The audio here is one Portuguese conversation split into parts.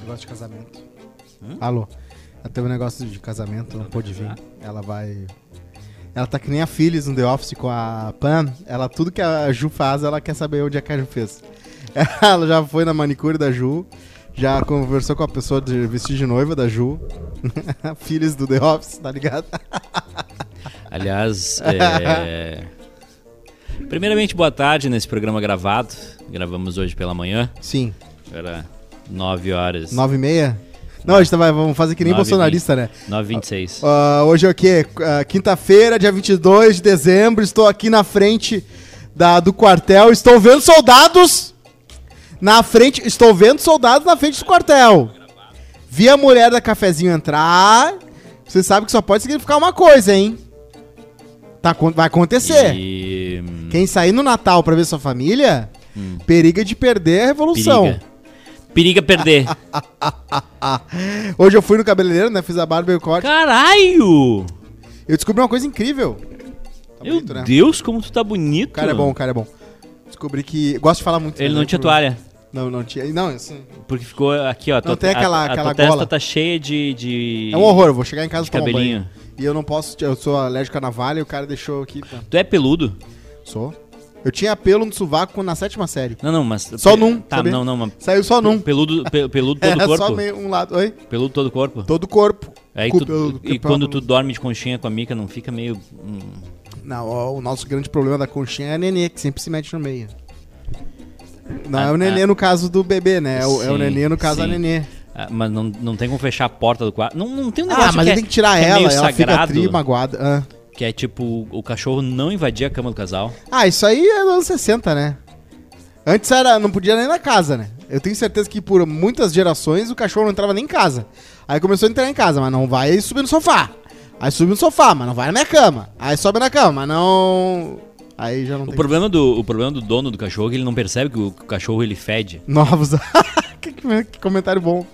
negócio de casamento. Alô? Ela teve um negócio de casamento, não pôde vir. Ela vai. Ela tá que nem a Phyllis no The Office com a Pam. Ela, tudo que a Ju faz, ela quer saber onde é que a Ju fez. Ela já foi na manicure da Ju, já conversou com a pessoa de vestir de noiva da Ju. A Phyllis do The Office, tá ligado? Aliás, é... primeiramente, boa tarde nesse programa gravado. Gravamos hoje pela manhã, Sim. era 9 horas. 9 e meia? Não, a gente vai, vamos fazer que nem Nove e bolsonarista, né? 9h26. Ah, hoje é o quê? Ah, Quinta-feira, dia 22 de dezembro. Estou aqui na frente da, do quartel. Estou vendo soldados na frente. Estou vendo soldados na frente do quartel. Vi a mulher da cafezinho entrar. Você sabe que só pode significar uma coisa, hein? Tá, acon- vai acontecer. E. hum, Quem sair no Natal pra ver sua família, periga de perder a revolução. Ah, Periga. Periga perder. Tá Hoje eu fui no cabeleireiro, né? Fiz a barba e o corte. Caralho! Eu descobri uma coisa incrível. Tá Meu Deus, como tu tá bonito. O cara é bom, o cara é bom. Descobri que. Gosto de falar muito. Ele né, não tinha pro- toalha. Não, não tinha. Não, assim. Porque ficou aqui, ó. tua- tem aquela- a, a aquela tua gola. testa tá cheia de. de... É um horror, eu vou chegar em casa e tomar um cabelinho. banho. E eu não posso. Eu sou alérgico à navalha e o cara deixou aqui. Tá. Tu é peludo? Sou. Eu tinha pelo no sovaco na sétima série. Não, não, mas. Só num, Tá, sabia? não, não, mas. Saiu só num. Peludo, pe- peludo todo É, o corpo? só meio, um lado. Oi? Peludo todo o corpo? Todo o corpo. Aí Com tu- pelo- e pelo- quando tu dorme de conchinha com a mica, não fica meio. hum, Não, ó, o nosso grande problema da conchinha é a nenê, que sempre se mete no meio. Não é Ah, o nenê ah. no caso do bebê, né? É o, é o Sim, nenê no caso da sim. nenê. ah, mas não, não tem como fechar a porta do quarto. Não, não tem um negócio Ah, mas ele que, é, tem que tirar que é ela, meio ela fica sagrado, tri magoada. Ah. que é tipo o cachorro não invadir a cama do casal. Ah, isso aí é dos anos 60, né? Antes era, não podia nem na casa, né? Eu tenho certeza que por muitas gerações o cachorro não entrava nem em casa. Aí começou a entrar em casa, mas não vai subir no sofá. Aí sobe no sofá, mas não vai na minha cama. Aí sobe na cama, mas não. Aí já não O tem. problema, do, o problema do dono do cachorro é que ele não percebe que o, que o cachorro ele fede. Novos. que, que- que comentário bom.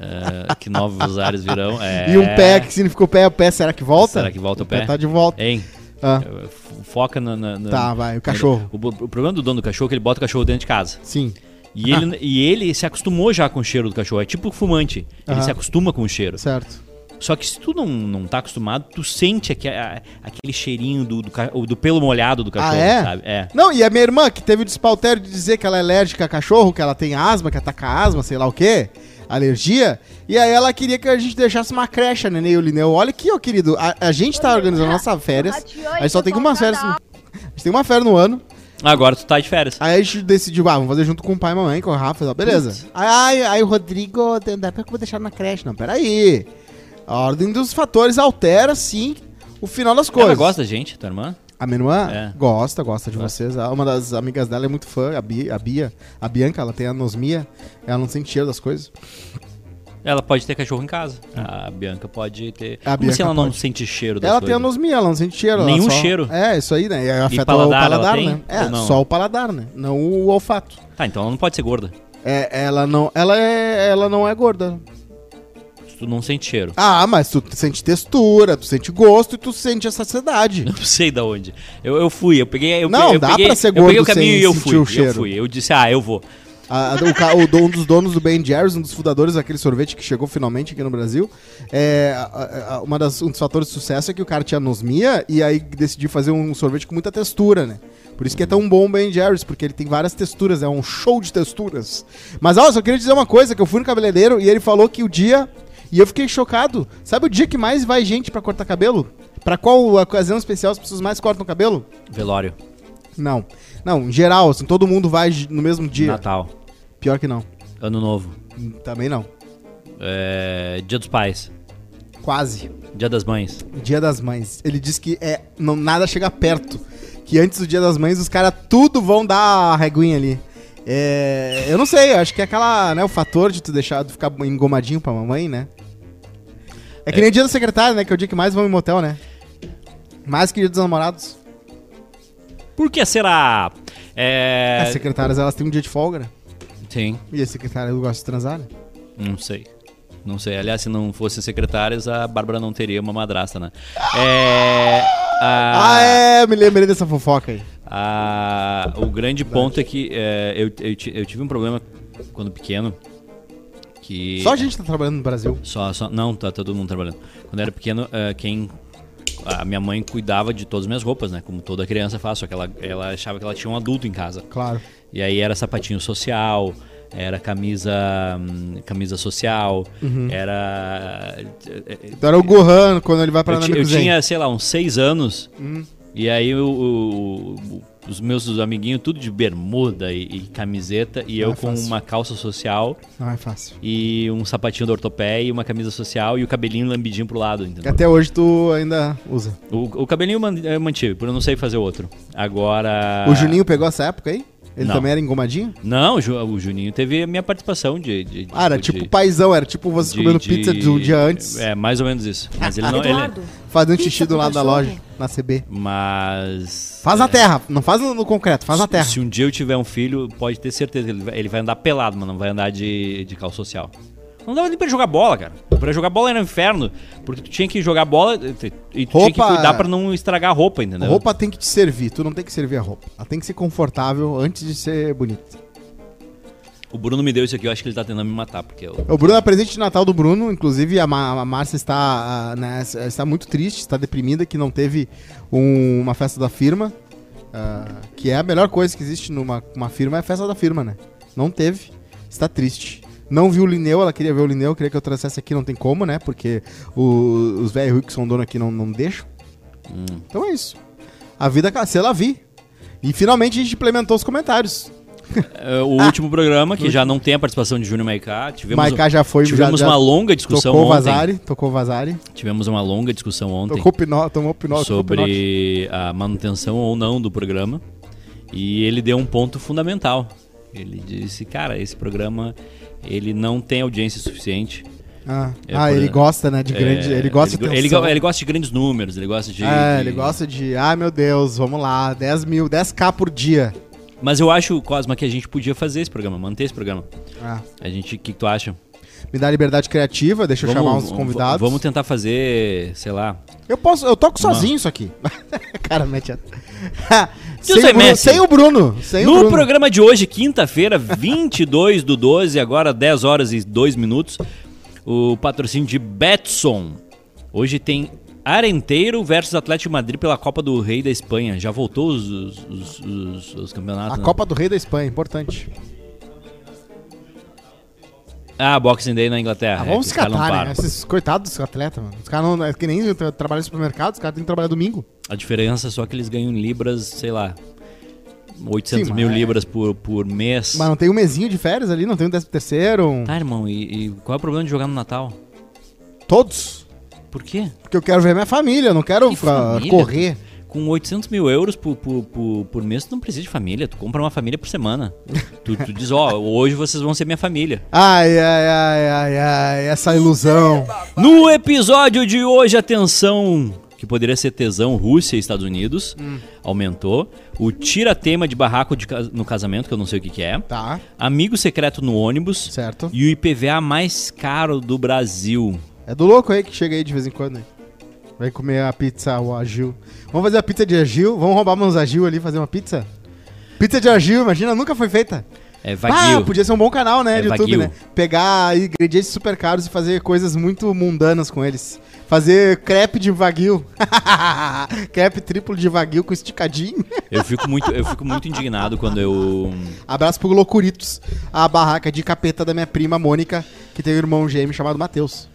É, que novos ares virão. É... E um pé, que significou pé, o pé, será que volta? Será que volta o pé? É. Tá de volta. Hein? Ah, F- Foca na, na- na- tá, vai, o cachorro. O, bo- o problema do dono do cachorro é que ele bota o cachorro dentro de casa. Sim. E, ele, Ah. e ele se acostumou já com o cheiro do cachorro. É tipo fumante. Ele Aham. se acostuma com o cheiro. Certo. Só que se tu não, não tá acostumado, tu sente aque- a- aquele cheirinho do, do, ca- do pelo molhado do cachorro, Ah, é? sabe? É. Não, e a minha irmã, que teve o despautério de dizer que ela é alérgica a cachorro, que ela tem asma, que ataca asma, sei lá o quê, alergia, e aí ela queria que a gente deixasse uma creche, a Nenê e o Lineu. Olha aqui, ó, querido, a, a gente tá organizando nossas férias, a gente só tem umas férias... no- A gente tem uma férias no ano, Agora tu tá de férias. aí a gente decidiu, ah, vamos fazer junto com o pai e mamãe, com o Rafa, tá? beleza. Aí, aí, aí o Rodrigo, tem- dá pra que eu vou deixar na creche. Não, peraí. A ordem dos fatores altera, sim, o final das coisas. Ela gosta da gente, tua irmã? A minha irmã É. gosta, gosta de vocês. Ah, Uma das amigas dela é muito fã, a, Bi- a Bia. A Bianca, ela tem anosmia, ela não sente cheiro das coisas. Ela pode ter cachorro em casa. A Bianca pode ter. Ah. A Como se Bianca ela não pode. sente cheiro das ela tem coisas? anosmia, ela não sente cheiro. ela Nenhum só- cheiro? É, isso aí, né? E afeta paladar, o ela paladar, tem? né? É, Ou não? só o paladar, né? Não o olfato. Tá, então ela não pode ser gorda. É, ela não, ela é, ela não é gorda. Se Tu não sente cheiro. Ah, mas tu sente textura, tu sente gosto e tu sente a saciedade. Não sei da onde. Eu, eu fui, eu peguei. Eu Não, eu dá peguei, pra ser Eu peguei gordo o caminho sem e eu sentir fui. o eu cheiro. fui. Eu disse, ah, eu vou. A- a- o, ca- o do- um dos donos do Ben Jerry's, um dos fundadores daquele sorvete que chegou finalmente aqui no Brasil, é, a- a- a- uma das, um dos fatores de sucesso é que o cara tinha anosmia e aí decidiu fazer um sorvete com muita textura, né? Por isso que é tão bom o Ben Jerry's, porque ele tem várias texturas, é um show de texturas. Mas, ó, só queria dizer uma coisa, que eu fui no cabeleireiro e ele falou que o dia... E eu fiquei chocado. Sabe o dia que mais vai gente pra cortar cabelo? Pra qual ocasião especial as pessoas mais cortam cabelo? Velório. Não. Não, em geral, assim, todo mundo vai no mesmo dia. Natal. Pior que não. Ano novo. Também não. é, Dia dos pais. Quase. Dia das mães. Dia das Mães. Ele diz que é não, nada chega perto. Que antes do Dia das Mães os caras tudo vão dar a reguinha ali. É, eu não sei, eu acho que é aquela, né, o fator de tu deixar de ficar engomadinho pra mamãe, né? É que nem o dia do secretário, né? Que é o dia que mais vão em motel, né? Mais que o dia dos namorados. Por que será? É. As secretárias, elas têm um dia de folga, né? Sim, E as secretárias gostam de transar, né? não sei. Não sei. Aliás, se não fossem secretárias, a Bárbara não teria uma madrasta, né? É. a- Ah, é! Me lembrei dessa fofoca aí. a- o grande ponto é que é, eu, eu ti- eu tive um problema quando pequeno. que. Só a gente tá trabalhando no Brasil. Só, só- Não, tá todo mundo trabalhando. Quando eu era pequeno, eh, quem. A minha mãe cuidava de todas as minhas roupas, né? Como toda criança faz, só que ela, ela achava que ela tinha um adulto em casa. Claro. E aí era sapatinho social, era camisa. hum, camisa social, Uhum. era. Então era o Gohan quando ele vai pra Eu, ti- eu Namekuzen. tinha, sei lá, uns seis anos. Hum. E aí o- o- o- os meus amiguinhos, tudo de bermuda e, e camiseta, e Não eu é com fácil. uma calça social Não é fácil. e um sapatinho da ortopé e uma camisa social e o cabelinho lambidinho pro lado, Que entendeu? até hoje tu ainda usa. O, o cabelinho eu man- eu mantive, porque eu não sei fazer outro. Agora. O Juninho pegou essa época aí? Ele Ah. Não. também era engomadinho? Não, o Ju- o Juninho teve a minha participação de. de- de- Ah, era de- tipo paizão, era tipo vocês comendo de- pizza do dia antes, É, mais ou menos isso. Mas ele é- não. Eduardo, Ele, fazendo Pizza xixi do com lado da cachorro. loja, na CB. mas. Faz na terra, não faz no no concreto, faz na Se- terra. Se um dia eu tiver um filho, pode ter certeza que ele vai, ele vai andar pelado, mas não vai andar de, de calça social. Não dava nem pra jogar bola, cara. Pra jogar bola era um inferno. Porque tu tinha que jogar bola e tu e tu tinha que Roupa- cuidar pra não estragar a roupa, A entendeu? roupa tem que te servir, tu não tem que servir a roupa. Ela tem que ser confortável antes de ser bonita. O Bruno me deu isso aqui, eu acho que ele tá tentando me matar, porque eu. O Bruno é presente de Natal do Bruno, inclusive a, Ma- a Márcia está, ah, né, está muito triste, está deprimida que não teve um- uma festa da firma, ah, que é a melhor coisa que existe numa uma firma, é a festa da firma, né? Não teve, está triste. Não viu o Lineu, ela queria ver o Lineu, queria que eu trouxesse aqui, não tem como, né? Porque o- os velhos ricos que são dono aqui não, não deixam. Hum. Então é isso. A vida cancela a vi. E finalmente a gente implementou os comentários. É, O último programa, que já não tem a participação de Júnior Maiká, tivemos, um- Maiká já foi, já- tivemos já uma longa discussão Tocou o ontem. Vazari, tocou o Vazari. Tivemos uma longa discussão ontem. Tocou Pinó, tomou Pinó, tocou Pinote. sobre a manutenção ou não do programa. E ele deu um ponto fundamental. Ele disse, cara, esse programa ele não tem audiência suficiente. Ah, É, ah, por- ele gosta, né, de grande... É, ele gosta de ele, ele, tensão. go- ele gosta de grandes números, ele gosta de. É, de- ele gosta de... Ah, meu Deus, vamos lá, 10 mil, 10k por dia. Mas eu acho, Cosma, que a gente podia fazer esse programa, manter esse programa. Ah, A gente, o que, que tu acha? me dá liberdade criativa, deixa eu chamar uns v- convidados. Vamos tentar fazer, sei lá. Eu posso, eu toco sozinho isso aqui. Cara, mete a... sem, José o Bruno, Messi. sem o Bruno, sem o no Bruno. programa de hoje, quinta-feira, 22 do 12, agora 10 horas e 2 minutos, o patrocínio de Betson. Hoje tem Arenteiro versus Atlético de Madrid pela Copa do Rei da Espanha. Já voltou os, os- os- os- os campeonatos? A né? Copa do Rei da Espanha, importante. É, Ah, Boxing Day na Inglaterra. Ah, É, vamos se que os caras não catar, né? param. Esses coitados dos atletas, mano. Os caras não... É que nem tra- trabalham no supermercado, os caras têm que trabalhar domingo. A diferença é só que eles ganham em libras, sei lá, 800 Sim, mil mas- é. libras por, por mês. Mas não tem um mesinho de férias ali, não tem um décimo terceiro, um... Tá, irmão, e, e qual é o problema de jogar no Natal? Todos. Por quê? Porque eu quero ver minha família, eu não quero Que ficar- família? correr. Com 800 mil euros por, por, por, por mês, tu não precisa de família. Tu compra uma família por semana. tu, tu diz, ó, hoje vocês vão ser minha família. Ai, ai, ai, ai, ai, essa ilusão. No episódio de hoje, a tensão, que poderia ser tesão Rússia e Estados Unidos, Hum. aumentou. O tira-tema de barraco de ca- no casamento, que eu não sei o que, que é. Tá, Amigo secreto no ônibus. certo. E o IPVA mais caro do Brasil. É do louco aí que chega aí de vez em quando. Né? Vai comer a pizza, o Agil. Vamos fazer a pizza de Agil? Vamos roubar uns Agil ali e fazer uma pizza? Pizza de Agil, imagina, nunca foi feita. É Ah, vaguio. podia ser um bom canal, né, É de YouTube, Wagyu. né? Pegar ingredientes super caros e fazer coisas muito mundanas com eles. Fazer crepe de Wagyu. crepe triplo de Wagyu com esticadinho. Eu, fico muito, eu fico muito indignado quando eu... Abraço pro Loucuritos, a barraca de capeta da minha prima Mônica, que tem um irmão gêmeo chamado Matheus,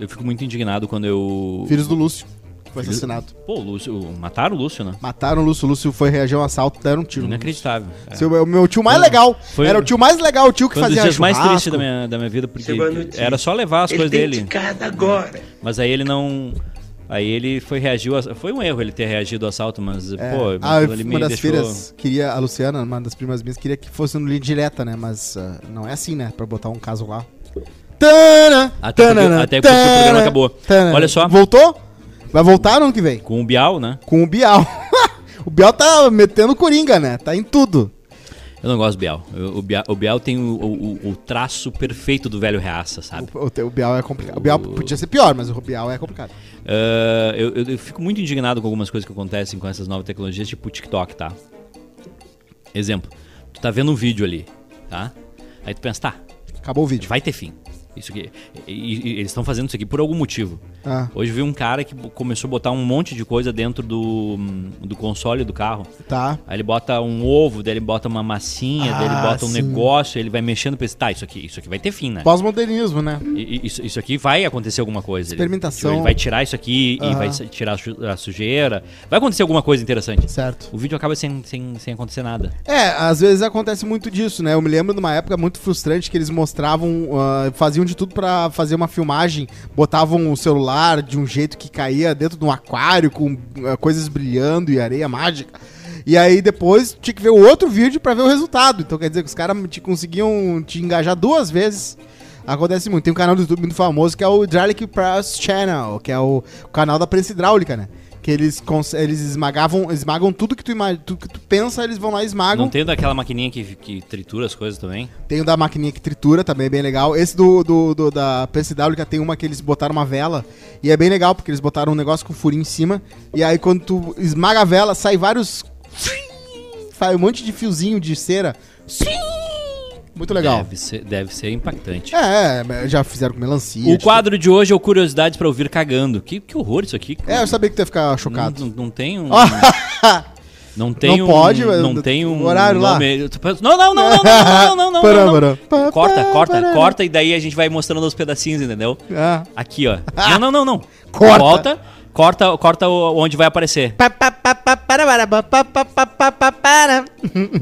Eu fico muito indignado quando eu... filhos do Lúcio, que foi Filho- assassinado. Pô, o Lúcio. Mataram o Lúcio, né? Mataram o Lúcio, o Lúcio foi reagir a um assalto, deram um tiro. Inacreditável. É. Seu, o meu tio mais legal, Foi- era o tio mais legal, o tio que Foi um dos fazia dias churrasco. mais tristes da minha, da minha vida, porque Chegou a notícia. era só levar as coisas dele. Cada agora. Mas aí ele não. Aí ele foi reagiu. a- Foi um erro ele ter reagido ao assalto, mas, pô, Ah, aquilo ali uma me das deixou. filhas queria, a Luciana, uma das primas minhas, queria que fosse no linha direta, né? Mas ah, não é assim, né? Pra botar um caso lá. Tana, Até porque- até porque o programa acabou. Olha só. Voltou? Vai voltar no ano que vem. Com o Bial, né? Com o Bial. o Bial tá metendo coringa, né? Tá em tudo. Eu não gosto do Bial. Eu- O Bial, o Bial tem o, o- o traço perfeito do velho reaça, sabe? O, o- o Bial é complicado. O Bial podia ser pior, mas o Bial é complicado. Ah, eu, eu- eu fico muito indignado com algumas coisas que acontecem com essas novas tecnologias, tipo o TikTok, tá? Exemplo. Tu tá vendo um vídeo ali, tá? Aí tu pensa, tá, Acabou o vídeo. Vai ter fim. Isso aqui, e- e- e eles estão fazendo isso aqui por algum motivo. Ah, Hoje vi um cara que bo- começou a botar um monte de coisa dentro do, hum, do console do carro. tá. Aí ele bota um ovo, daí ele bota uma massinha, daí ele Ah, bota um sim. negócio, ele vai mexendo pra esse- tá, isso aqui, isso aqui vai ter fim, né? Pós-modernismo, né? E- e- Isso, isso aqui vai acontecer alguma coisa. Ele- Experimentação. Ele, vai tirar isso aqui e Aham. vai se- tirar a su- a sujeira. Vai acontecer alguma coisa interessante. Certo. O vídeo acaba sem, sem, sem acontecer nada. É, às vezes acontece muito disso, né? Eu me lembro de uma época muito frustrante que eles mostravam, ah, faziam de tudo pra fazer uma filmagem, botavam o celular de um jeito que caía dentro de um aquário com ah, coisas brilhando e areia mágica. E aí depois tinha que ver o outro vídeo pra ver o resultado. Então quer dizer que os caras te conseguiam te engajar duas vezes. Acontece muito. Tem um canal do YouTube muito famoso que é o Hydraulic Press Channel, que é o canal da prensa hidráulica, né? Que eles, cons- eles esmagavam, esmagam tudo que tu, ima- tudo que tu pensa, eles vão lá e esmagam. Não tem daquela maquininha que, que tritura as coisas também? Tem o da maquininha que tritura, também é bem legal. Esse do, do, do- da PSW tem uma que eles botaram uma vela. E é bem legal, porque eles botaram um negócio com furinho em cima. E aí quando tu esmaga a vela, sai vários. Sai um monte de fiozinho de cera. Muito legal. Deve ser, deve ser impactante. É, é, já fizeram com melancia. O quadro de hoje é o Curiosidades pra Ouvir Cagando. Que, que horror isso aqui. É, eu sabia que tu ia ficar chocado. Não, não, não tem um. Ah, Não tem Não um. pode, mas Não o tem um. horário lá. nome- Não, não, não, não, não, não, não, não, Pará, não, pará. não. Corta, Pará. corta, corta e daí a gente vai mostrando os pedacinhos, entendeu? ah. Aqui, ó. Não, não, não, não. Corta. Volta, corta, corta o- onde vai aparecer.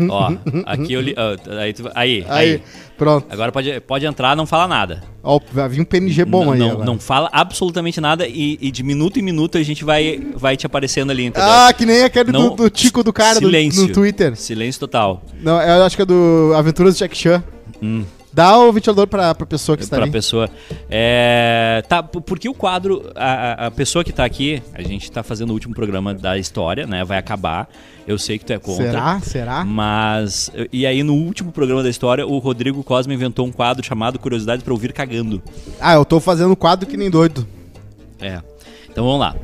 Ó, aqui eu li. ó, aí, tu- aí, aí. Aí, pronto. Agora pode, pode entrar, não fala nada. Ó, vai vir um PNG bom não, aí. não, agora. não fala absolutamente nada e, e de minuto em minuto a gente vai, vai te aparecendo ali, entendeu? Ah, que nem aquele do, Não- do Tico do cara do, Silêncio. no Twitter. Silêncio total. Não, eu acho que é do Aventuras de Jack Chan. Dá o ventilador pra, pra pessoa que está Hum. pra ali. pessoa. É, tá, p- porque o quadro, a, a- a pessoa que tá aqui, a gente tá fazendo o último programa da história, né? Vai acabar. Eu sei que tu é contra. Será? Será? Mas. E aí, no último programa da história, o Rodrigo Cosme inventou um quadro chamado Curiosidades pra ouvir cagando. Ah, eu tô fazendo quadro que nem doido. É. Então vamos lá.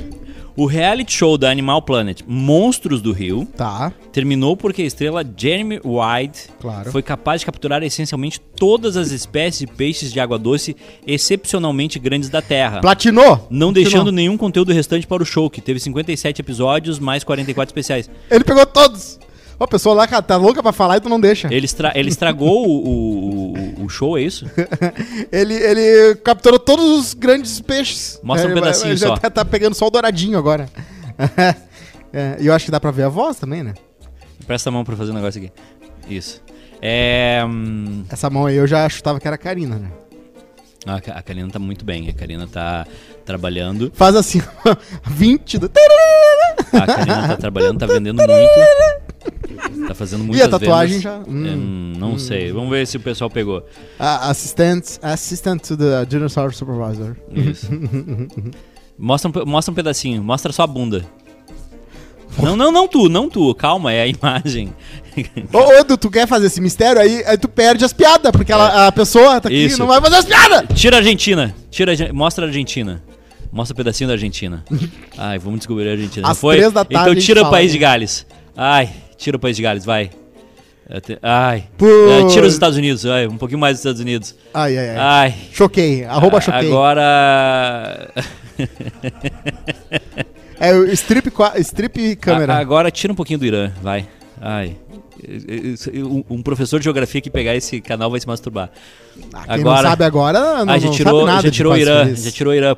O reality show da Animal Planet, Monstros do Rio, Tá. terminou porque a estrela Jeremy White Claro. foi capaz de capturar essencialmente todas as espécies de peixes de água doce excepcionalmente grandes da Terra. Platinou? Não Platinou. deixando nenhum conteúdo restante para o show, que teve 57 episódios mais 44 especiais. Ele pegou todos. Ó, a pessoa lá cara, tá louca pra falar e tu não deixa. Ele, estra ele estragou o, o- o- o show, é isso? Ele, ele capturou todos os grandes peixes. Mostra um Ele vai- pedacinho ele já só. Tá, tá pegando só o douradinho agora. É, E eu acho que dá pra ver a voz também, né? Presta a mão pra fazer um negócio aqui. Isso. É. hum, Essa mão aí eu já chutava que era a Karina, né? A, Ca- a Karina tá muito bem. A Karina tá trabalhando. Faz assim, 20. do- A Karina tá trabalhando, tá vendendo muito. Tá fazendo muitas a tatuagem já? vendas. É, hum, não sei. Vamos ver se o pessoal pegou. Ah, assistant, assistant to the dinosaur uh, supervisor. Isso. Mostra um, pe- mostra um pedacinho, mostra só a bunda. Não, não, não tu, não tu, calma, é a imagem. Ô, ô, Edu, tu quer fazer esse mistério aí, aí tu perde as piadas, porque ela- a pessoa tá aqui e É. Isso. não vai fazer as piadas! Tira a Argentina, tira a, Argen- mostra a Argentina. Mostra um pedacinho da Argentina. Ai, vamos descobrir a Argentina. Às Não foi? três da tarde a então gente tira o fala, país né? de Gales. Ai, tira o país de Gales, vai. Até- Ai. Pô. É, tira os Estados Unidos, vai, um pouquinho mais dos Estados Unidos. Ai, ai, ai. Ai. Choquei, arroba A- choquei. Agora. É o strip, qua- strip câmera. A- agora tira um pouquinho do Irã, vai. Ai. Isso- Um um professor de geografia que pegar esse canal vai se masturbar. Ah, Quem não sabe agora, não, Ah, já não tirou, sabe nada já de tirou o quase Irã, feliz. já tirou o Irã.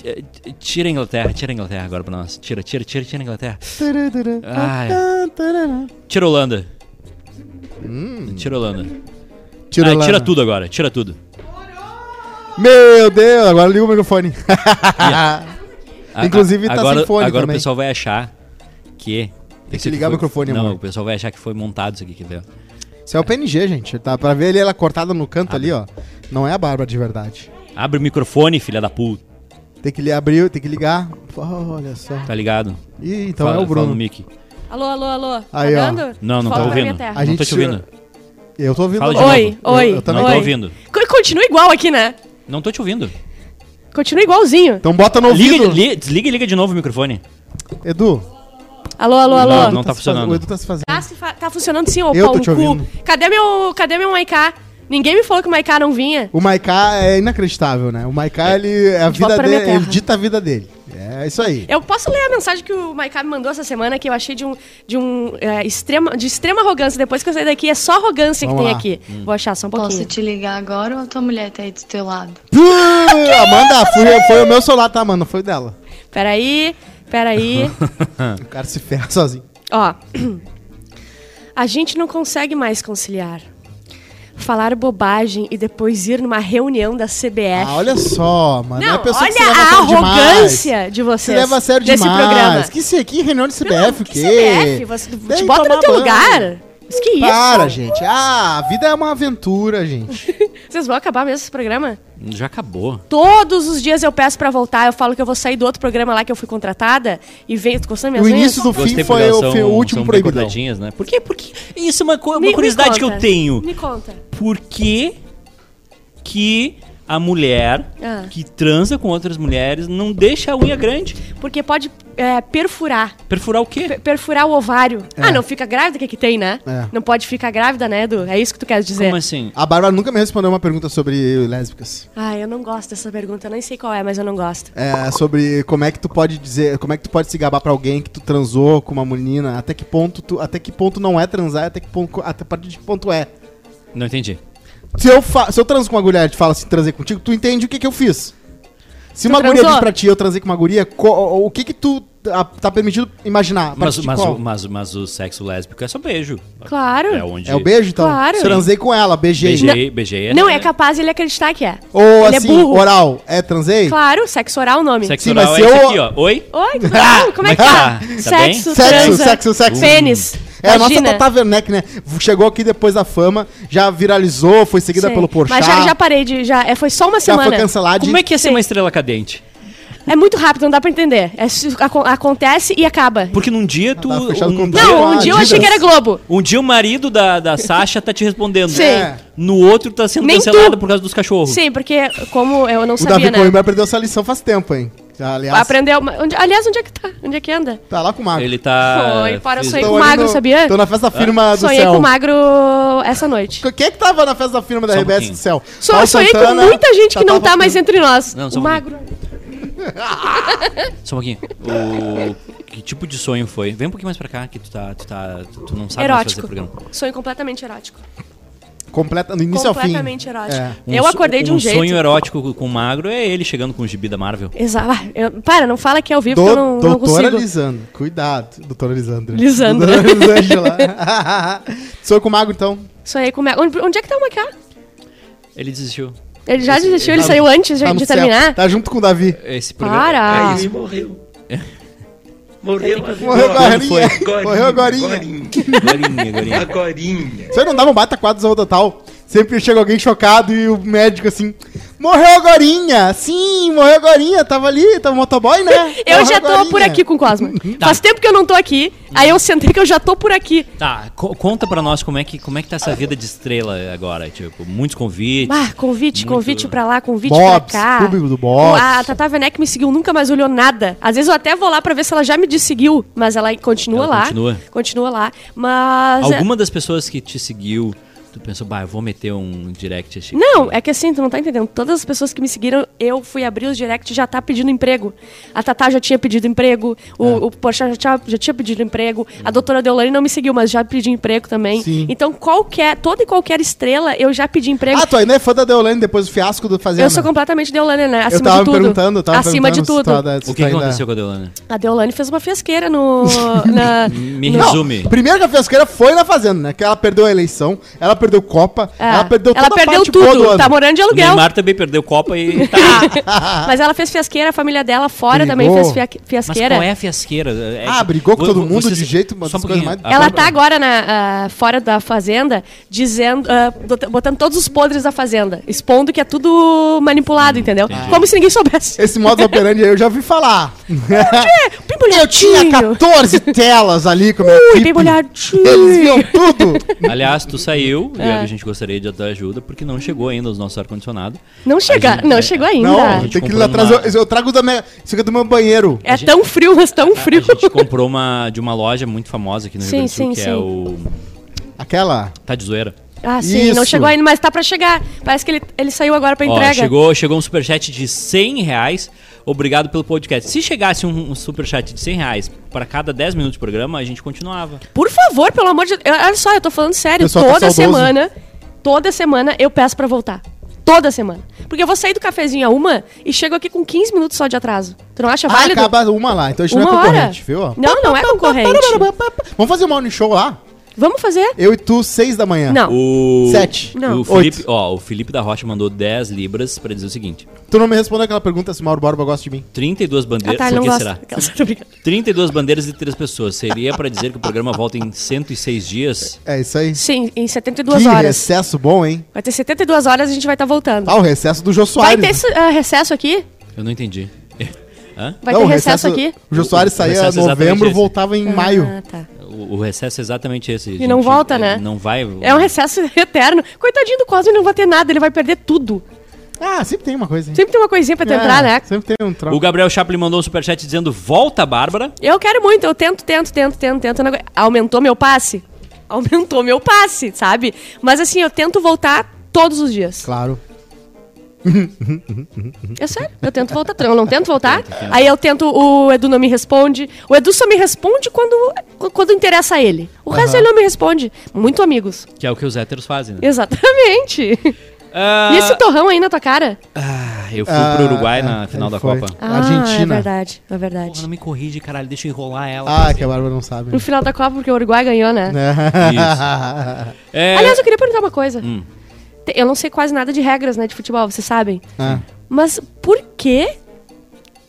T- t- Tira a Inglaterra, tira a Inglaterra agora pra nós. Tira, tira, tira, tira a Inglaterra. Tararara, Ai. tararara. Tira a Holanda. Tira a Holanda. Hum. Tira, Ah, lá, tira né? tudo agora, tira tudo. Meu Deus, agora liga o microfone. A- Inclusive, tá agora, sem fone Agora também. o pessoal vai achar que... Tem que ligar o microfone, Não, amor. o pessoal vai achar que foi montado isso aqui, quer ver? Isso é o PNG, gente. Tá pra ver ali ela cortada no canto ali, ó. Não é a Bárbara de verdade. Abre o microfone, filha da puta. Tem que li- abrir, tem que ligar. Olha só. Tá ligado? Ih, então Fala- é o fala no Bruno. mic. Alô, alô, alô. Aí, ó. tá vendo? Não, não Fala tá pra minha ouvindo. terra. A Não gente tô te ouvindo. Eu tô ouvindo. Fala de agora. Oi, Eu- oi, Eu também Não tô tô oi. ouvindo. ouvindo. Co- Continua igual aqui, né? Não tô te ouvindo. Continua igualzinho. Então bota no ouvido. Liga, li- desliga e liga de novo o microfone. Edu. Alô, alô, alô. Não, Edu não tá se funcionando. fazendo- O Edu tá se fazendo. Tá, se fa- tá funcionando sim, ô Eu pau tô no te cu. ouvindo. Cadê meu, cadê meu IK? Ninguém me falou que o Maiká não vinha. O Maiká é inacreditável, né? O Maiká, ele é a De vida volta pra minha dele, ele terra. dita a vida dele. É isso aí. Eu posso ler a mensagem que o Maiká me mandou essa semana, que eu achei de um, de um é, extrema, de extrema arrogância. Depois que eu sair daqui, é só arrogância Vamos que tem lá. aqui. Hum. Vou achar só um Posso pouquinho. te ligar agora ou a tua mulher tá aí do teu lado? Amanda, foi, foi o meu celular, tá, mano? Foi o dela. Peraí, peraí. Ah. O cara se ferra sozinho. Ó. A gente não consegue mais conciliar. Falar bobagem e depois ir numa reunião da CBF. Ah, olha só, mano. é Não, a pessoa que se olha leva a sério demais. arrogância de vocês Se leva a sério desse demais. programa. Que, se- que reunião de CBF, Não, o que quê? CBF? Você Vem te bota tomar no teu banho. lugar? Mas que isso? Para, gente. Ah, a vida é uma aventura, gente. Vocês vão acabar mesmo esse programa? Já acabou. Todos os dias eu peço pra voltar, eu falo que eu vou sair do outro programa lá que eu fui contratada e veio. Tu gostou das minhas O unhas? início do fim Gostei foi o, porque elas foi o são- último são bem proibidão. cortadinhas, né? Por quê? Porque isso é uma, co- uma Me- me curiosidade que eu conta. tenho. Me conta. Por que que a mulher Ah. que transa com outras mulheres não deixa a unha grande? Porque pode é, perfurar. Perfurar o quê? Pe- Perfurar o ovário. Ah, não fica grávida, o que que tem, né? É. Não pode ficar grávida, né, Edu? É isso que tu quer dizer. Como assim? A Bárbara nunca me respondeu uma pergunta sobre lésbicas. Ah, eu não gosto dessa pergunta, eu nem sei qual é, mas eu não gosto. É, sobre como é que tu pode dizer, como é que tu pode se gabar pra alguém que tu transou com uma menina, até que ponto tu, até que ponto não é transar, até que ponto, até a partir de que ponto é. Não entendi. Se eu, fa- se eu transo com uma mulher e te fala assim, transei contigo, tu entende o que que eu fiz. Se uma transou? guria diz pra ti, eu transei com uma guria, co- o que que tu a- tá permitido imaginar? A Mas, partir de mas, qual? o- mas, mas o sexo lésbico é só beijo. Claro. É onde... É o beijo, então? Claro. Se eu transei com ela, beijei. Beijei, beijei. Não, é capaz ele acreditar que é. Ou ele assim, é burro. oral, é transei? Claro, sexo oral é o nome. Sexo Sim, oral mas é se esse eu- aqui, ó. Oi? Oi, tudo bem? Como é que Tá. tá? Tá bem? Sexo, Sexo, transa, Uh. sexo, sexo. Pênis. É, a nossa vagina. Tata Werneck, né? Chegou aqui depois da fama, já viralizou, foi seguida Sei. pelo Porchat. Mas já, já parei de. Já, é, foi só uma já semana. foi cancelada. Como é que ia ser uma estrela cadente? É muito rápido, não dá pra entender. É su- aco- acontece e acaba. Porque num dia tu. tá fechado com um, dois. dia, Não, Ah, um dia eu achei que Adidas. era Globo. um dia o marido da, da Sasha tá te respondendo. Sim. É. No outro tá sendo Nem cancelado tu. por causa dos cachorros. Sim, porque como eu não O sabia, Davi né? Coimbra perdeu essa lição faz tempo, hein? Aliás, Aprendeu. mas onde- aliás, onde é que tá? Onde é que anda? tá lá com o Magro. Ele tá. Foi, para, eu fiz- sonhei com o magro, sabia? Tô na festa firma Ah, do Sonhei céu. com o magro essa noite. Quem é que tava na festa firma da Só um RBS pouquinho. do céu? So, Paulo sonhei com Santana, muita gente que não Tatá tá mais entre nós. Não, só o um magro. Só um pouquinho. O... Que tipo de sonho foi? Vem um pouquinho mais pra cá, que tu tá. Tu, tá, tu tu não sabe mais fazer Erótico. programa. Sonho completamente erótico. Completa, no início ao fim. completamente erótico. É. Eu so- acordei de um, jeito. Um sonho erótico com- com o magro é ele chegando com o gibi da Marvel. Exato. ah, Para, não fala que é ao vivo, que eu não, Do, não doutora consigo. Lisandro. Cuidado, doutora Lisandro. Lisandro. Doutora Lisângela. Sou com o Magro, então. Sonhei com o Magro. Onde, onde é que tá o Macá? Ele desistiu. Ele já desistiu, ele tá- saiu antes de, Tá no de céu. terminar? Tá junto com o Davi. Esse programa. Para! Aí morreu. Morreu a Morreu agora. Morreu agorinha. Gorinha, gorinha. Agorinha. Isso aí não dava um bata quadros ao total. Sempre chega alguém chocado e o médico assim. Morreu agorinha! Sim, morreu agorinha! Tava ali, tava motoboy, né? Eu Morreu já tô agorinha. por aqui com o Cosmo. Faz tempo que eu não tô aqui, aí eu sentei que eu já tô por aqui. Tá, co- conta pra nós como é, que, como é que tá essa vida de estrela agora. Tipo, muitos convites. Ah, convite, Muito. convite pra lá, convite Bob's, pra cá. público do Bob's. A Tata Werneck me seguiu, nunca mais olhou nada. Às vezes eu até vou lá pra ver se ela já me desseguiu, mas ela continua Ela lá. continua. Continua lá. Mas. é- Alguma das pessoas que te seguiu, tu pensou, bah, eu vou meter um direct esse Não, é que assim, tu não tá entendendo. Todas as pessoas que me seguiram, eu fui abrir os direct e já tá pedindo emprego. A Tatá já tinha pedido emprego, o, Ah. o Porchat já tinha, já tinha pedido emprego, a doutora Deolane não me seguiu, mas já pedi emprego também. Sim. Então, qualquer, toda e qualquer estrela, eu já pedi emprego. Ah, tu ainda é fã da Deolane depois do fiasco do Fazenda. eu sou completamente Deolane, né? Acima Eu tava de me tudo. perguntando, eu tava Acima de perguntando se tudo. tu ainda- se O tu tá que, que ainda- aconteceu com a Deolane? A Deolane fez uma fiasqueira no. na- Me no- resume. Primeiro que a Fiasqueira foi na Fazenda, né? Que ela perdeu a eleição, ela perdeu Copa, É, ela perdeu toda ela a perdeu parte boa do tudo, ano. tá morando de O aluguel. Neymar também perdeu Copa e. Tá. Ah, Mas ela fez fiasqueira, a família dela fora Brigou. também fez fia- Mas fiasqueira. qual é a fiasqueira? É Ah, que- brigou com Vo- todo mundo vocês- de jeito, uma Só das um coisas pouquinho. mais- Ela Agora- tá agora na, ah, fora da fazenda, dizendo, ah, bota- botando todos os podres da fazenda, expondo que é tudo manipulado, Hum, entendeu? Como se ninguém soubesse. Um Esse modo operandi aí eu já ouvi falar. Bem eu tinha molhadinho. 14 telas ali com a minha Ui, equipe. bem molhadinho. Eles viam tudo. tá- Aliás, tu saiu É. e a gente gostaria de dar ajuda porque não chegou ainda os nossos ar-condicionado. Não chega, A gente- não chegou ainda. É Não, né? gente tem que ir comprou lá atrás. Eu, uma- eu trago da minha, isso aqui é do meu banheiro. é tão frio, mas tão A frio. gente comprou uma de uma loja muito famosa aqui no Rio Sim, Grande do Sul, sim, que sim. é o. Aquela. Tá de zoeira. Ah, sim, não Isso. chegou ainda, mas tá pra chegar. Parece que ele, ele saiu agora pra Ó, entrega. chegou, chegou um superchat de 100 reais. Obrigado pelo podcast. Se chegasse um, um superchat de 100 reais pra cada 10 minutos de programa, a gente continuava. Por favor, pelo amor de Deus. Olha só, eu tô falando sério. Pessoal, tá toda saudoso. semana, toda semana eu peço pra voltar. Toda semana. Porque eu vou sair do cafezinho a uma e chego aqui com 15 minutos só de atraso. Tu não acha Ah, válido? acaba uma lá, então a gente não Uma é hora. concorrente, viu? ó? Não, não é concorrente. Vamos fazer um morning show lá? Vamos fazer? Eu e tu, seis da manhã. Não. O... Sete. Não. O Felipe, ó, o Felipe da Rocha mandou 10 libras pra dizer o seguinte: Tu não me respondeu aquela pergunta se Mauro Borba gosta de mim. 32 Ah, bandeiras. tá, ele por não que gosta. será? Aquelas- Tô brincando. 32 bandeiras e 3 pessoas. Seria pra dizer que o programa volta em 106 dias? É isso aí. Sim, em 72 que horas. recesso bom, hein? Vai ter 72 horas e a gente vai estar voltando. Ah, o recesso do Jô vai Soares. né? ter esse, ah, recesso aqui? Eu não entendi. Hã? Vai Não, ter o recesso, aqui? O Jô Soares O saía em recesso é exatamente novembro, esse. voltava em Ah, maio. tá. O, o recesso é exatamente esse. E não volta, É, né? Não vai. É um recesso eterno. Coitadinho do Cosme, não vai ter nada, ele vai perder tudo. Ah, sempre tem uma coisa, hein? Sempre tem uma coisinha pra tu entrar, É, né? Sempre tem um troço. O Gabriel Chaplin mandou um superchat dizendo: Volta, Bárbara. Eu quero muito, eu tento, tento, tento, tento, tento. eu não agu- Aumentou meu passe? Aumentou meu passe, sabe? Mas assim, eu tento voltar todos os dias. Claro. É sério, eu tento voltar. Eu não tento voltar. Aí eu tento, o Edu não me responde. O Edu só me responde quando, quando interessa a ele. O resto ele não me responde. Muito amigos. Que é o que os héteros fazem, né? Exatamente. Ah, E esse torrão aí na tua cara? ah, eu fui Ah, pro Uruguai na é, final ele da foi. Copa. Ah, Argentina. é verdade, é Porra, né? verdade. não me corrige, caralho, deixa eu enrolar ela. Ah, Brasil. que a Bárbara não sabe. No final da Copa, porque o Uruguai ganhou, né? Isso. É, Aliás, eu queria perguntar uma coisa. Hum. Te- Eu não sei quase nada de regras, né, de futebol, vocês sabem. Ah. Mas por que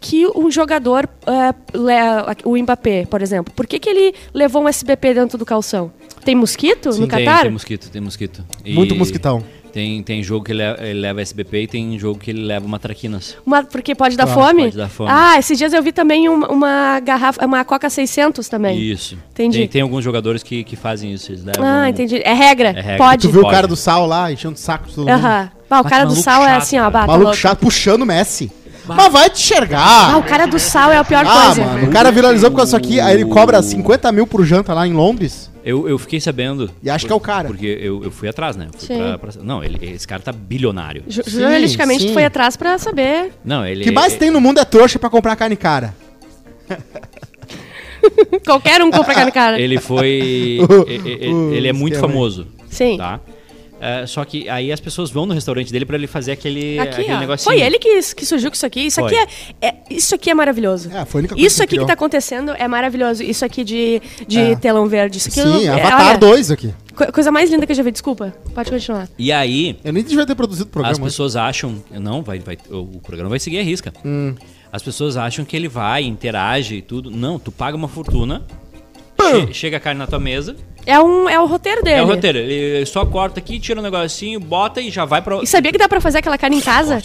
que um jogador, é, le- o Mbappé, por exemplo, por que que ele levou um SBP dentro do calção? Tem mosquito sim, no tem, Catar? tem mosquito, tem mosquito. E Muito mosquitão. Tem, tem jogo que ele, ele leva SBP e tem jogo que ele leva uma traquinas. Uma- porque pode dar fome? pode dar fome. Ah, esses dias eu vi também uma, uma garrafa, uma Coca 600 também. Isso. Entendi. Tem, tem alguns jogadores que, que fazem isso. Eles levam... Ah, entendi. É regra. É regra. Pode. Tu viu o Pode. cara do sal lá, enchendo o saco de todo mundo. Aham. Bah, o Mas cara que do maluco sal é chato, assim, ó. cara. Bah, tá Maluco louco. chato puxando o Messi. Mas vai te enxergar. Ah, o cara do sal é a pior Ah, coisa. mano, o cara viralizou por causa disso aqui, aí ele cobra 50 mil por janta lá em Londres. Eu, eu fiquei sabendo. E acho que é o cara. Porque eu, eu fui atrás, né? Eu fui Sim. pra- pra- não, ele- esse cara tá bilionário. Ju- Sim, Jornalisticamente, sim. tu foi atrás pra saber. Não, ele. O que mais é- tem no mundo é trouxa pra comprar carne cara. Qualquer um compra aquele cara. Ele foi. e- e- o e- ele é muito esquema aí. famoso. Sim. Tá? É, só que aí as pessoas vão no restaurante dele pra ele fazer aquele, Aqui, aquele ó. negocinho. Foi ele que, que surgiu com isso aqui. Isso Foi. aqui é, é- isso aqui é maravilhoso. É, foi a única coisa isso que aqui criou. que tá acontecendo é maravilhoso. Isso aqui de, de É. telão verde. Isso aqui Sim, eu, é, Avatar olha, 2 aqui. co- Coisa mais linda que eu já vi, desculpa. Pode continuar. E aí, Eu nem devia ter produzido o as programa. né? pessoas acham. Não, vai, vai, o programa vai seguir a risca. Hum. As pessoas acham que ele vai, interage e tudo. Não, tu paga uma fortuna. che- Chega a carne na tua mesa. É, um, é o roteiro dele. É o né? roteiro. Ele só corta aqui, tira um negocinho, bota e já vai pra. E é sabia que dá pra fazer aquela carne em casa?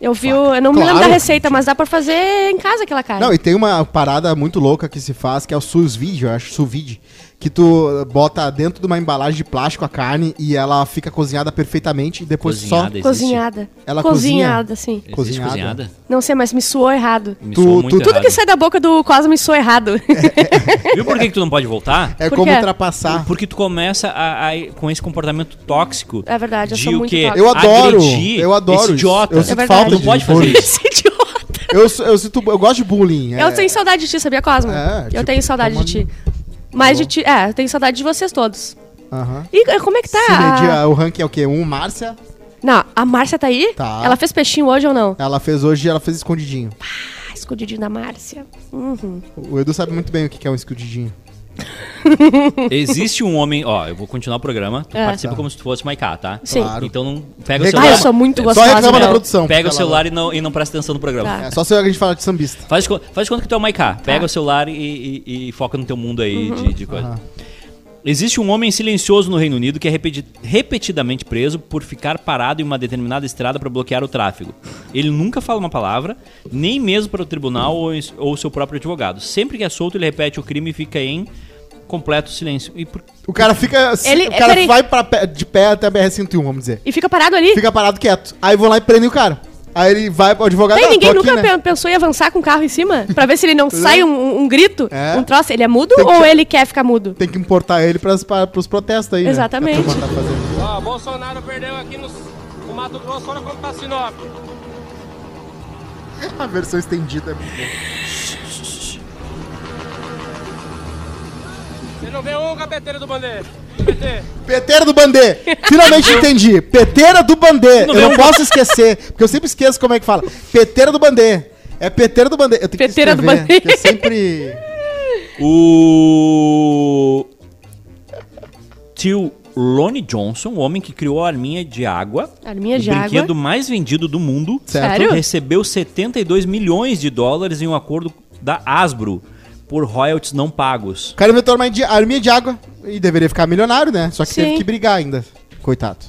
Eu vi, o- eu não me Claro. lembro da receita, mas dá pra fazer em casa aquela carne. Não, e tem uma parada muito louca que se faz, que é o sous vide, eu acho, sous vide, que tu bota dentro de uma embalagem de plástico a carne e ela fica cozinhada perfeitamente e depois Cozinhada, existe? cozinhada. Ela cozinhada, sim. Existe Cozinhada. é cozinhada? Não sei, mas me suou errado. Me Tu- soou tu- muito Tudo que errado. sai da boca do Cosmo me soa errado. Viu por que, que tu não pode voltar? só é Por como quê? ultrapassar. Porque tu começa a, a- com esse comportamento tóxico. É verdade, eu de sou o muito quê? tóxica. Eu adoro, Agredir eu esse adoro. isso. idiota. Eu É sinto verdade. falta Não de pode fazer bullying. isso. Esse idiota. Eu, sou- eu sinto, eu gosto de bullying. é. Eu tenho saudade de ti, sabia, Cosmo? É, eu tipo, tenho saudade de ti. tomando- Mas de ti. É, eu tenho saudade de vocês todos. Aham. E eh, como é que tá? Se a- medir, ah, o ranking é o quê? Um, Márcia. Não, a Márcia tá aí? Tá. Ela fez peixinho hoje ou não? Ela fez hoje, ela fez escondidinho. Ah, escondidinho da Márcia. Uhum. O Edu sabe muito bem o que que é um escondidinho. Existe um homem. Ó, eu vou continuar o programa. Tu É. participa Tá. como se tu fosse Maiká, tá? Sim. Claro. Então não pega Reclama. o Ah, eu celular. sou muito Só gostosa. reclama da meu. produção. Pega o porque ela- celular e não, e não presta atenção no programa. Tá. É só se a gente falar de sambista. Faz, de co- faz de conta que tu é o Maiká. Pega o celular e, e- e foca no teu mundo aí Uhum. de, de coisa. Aham. Existe um homem silencioso no Reino Unido que é repeti- repetidamente preso por ficar parado em uma determinada estrada para bloquear o tráfego. Ele nunca fala uma palavra, nem mesmo para o tribunal ou, ens- ou seu próprio advogado. Sempre que é solto, ele repete o crime e fica em completo silêncio. E por- O cara fica. Ele- é, o cara peraí. vai pra pé- de pé até a BR-101, vamos dizer. E fica parado ali? Fica parado quieto. Aí vou lá e prendo o cara. Aí ele vai pro advogado. Tem, "Ah, tô ninguém aqui, nunca né?" pe- pensou em avançar com o carro em cima? Pra ver se ele não sai um- um, um grito? É. Um troço? Ele é mudo Tem que- ou ele quer ficar mudo? Tem que importar ele pras, para, pros protestos aí. né? Exatamente. Que a turma tá fazendo. Ó, Bolsonaro perdeu aqui no, no Mato Grosso, olha como tá Sinop. A versão estendida é muito boa. Você não vê um capeteiro do bandeira. PT. Peteira do Bandê! Finalmente entendi! Peteira do Bandê! Não eu não lembro. posso esquecer, porque eu sempre esqueço como é que fala. Peteira do Bandê! É Peteira do Bandê! Eu tenho Peteira que do escrever, Bandê. porque eu sempre. O. Tio Lonnie Johnson, o homem que criou a arminha de água. Arminha o de brinquedo água. mais vendido do mundo. Certo. Sério? Recebeu 72 milhões de dólares em um acordo da Asbro por royalties não pagos. O cara inventou uma de- arminha de água e deveria ficar milionário, né? Só que teve Sim. que brigar ainda. Coitado.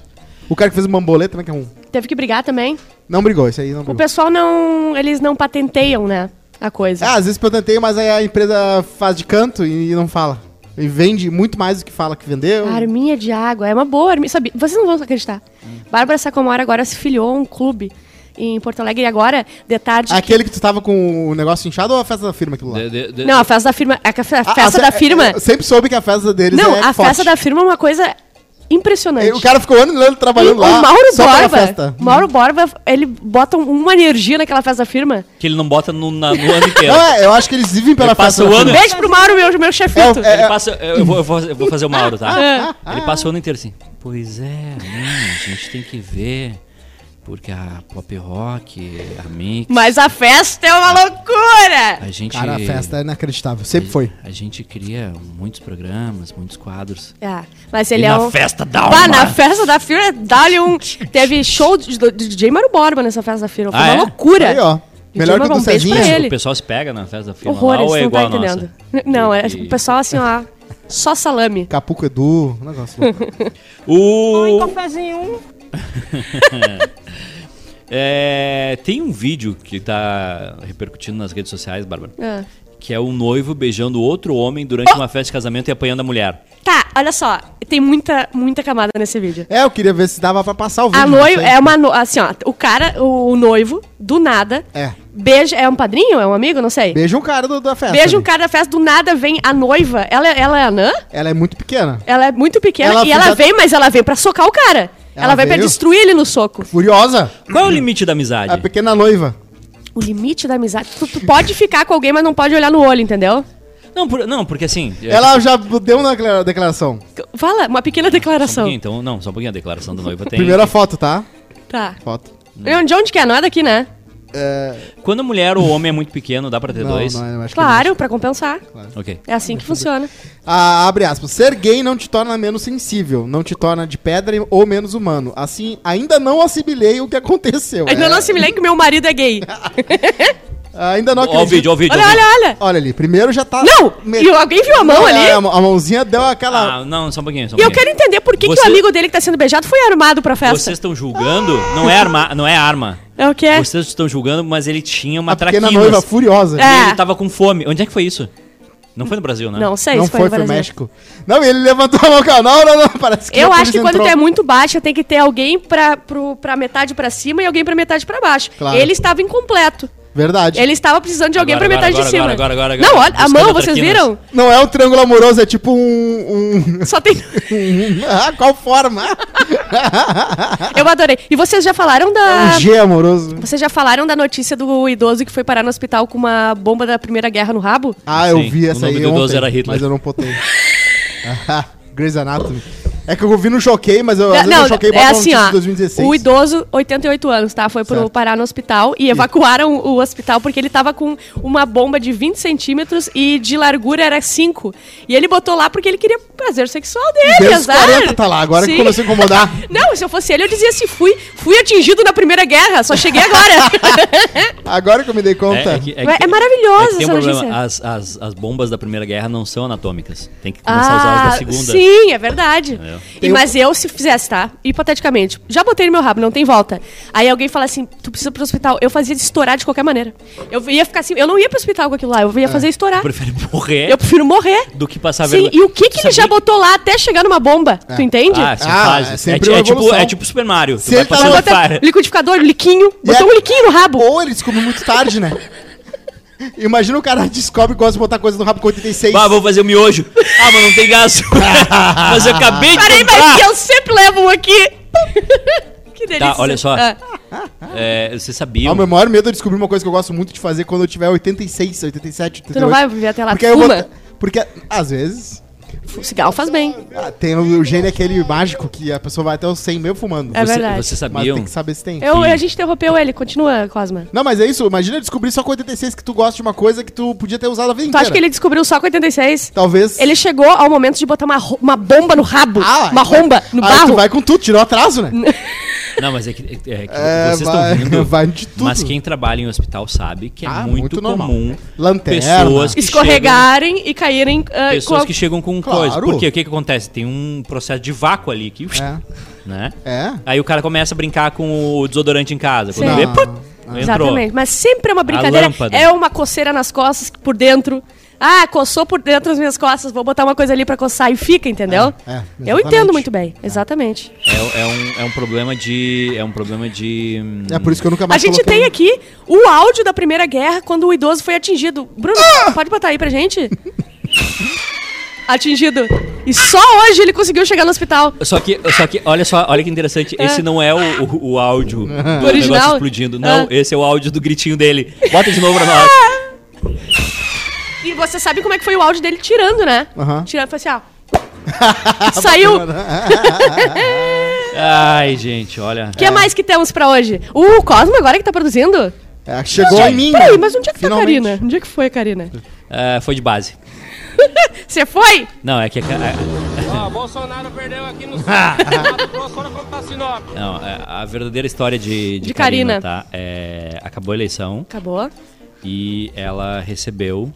O cara que fez o bambolê também, que é um. Teve que brigar também. Não brigou, isso aí não O brigou. pessoal não. Eles não patenteiam, né? A coisa. Ah, às vezes patentei, mas aí a empresa faz de canto e não fala. E vende muito mais do que fala que vendeu. Arminha de água. É uma boa arminha. Sabe, vocês não vão acreditar. Bárbara Sacomora agora se filiou a um clube em Porto Alegre. E agora, de tarde. Aquele que tu tava com o negócio inchado ou a festa da firma aquilo lá? Não, a festa da firma. A ca- a A- a festa fe- é, da firma. Eu sempre soube que a festa deles Não, é a forte. festa da firma é uma coisa impressionante. E O cara ficou ano e ano E trabalhando o lá. Mauro só pela Borba, festa. Mauro Borba, ele bota um, uma energia naquela festa da firma. Que ele não bota no, na- no ano inteiro. Não, é, eu acho que eles vivem pela Ele passa festa. da o ano- firma. Beijo pro Mauro, meu, meu chefito. É, é, Ele passa. Eu eu vou, eu vou- eu vou fazer o Mauro, tá? É. Ele passa o ano inteiro assim. Pois é, né, a gente tem que ver. Porque a pop rock, a mix. Mas a festa é uma loucura! A gente. Cara, a festa é inacreditável. Sempre foi. A gente cria muitos programas, muitos quadros. É, mas E ele é na um... festa da Bah, alma. na festa da firma, dá-lhe um... Teve show de, do- de DJ Mauro Borba nessa festa da firma. Foi Ah, uma é? loucura. Aí, ó. Melhor que Dilma o do Bombeiro um pra Cezinha. ele. O pessoal se pega na festa da firma Horror, lá ou eles é não igual tá a nossa? entendendo. Não, é Que- o pessoal assim, ó... Só salame. Capuco Edu, um negócio louco. O... É, tem um vídeo que tá repercutindo nas redes sociais, Bárbara, Ah. que é um noivo beijando outro homem durante uma festa de casamento e apanhando a mulher. Tá, olha só. Tem muita, muita camada nesse vídio. É, eu queria ver se dava pra passar o vídeo. A não noiva sei. é uma. no- Assim, ó, o cara, o, o noivo, do nada. É. Beija. É um padrinho? É um amigo? Não sei. Beija um cara do- da festa. Beija um ali. cara da festa, do nada vem a noiva. Ela, ela é anã? Ela é muito pequena. Ela é muito pequena Ela e ela fica- vem, mas ela vem pra socar o cara. Ela Ela, vem pra veio? destruir ele no soco. Furiosa. Uhum. Qual é o limite da A amizade? pequena noiva. O limite da amizade. Tu, tu pode ficar com alguém, mas não pode olhar no olho, entendeu? Não, por- não, porque assim. é- Ela já deu uma declara- declaração. Fala, uma Só pequena um declaração. pouquinho, então, não, só um pouquinho a declaração do noivo tem. Primeira foto, tá? Tá. Foto. É, De onde que é? Não é daqui, né? Quando a mulher ou o homem é muito pequeno, dá pra ter Não, dois. é. não, eu acho que Claro, pra compensar. Ok. É assim que funciona. Ah, abre aspas. Ser gay não te torna menos sensível, não te torna de pedra ou menos humano. Assim, ainda não assimilei o que aconteceu. Ainda É, não assimilei que meu marido é gay. Ainda não Ó o vídeo, ó o vídeo. Olha, ó o vídeo. olha, olha. Olha ali, primeiro já tá. Não! E alguém viu a mão Não, ali? é, A, mão- a mãozinha deu aquela. Ah, não, só um pouquinho. Só um E eu pouquinho. quero entender por que, que Você- o amigo dele que tá sendo beijado foi armado pra festa. Vocês estão julgando? Não é arma, não é arma. É o que é? Vocês estão julgando, mas ele tinha uma a pequena traquinas. noiva furiosa. É. Ele tava com fome. Onde é que foi isso? Não foi no Brasil, né? Não sei, Não É, isso foi, no foi Brasil. México. Não, e ele levantou a mão cara. Não, não, não. Parece que a Eu acho que polícia quando tu entrou. é muito baixa, tem que ter alguém pra, pro, pra metade pra cima e alguém pra metade pra baixo. Claro. Ele estava incompleto. Verdade. Ele estava precisando de alguém Agora, pra agora, metade de agora, cima. agora, agora, agora, Não, agora. olha, a Buscando mão, vocês traquinas. viram? Não é um triângulo amoroso, é tipo um. um- Só tem. Ah, qual forma? Eu adorei. E vocês já falaram da. É um G amoroso. Vocês já falaram da notícia do idoso que foi parar no hospital com uma bomba da Primeira Guerra no rabo? Ah, eu Sim, vi o essa nome aí do idoso ontem, era Hitler. mas eu não botei. Ah, Grey's Anatomy. É que eu vi no Choquei, mas eu, às vezes não, no Choquei é bota assim, notícia ó. de 2016. O idoso, 88 anos, tá? Foi pro Certo. parar no hospital e evacuaram o hospital porque ele tava com uma bomba de 20 centímetros e de largura era 5. E ele botou lá porque ele queria prazer sexual dele, Desde os azar. 40 tá lá, agora que é Sim. começou a incomodar. Não, se eu fosse ele, eu dizia assim, fui, fui atingido na Primeira Guerra, só cheguei agora. Agora que eu me dei É, conta. é que- Ué, que- é maravilhosa que tem um essa problema. notícia. As, as, as bombas da Primeira Guerra não são anatômicas. Tem que começar a usar as da Segunda. Sim, é verdade. Entendeu? E, mas eu, se fizesse, tá? Hipoteticamente, já botei no meu rabo, não tem volta. Aí alguém fala assim: tu precisa ir pro hospital. Eu fazia de estourar de qualquer maneira. Eu ia ficar assim, eu não ia pro hospital com aquilo lá, eu ia fazer estourar. Eu prefiro morrer Eu prefiro morrer. É. do que passar Sim, vergonha. e o que, que Tu ele já sabia- botou lá até chegar numa bomba? Tu entende? Ah, sim, Ah, faz. é É sempre ti- uma é, tipo, evolução. é tipo Supermário. Se Tu vai ele tá passando lá- fire. Liquidificador, liquinho. E Botou é- um liquinho no rabo. Ou eles comem muito tarde, né? Imagina o cara descobre e gosta de botar coisa no rabo com 86. Bah, vou fazer o miojo. Ah, mas não tem gás. mas eu acabei de Peraí, comprar. mas que eu sempre levo um aqui. que delícia. Tá, olha só. Ah, É, você sabia? Ah, o meu maior medo é descobrir uma coisa que eu gosto muito de fazer quando eu tiver 86, 87, 88. tu não vai viver até lá. Porque aí eu vou... Fuma. Porque, às vezes, Cigarro faz bem. ah, tem o, o gênio aquele mágico que a pessoa vai até os 100 mil fumando. É você, verdade. Você Mas sabia? tem que saber se tem. Eu, a gente interrompeu ele. Continua, Cosma. Não, mas é isso. Imagina descobrir só com 86 que tu gosta de uma coisa que tu podia ter usado a vida Tu inteira. acha que ele descobriu só com 86? Talvez... Ele chegou ao momento de botar uma, ro- uma bomba no rabo. Ah, uma aí tu- romba no aí tu barro. vai com tudo, tirou atraso, né? Não, mas é que, é que É, vocês estão vai- rindo. vai de tudo. Mas quem trabalha em hospital sabe que é Ah, muito, muito normal. comum Lanterna. pessoas que chegam, Escorregarem e caírem ah, pessoas a- que chegam com Claro. coisa. Porque o que, que acontece? Tem um processo de vácuo ali que, É. né? É. Aí o cara começa a brincar com o desodorante em casa. Quando Sim. vê, Não. put, entrou. Exatamente. Mas sempre é uma brincadeira. lâmpada. É uma coceira nas costas por dentro. Ah, coçou por dentro as minhas costas, vou botar uma coisa ali pra coçar e fica, entendeu? É, é, Eu exatamente. entendo muito bem, exatamente. É, é um, é um problema de. É um problema de. hum, É por isso que eu nunca A mais gente coloquei- tem aqui o áudio da Primeira Guerra quando o idoso foi atingido. Bruno, Ah! pode botar aí pra gente? atingido. E só hoje ele conseguiu chegar no hospital. Só que, só que, olha só, olha que interessante. Esse não é o, o, o áudio do original? negócio explodindo. Não, Ah. esse é o áudio do gritinho dele. Bota de novo pra nós. E você sabe como é que foi o áudio dele tirando, né? Aham. É, Tirando, foi assim, ó. Saiu. O Ai, gente, olha. que mais que temos pra hoje? Uh, o Cosmo agora que tá produzindo? É, chegou a mim. Peraí, mas onde é que Finalmente. tá a Karina? Onde é que foi a Karina? Ah, foi de base. Você foi? Não, é que. é que- é- Ó, Bolsonaro perdeu aqui no Mato Grosso, olha como tá Sinop. não, é a verdadeira história de, de, De Karina, Karina. tá? É, acabou a eleição Acabou. e ela recebeu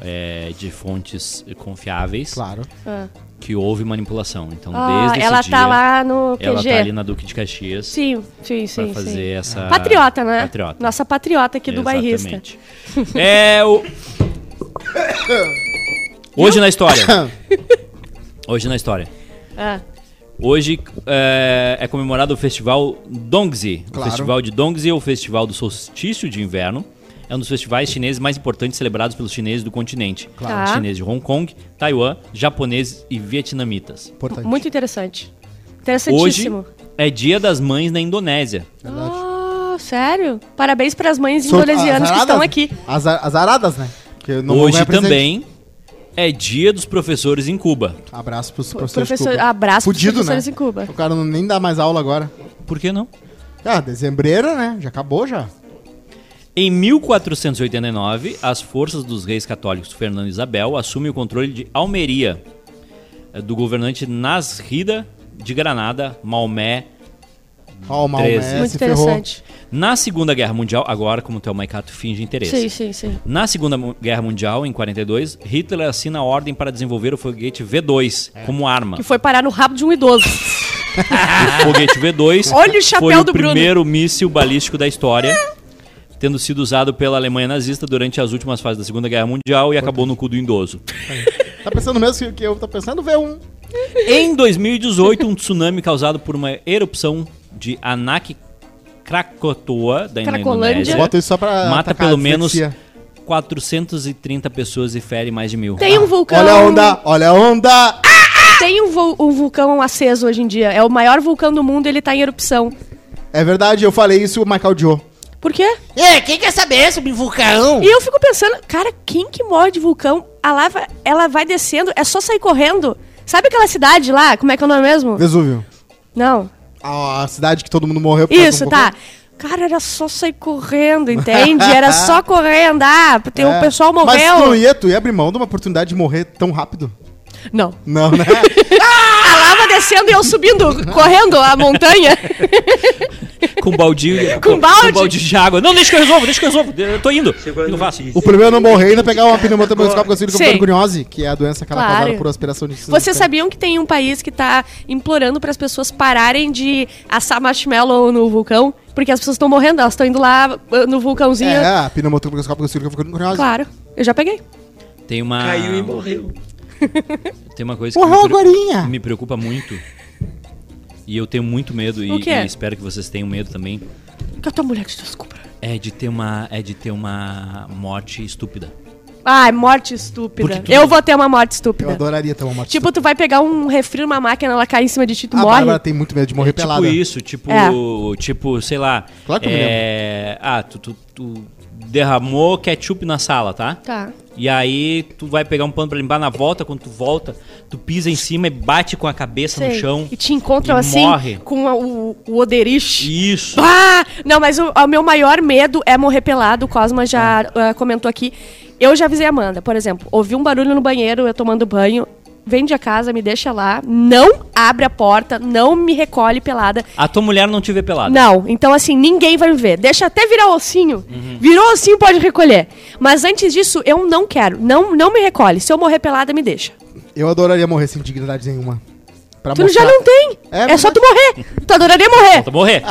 é, de fontes confiáveis Claro. Ah, que houve manipulação. Então, Ah, desde esse ela dia, tá lá no PG. ela tá ali na Duque de Caxias. Sim, sim, sim. fazer sim. essa- Patriota, né? Patriota. Nossa patriota aqui do bairrista. Exatamente. É o. Hoje na história. Hoje na história. Ah, Hoje é, é comemorado o festival Dongzi. O Claro. festival de Dongzi é o festival do solstício de inverno. É um dos festivais chineses mais importantes celebrados pelos chineses do continente. Claro. Tá. Chineses de Hong Kong, Taiwan, japoneses e vietnamitas. Importante. muito interessante. Hoje Interessantíssimo. é Dia das Mães na Indonésia. Ah, sério? Parabéns para as mães Sou- indonesianas que azaradas, estão né? aqui. Aza- azaradas, né? Porque não vão Hoje ganhar presente. também é Dia dos Professores em Cuba. Abraço pros professores Professor, de Cuba. abraço pros Fudido, professores né? em Cuba. O cara não nem dá mais aula agora. Por que não? Ah, dezembreira, né? Já acabou já. Em 1489, as forças dos reis católicos Fernando e Isabel assumem o controle de Almeria, eh, do governante Nasrida de Granada, Maomé. Ó, o Treze. É, Maomé Muito se ferrou. interessante. Na Segunda Guerra Mundial, agora como o Théo Maicato finge interesse. Sim, sim, sim. Na Segunda Mu- Guerra Mundial, em 42, Hitler assina a ordem para desenvolver o foguete V2 como arma. Que foi parar no rabo de um idoso. O foguete V2 Olha o chapéu foi o do Bruno. primeiro míssil balístico da história, tendo sido usado pela Alemanha nazista durante as últimas fases da Segunda Guerra Mundial e acabou no cu do idoso. Tá pensando mesmo que, que eu tô pensando? Vê um. Em 2018, um tsunami causado por uma erupção de Anak Krakatoa, da Cracolândia. Indonésia, Bota isso só pra mata atacar pelo a menos dislexia. 430 pessoas e fere mais de mil. Tem um vulcão. Ah, Olha a onda, olha a onda! Tem um, vul- um vulcão aceso hoje em dia. É o maior vulcão do mundo, ele tá em erupção. É verdade, eu falei isso, o Michael Joe. Por quê? É, quem quer saber sobre vulcão? E eu fico pensando, cara, quem que morre de vulcão? A lava, ela vai descendo, é só sair correndo. Sabe aquela cidade lá? Como é que é o nome mesmo? Vesúvio. Não. A, a cidade que todo mundo morreu por causa de Isso, um tá. Cara, era só sair correndo, entende? Era só correr, andar, porque o É. um pessoal Mas tu não morreu. ia, tu ia abrir mão de uma oportunidade de morrer tão rápido? Não. Não, né? A lava descendo e eu subindo, correndo a montanha. Com baldinho. um Com balde? de água. Não, deixa que eu resolvo, deixa que eu resolvo. Eu tô indo. O que eu faço? o problema é não morrer e ainda pegar uma pneumotoxicópica auxílio com Sim. percuriose, que é a doença que ela Claro. causada por aspiração de Vocês sabiam que tem um país que tá implorando para as pessoas pararem de assar marshmallow no vulcão? Porque as pessoas estão morrendo, elas estão indo lá uh, no vulcãozinho. É, a pneumotoxicópica auxílio com percuriose. Claro, eu já peguei. Tem uma. Caiu e morreu. Tem uma coisa que Morreu me, pre- agorinha. me preocupa muito. E eu tenho muito medo e, O quê? e espero que vocês tenham medo também. que a tua mulher te desculpa. É de ter uma, é de ter uma morte estúpida. Ai, morte estúpida. Porque tu- Eu vou ter uma morte Eu estúpida. adoraria ter uma morte Tipo, tu vai pegar um refri numa máquina, ela cai em cima de ti, tu Ah, A morre. Bárbara tem muito medo de morrer É tipo pelada. isso, tipo, É. tipo, sei lá. né? Claro que eu me é, Ah, tu, tu- tu derramou ketchup na sala, tá? Tá. E aí tu vai pegar um pano pra limpar na volta, quando tu volta, tu pisa em cima e bate com a cabeça no Sei. chão. E te encontram e assim Ah! morre. com a- o, o oderiche. Isso. Bah! Não, mas o, o meu maior medo é morrer pelado. O Cosma já Tá. eh, comentou aqui. Eu já avisei a Amanda, por exemplo. Ouvi um barulho no banheiro, eu tomando banho. Vende a casa, me deixa lá. Não abre a porta, não me recolhe pelada. A tua mulher não te vê pelada. Não, então assim, ninguém vai me ver. Deixa até virar ossinho. Virou ossinho, pode recolher. Mas antes disso, eu não quero. Não, não me recolhe. Se eu morrer pelada, me deixa. Eu adoraria morrer sem dignidade nenhuma. Pra tu já não tem. É É, verdade. só tu morrer. Tu adoraria morrer. Falta morrer.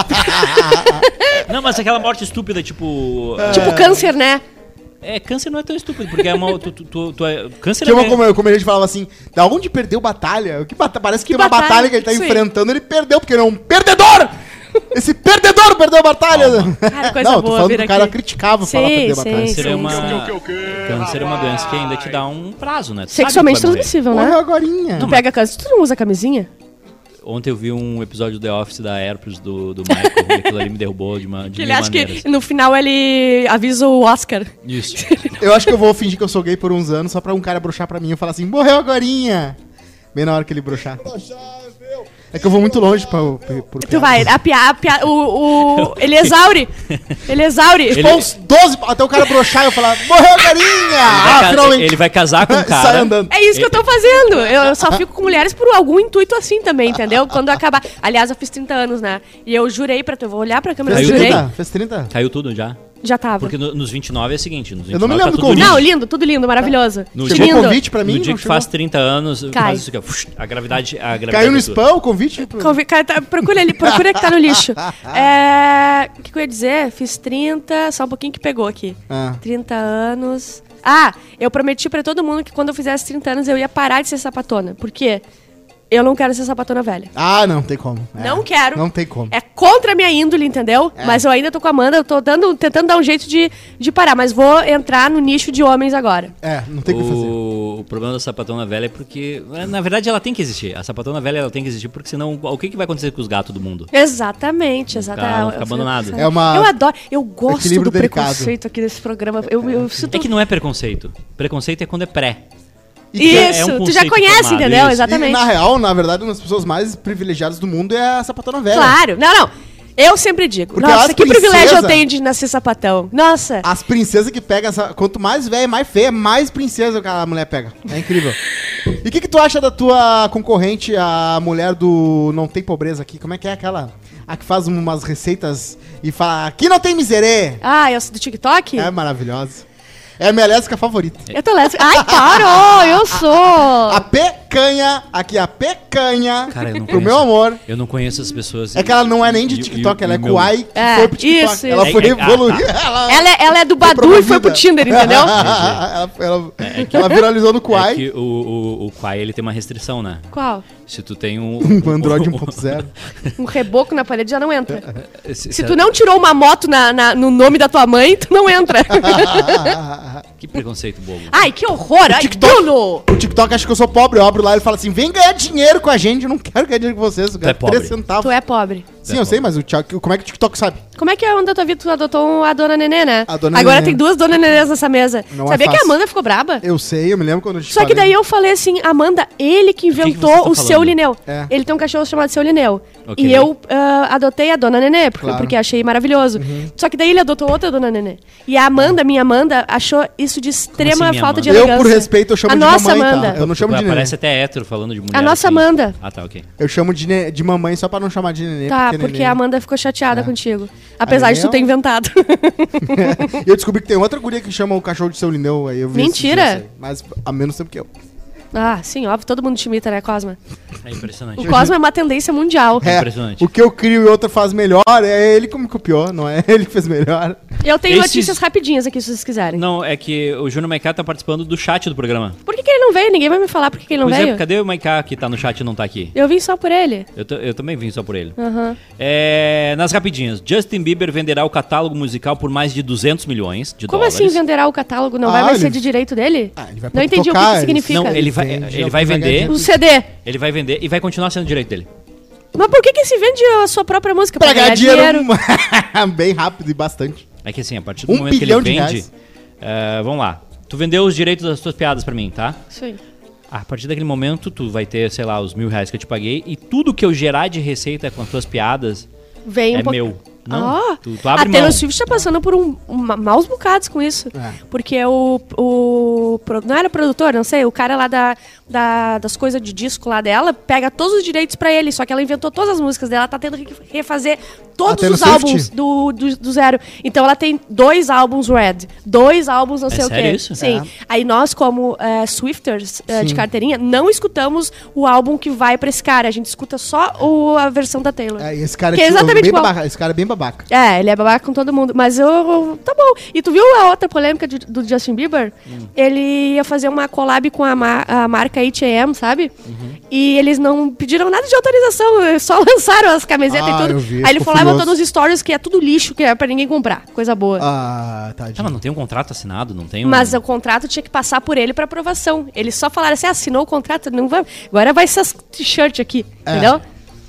não, mas aquela morte estúpida, tipo. Tipo câncer, né? É, câncer não é tão estúpido, porque é uma. Tu, tu, tu- tu é- câncer Que é. né? uma, como, como a gente falava assim, da onde perdeu batalha? O que bata- Parece que, tem uma batalha? batalha que ele tá Isso aí. enfrentando, ele perdeu, porque ele é um perdedor! Esse perdedor perdeu a batalha! Cara, coisa não, tô boa falando vir que o cara aqui. criticava Sim, falar perder a sim. batalha. Câncer é Sim, uma. sim. Câncer é uma doença que ainda te dá um prazo, né? Tu sabe que Sexualmente vai morrer. transmissível, né? Morreu agorinha. Tu pega câncer, tu não usa camisinha? Ontem eu vi um episódio do The Office da Airpros do, do Michael, e aquilo ali me derrubou de uma. De Que ele mil acha maneiras. que no final ele avisa o Oscar. Isso. Eu acho que eu vou fingir que eu sou gay por uns anos, só pra um cara broxar pra mim e falar assim, morreu agorinha! Bem na hora que ele broxar. É que eu vou muito longe pra... pra- por Tu piada. vai, a pia, a pia, o, o- Ele exaure. Ele exaure. Pô, uns 12, até o cara broxar e eu falar, morreu agorinha! Vai Ah, ca- finalmente! Ele vai casar com um Sai cara. andando. É isso que eu tô fazendo. Eu, eu só fico com mulheres por algum intuito assim também, entendeu? Quando eu acabar. Aliás, eu fiz 30 anos, né? E eu jurei pra tu. Eu vou olhar pra câmera, eu Fez Aí o jurei. 30? Fez 30? Caiu tudo já. Já tava. Porque no- nos 29 é o seguinte. Nos 29 Eu não me lembro tá do tudo convite. lindo. Não, lindo, tudo lindo, maravilhoso. No Chegou dia- o convite pra mim? No dia Não que chegou? faz 30 anos, Cai. faz isso aqui, ó. A gravidade. A gravidade é Caiu no atua. spam o convite? pro- Convi- cara, tá- procura ali, procura que tá no lixo. É, O que, que eu ia dizer? Fiz 30, só um pouquinho que pegou aqui. Ah. 30 anos. Ah, eu prometi pra todo mundo que quando eu fizesse 30 anos eu ia parar de ser sapatona. Por quê? Eu não quero ser sapatona velha. Ah, não tem como. É. Não quero. Não tem como. É. É contra a minha índole, entendeu? Mas eu ainda tô com a Amanda, eu tô dando, tentando dar um jeito de, de parar. Mas vou entrar no nicho de homens agora. É, não tem o que fazer. O, o problema da sapatona velha é porque. Na verdade, ela tem que existir. A sapatona velha ela tem que existir, porque senão. O que, que vai acontecer com os gatos do mundo? Exatamente, exatamente. Cara, não fica abandonado. É uma- Eu adoro, eu gosto Equilíbrio do delicado. preconceito aqui nesse programa. Eu, eu sinto... É que não é preconceito. Preconceito é quando é pré. tem- é Isso, um tu já conceito conhece, formado, entendeu? isso. E, Exatamente. na real, na verdade, uma das pessoas mais privilegiadas do mundo é a sapatona velha. Claro, não, não. Eu sempre digo, Porque nossa, as que privilégio eu princesa- Ah. tenho de nascer sapatão. Nossa, As princesas que pegam essa. Quanto mais velha, mais feia, mais princesa que a mulher pega. É incrível. e o que, que tu acha da tua concorrente, a mulher do Não Tem Pobreza aqui? Como é que é aquela? A que faz umas receitas e fala: Aqui não tem miserê! ah, eu sou do TikTok? É maravilhosa. É a minha lésbica favorita. Eu tô lésbica. Ai, parou, eu sou. A pecanha, aqui a pecanha, Cara, eu não pro conheço. meu amor. Eu não conheço essas pessoas. É que ela não é nem de E- e- TikTok, ela e é o meu- Kuai que É, foi pro TikTok. isso, ela isso. foi É, é, ah, tá. evoluir. Ela, Ela, ela é do Badu e foi pro promovida. É, Tinder, entendeu? ela, ela- ela viralizou no É Kuai. que o, o, o Quai ele tem uma restrição, né? Qual? Se tu tem um. Um Android 1.0. Um reboco na parede já não entra. se, é Se tu não tirou uma moto na- na- no nome da tua mãe, tu não entra. Que preconceito bobo. Ai, que horror! Ai, TikTok. Bruno! O TikTok acha que eu sou pobre, eu abro lá e ele fala assim: vem ganhar dinheiro com a gente, eu não quero ganhar dinheiro com vocês, eu é quero pobre. 3 centavos. Tu é pobre. Sim, eu sei, mas o Thiago, como é que o TikTok sabe? Como é que é onda da tua vida? Tu adotou a dona Nenê, né? A dona Agora Nenê. tem duas dona Nenês nessa mesa. Não é Sabia que a fácil. Amanda ficou braba? Eu sei, eu me lembro quando eu te Só que falei. daí eu falei assim, Amanda, ele que que inventou você o tá seu falando? Lineu. É. Ele tem um cachorro chamado seu Lineu. Ok. E eu ah, adotei a dona Nenê, porque, Claro. Uhum. porque achei maravilhoso. Só que daí ele adotou outra dona Nenê. E a Amanda, minha Amanda, achou isso de extrema assim, minha falta de Eu, elegância. por respeito, eu chamo a de nossa mamãe, tá? Amanda. Eu não chamo de neném. Parece até hétero falando de mulher. A nossa assim. Amanda. Ah, tá, ok. Eu chamo de, ne- de mamãe só pra não chamar de neném. Tá, porque neném- a Amanda ficou chateada contigo. Apesar de Nenê tu ter é um- inventado. E eu descobri que tem outra guria que chama o cachorro de seu Lineu. Aí eu vi esses Mentira! dias aí, mas há menos tempo que eu. ah, sim, óbvio, todo mundo te imita, né, Cosma? É impressionante. O Cosma é uma tendência mundial. É impressionante. O que eu crio e outro faz melhor, é ele que me copiou, não é ele que fez melhor. Eu tenho Esses- notícias rapidinhas aqui, se vocês quiserem. Não, é que o Júnior Maiká tá participando do chat do programa. Por que, que que ele não veio? Ninguém vai me falar por que que ele não Por é, exemplo, veio. cadê o Maiká que tá no chat e não tá aqui? Eu vim só por ele. Eu, ta- eu também vim só por ele. Aham. É, nas rapidinhas, Justin Bieber venderá o catálogo musical por mais de 200 milhões de Como dólares. assim venderá o catálogo? Não vai Ah, mais ele- ser de direito dele? Ah, ele vai não entendi o que, tocar, que ele- significa. Um Não, ele vai, Vende, ele é o vai que vai vender, ganhar O CD. ele vai vender e vai continuar sendo direito dele. Mas por que, que se vende a sua própria música? Pra ganhar dinheiro bem rápido e bastante. É que assim, a partir do Um momento que ele bilhão de vende. reais. eh, vamos lá. Tu vendeu os direitos das tuas piadas pra mim, tá? Isso aí. A partir daquele momento, tu vai ter, sei lá, os mil reais que eu te paguei e tudo que eu gerar de receita com as tuas piadas Vem um é pouco- meu. Não, Ah, tu, tu abre a mão. Taylor Swift tá passando por um, um ma- maus bocados com isso. É. Porque o, o. pro- Não era produtor, não sei, o cara lá da, da- das coisas de disco lá dela pega todos os direitos pra ele, só que ela inventou todas as músicas dela, ela tá tendo que refazer A todos Taylor os Swift? álbuns do, do, do zero. Então ela tem dois álbuns Red, dois álbuns não sei o sério quê. isso? Sim. É. Aí nós, como é, Swifters é, de Sim. carteirinha, não escutamos o álbum que vai pra esse cara, a gente escuta só o- a versão da Taylor. É, e esse cara Que é tipo, exatamente bem igual. babaca. Esse cara é bem babaca. É, ele é babaca com todo mundo. Mas eu, eu- Tá bom. E tu viu a outra polêmica de- do Justin Bieber? Hum. Ele ia fazer uma collab com a, ma- a marca HM, sabe? Uhum. E eles não pediram nada de autorização, eh, só lançaram as camisetas Ah, e tudo. eu vi, Aí ele ficou falava furioso. todos os stories que é tudo lixo, que é pra ninguém comprar. Coisa boa. Ah, Ah, tadinho. mas não tem um contrato assinado, não tem um... Mas o contrato tinha que passar por ele pra aprovação. Eles só falaram assim: ah, assinou o contrato, não vai. Agora vai essas t-shirt aqui, É. entendeu?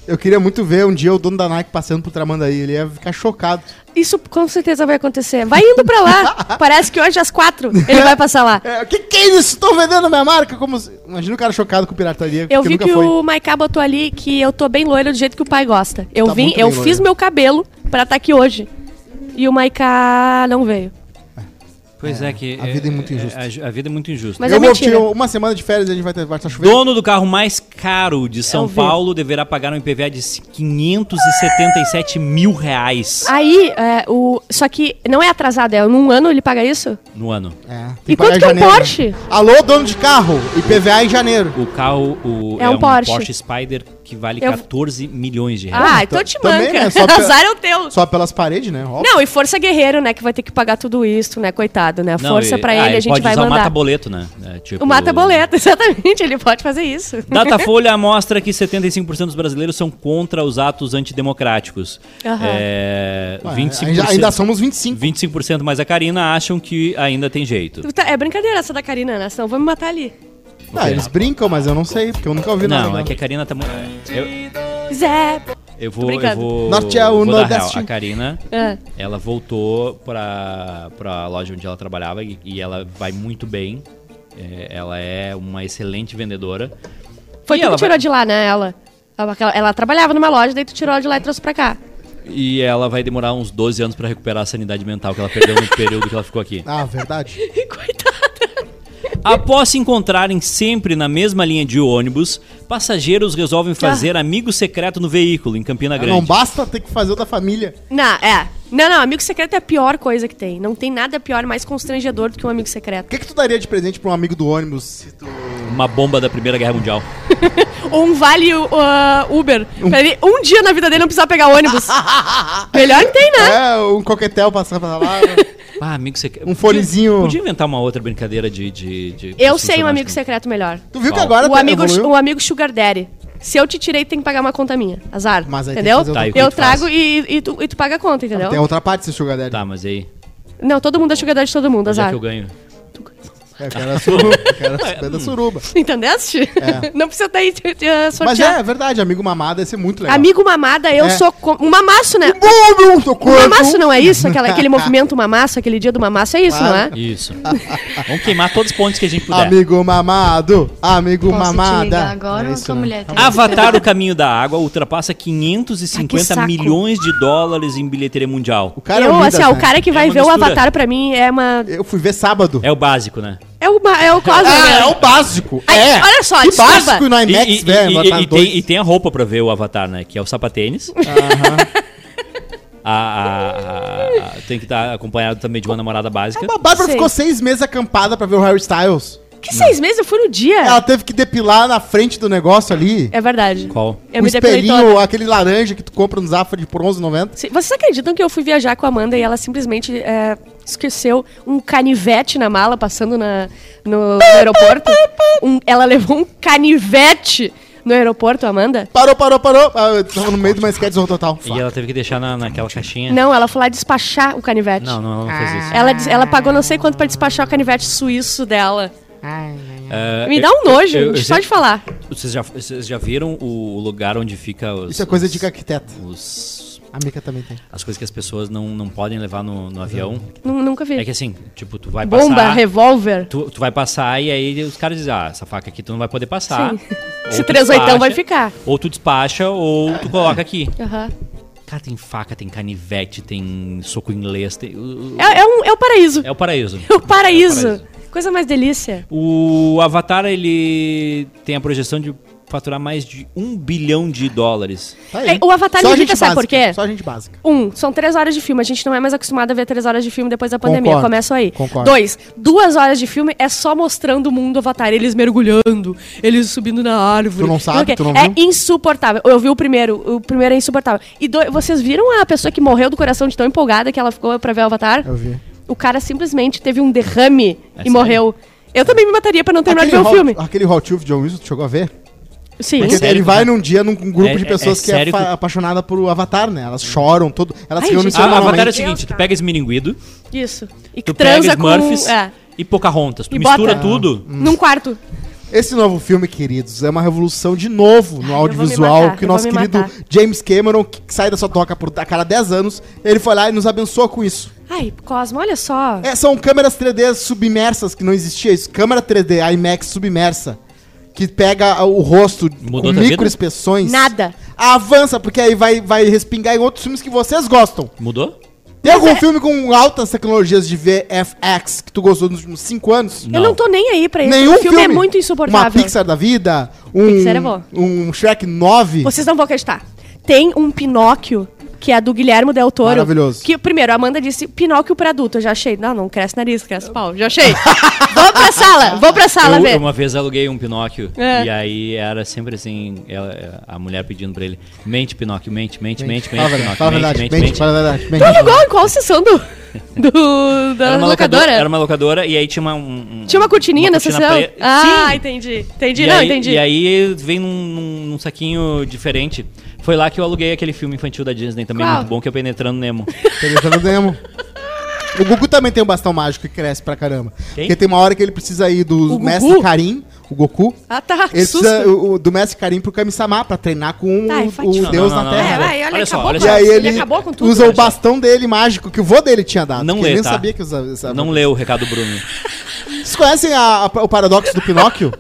Eu queria muito ver um dia o dono da Nike passando pro Tramandaí. Ele ia ficar chocado. Isso com certeza vai acontecer. Vai indo pra lá. Parece que hoje às quatro ele vai passar lá. É, que que é isso? Tô vendendo minha marca? Como se- Imagina o cara chocado com pirataria. Eu porque vi nunca que foi. o Maiká botou ali que eu tô bem loira do jeito que o pai gosta. Eu Tá vim, muito eu bem fiz loira. meu cabelo pra estar aqui hoje. E o Maiká não veio. Pois é, que... a vida é muito injusta. A, a vida é muito injusta. Mas eu é vou mentira. tirar uma semana de férias e a gente vai estar vai tá chovendo. Dono do carro mais caro de São Eu vi. Paulo deverá pagar um IPVA de 577 mil reais Aí, é, o... só que não é atrasado, é num ano ele paga isso? no ano. É, tem E pagar quanto que é um em janeiro, Porsche? né? Alô, dono de carro. IPVA em janeiro. O carro o- É um Porsche. Spider que vale Eu- 14 milhões de reais. Ah, então te É, também, manca. né? Só pela- Azar é o teu. Só pelas paredes, né? Ó, Não, e força guerreiro, né? Que vai ter que pagar tudo isso, né? Coitado, né? Não, Força e- pra ah, ele, a gente pode vai usar o mandar. mata-boleto, né? É, tipo- O mata-boleto, exatamente. Ele pode fazer isso. Datafolha mostra que 75% dos brasileiros são contra os atos antidemocráticos. Aham. É, Ué, 25%, Ainda somos 25. 25% mais a Karina acham que ainda tem jeito. Tu tá- É brincadeira essa da Karina, né? Senão vão me matar ali. Ah, eles brincam, mas eu não sei, porque eu nunca ouvi nada. Não, é dela. que a Karina tá muito. Eu, Zé. eu Tô vou. Eu brincando. vou, Norte é o vou dar real. Nordeste. A Karina, É. ela voltou pra, pra loja onde ela trabalhava e, e ela vai muito bem. É, ela é uma excelente vendedora. Foi E tu ela que tirou vai- de lá, né, ela? Ela, aquela- ela trabalhava numa loja, daí tu tirou ela de lá e trouxe pra cá. E ela vai demorar uns 12 anos pra recuperar a sanidade mental que ela perdeu no período que ela ficou aqui. Ah, verdade. Coitada. Após se encontrarem sempre na mesma linha de ônibus, passageiros Ah. resolvem fazer amigo secreto no veículo em Campina Grande. Não basta ter que fazer outra família. Não, é. Não, não, amigo secreto é a pior coisa que tem. Não tem nada pior, mais constrangedor do que um amigo O secreto. que, que tu daria de presente pra um amigo do ônibus? se tu- Uma bomba da Primeira Guerra Mundial. Ou um vale uh, Uber. Pra ele, um dia na vida dele não precisar pegar ônibus. Melhor que tem, né? É, um coquetel passar pra lá. Ah, amigo secreto. Um fonezinho. Podia, podia inventar uma outra brincadeira de. de, de- Eu de sei um funcionário amigo que- secreto melhor. tu viu que Bom, agora O tá- amigo, evoluiu? o amigo Sugar Daddy. Se eu te tirei, tu tem que pagar uma conta minha. Azar. Mas aí tem entendeu? que fazer Tá, outra- e eu como tu faz? trago e, e tu, e tu paga a conta, entendeu? Tem um- outra parte desse sugar daddy. Tá, mas e aí. Não, todo mundo é Sugar Daddy de todo mundo, Onde é azar. que eu ganho? É, que era suruba. que era super da suruba. Entendeste? Não precisa daí te- te- eh, sortear. É. Mas é, é verdade, amigo mamado ia ser muito legal. Amigo mamada, eu É. sou. co- Um mamaço, né? Bom, meu, seu Um corpo. mamaço não é isso? Aquela- aquele movimento mamaço, aquele dia do mamaço, é isso, não é? Isso. Vamos queimar todos os pontos que a gente puder. Amigo mamado, amigo Posso te mamada. ligar agora É ou isso, tua né? mulher tá aí? Avatar o caminho da água ultrapassa Ah, que 550 saco. milhões de dólares em bilheteria mundial. O cara é eu, o Midas, assim, ó, o né? cara que vai uma ver o mistura. Avatar pra mim é uma. Eu fui ver sábado. É o básico, né? É, uma, é o Cosmo. Ah, né? é o básico. Ai, é. olha só, que desculpa. básico no IMAX, e, e- velho. e- né, Avatar e- e tem, 2. e tem a roupa pra ver o Avatar, né? Que é o sapatênis. A, a- a- tem que estar acompanhado também de uma namorada A básica. É Bárbara Sei. ficou seis meses acampada pra ver o Harry Styles. Que seis meses eu fui no dia. Ela teve que depilar na frente do negócio ali. É verdade. Qual? É. Eu o me depilei espelhinho, toda. aquele laranja que tu compra no Zafra de por 11,90. Se- Vocês acreditam que eu fui viajar com a Amanda e ela simplesmente é, esqueceu um canivete na mala passando na, no, no aeroporto. Um- ela levou um canivete no aeroporto, Amanda. Parou, parou, parou. Ah, eu tava no meio de uma esquete Zorro total. E ela teve que deixar na, naquela caixinha. Não, ela foi lá despachar o canivete. Não, não, ela não fez isso. Ela, diz- ela pagou não sei quanto pra despachar o canivete suíço dela. É, Me eu- dá um nojo, eu- eu só sei- de falar. Vocês já, vocês já viram o lugar onde fica os. Isso é coisa os- de caquiteta. os- A Mica também tem. as coisas que as pessoas não, não podem levar no, no avião. Nu- Nunca vi. É que assim, tipo, tu vai Bomba, passar. revólver. Tu, tu vai passar e aí os caras dizem, ah, essa faca aqui tu não vai poder passar. Sim. Ou Esse tu 38 vai despacha, ficar. Ou tu despacha ou tu coloca aqui. Aham. Cara, tem faca, tem canivete, tem soco inglês, tem. o- o- É, é um, é o paraíso. É o paraíso. É o paraíso. É o paraíso. Coisa mais delícia. O Avatar, ele tem a projeção de faturar mais de um bilhão de dólares. Tá É, o Avatar Só me gente irrita, sabe básica, por quê? Só gente básica. Um, são três horas de filme. A gente não é mais acostumado a ver três horas de filme depois da pandemia. Concordo, Começa aí. concordo. Dois, duas horas de filme é só mostrando o mundo Avatar. Eles mergulhando, eles subindo na árvore. Tu não sabe, sei o quê. tu não É viu? insuportável. Eu vi o primeiro. O primeiro é insuportável. E dois, vocês viram a pessoa que morreu do coração de tão empolgada que ela ficou pra ver o Avatar? Eu vi. O cara simplesmente teve um derrame e É sério? morreu. Eu também me mataria pra não terminar de ver o Hall- filme. Aquele Hot Tooth John Wilson, tu chegou a ver? Sim. Porque sério ele que vai tu- num dia num grupo É- de é- pessoas é que é sério que fa- tu- apaixonada por Avatar, né? Elas choram, todo... elas Ai, se reúnem gente, A, a semanalmente. Avatar é o Deus, seguinte, tu cara. pega Esmiringuido, Isso. E tu que pega transa Smurfs com. É, e Pocahontas. Tu E mistura bota- tudo. Hum. Num quarto. Esse novo filme, queridos, é uma revolução de novo no audiovisual matar, que o eu vou nosso me querido matar. James Cameron, que sai da sua toca por a cada 10 anos, ele foi lá e nos abençoa com isso. Ai, Cosmo, olha só. É, são câmeras 3D submersas, que não existia isso. Câmera 3D, IMAX submersa, que pega o rosto Mudou com tua vida? micro expressões. Nada. Avança, porque aí vai, vai respingar em outros filmes que vocês gostam. Mudou? Tem algum filme com altas tecnologias de VFX que tu gostou nos últimos 5 anos? Eu não tô nem aí pra isso. Nenhum o filme, é muito Uma insuportável. Pixar da vida, um, Pixar é bom. um Shrek 9. Vocês não vão acreditar. Tem um Pinóquio, que é do Guilherme Del Toro. Maravilhoso. Que, primeiro, a Amanda disse Pinóquio pra adulto. Eu já achei. Não, não cresce nariz, cresce pau. Já achei. vou pra sala, vou pra sala Eu, ver. eu uma vez aluguei um Pinóquio É. e aí era sempre assim, ela- a mulher pedindo pra ele, mente Pinóquio, mente, mente, mente, mente, Fala a verdade, Pinóquio, fala a mente, verdade, mente, mente, mente. fala a verdade. Tu mente. alugou em qual sessão do, do- da Era uma locadora? locadora? Era uma locadora e aí tinha uma... um- um- Tinha uma cortininha na cortina sessão? preta. Ah, Sim. entendi. Entendi, e não, aí, entendi. E aí vem num, num- num saquinho diferente. Foi lá que eu aluguei aquele filme infantil da Disney também, Qual? muito bom, que é o Penetrando Nemo. Penetrando Nemo. O Gugu também tem um bastão mágico que cresce pra caramba. Quem? Porque tem uma hora que ele precisa ir do O mestre Gugu? Karim, o Goku. Ah, tá. que Ele susto. precisa é o- o- do mestre Karim pro Kami-sama pra treinar com Tá, o- infantil. o Deus na É, Terra. vai, olha, olha só, acabou olha com E só. aí ele, Ele acabou com tudo, usa olha o bastão dele mágico que o vô dele tinha dado. Não que lê, ele nem tá? sabia que usava. usava. Não leu o recado do Bruno. Vocês conhecem a- a- o paradoxo do Pinóquio?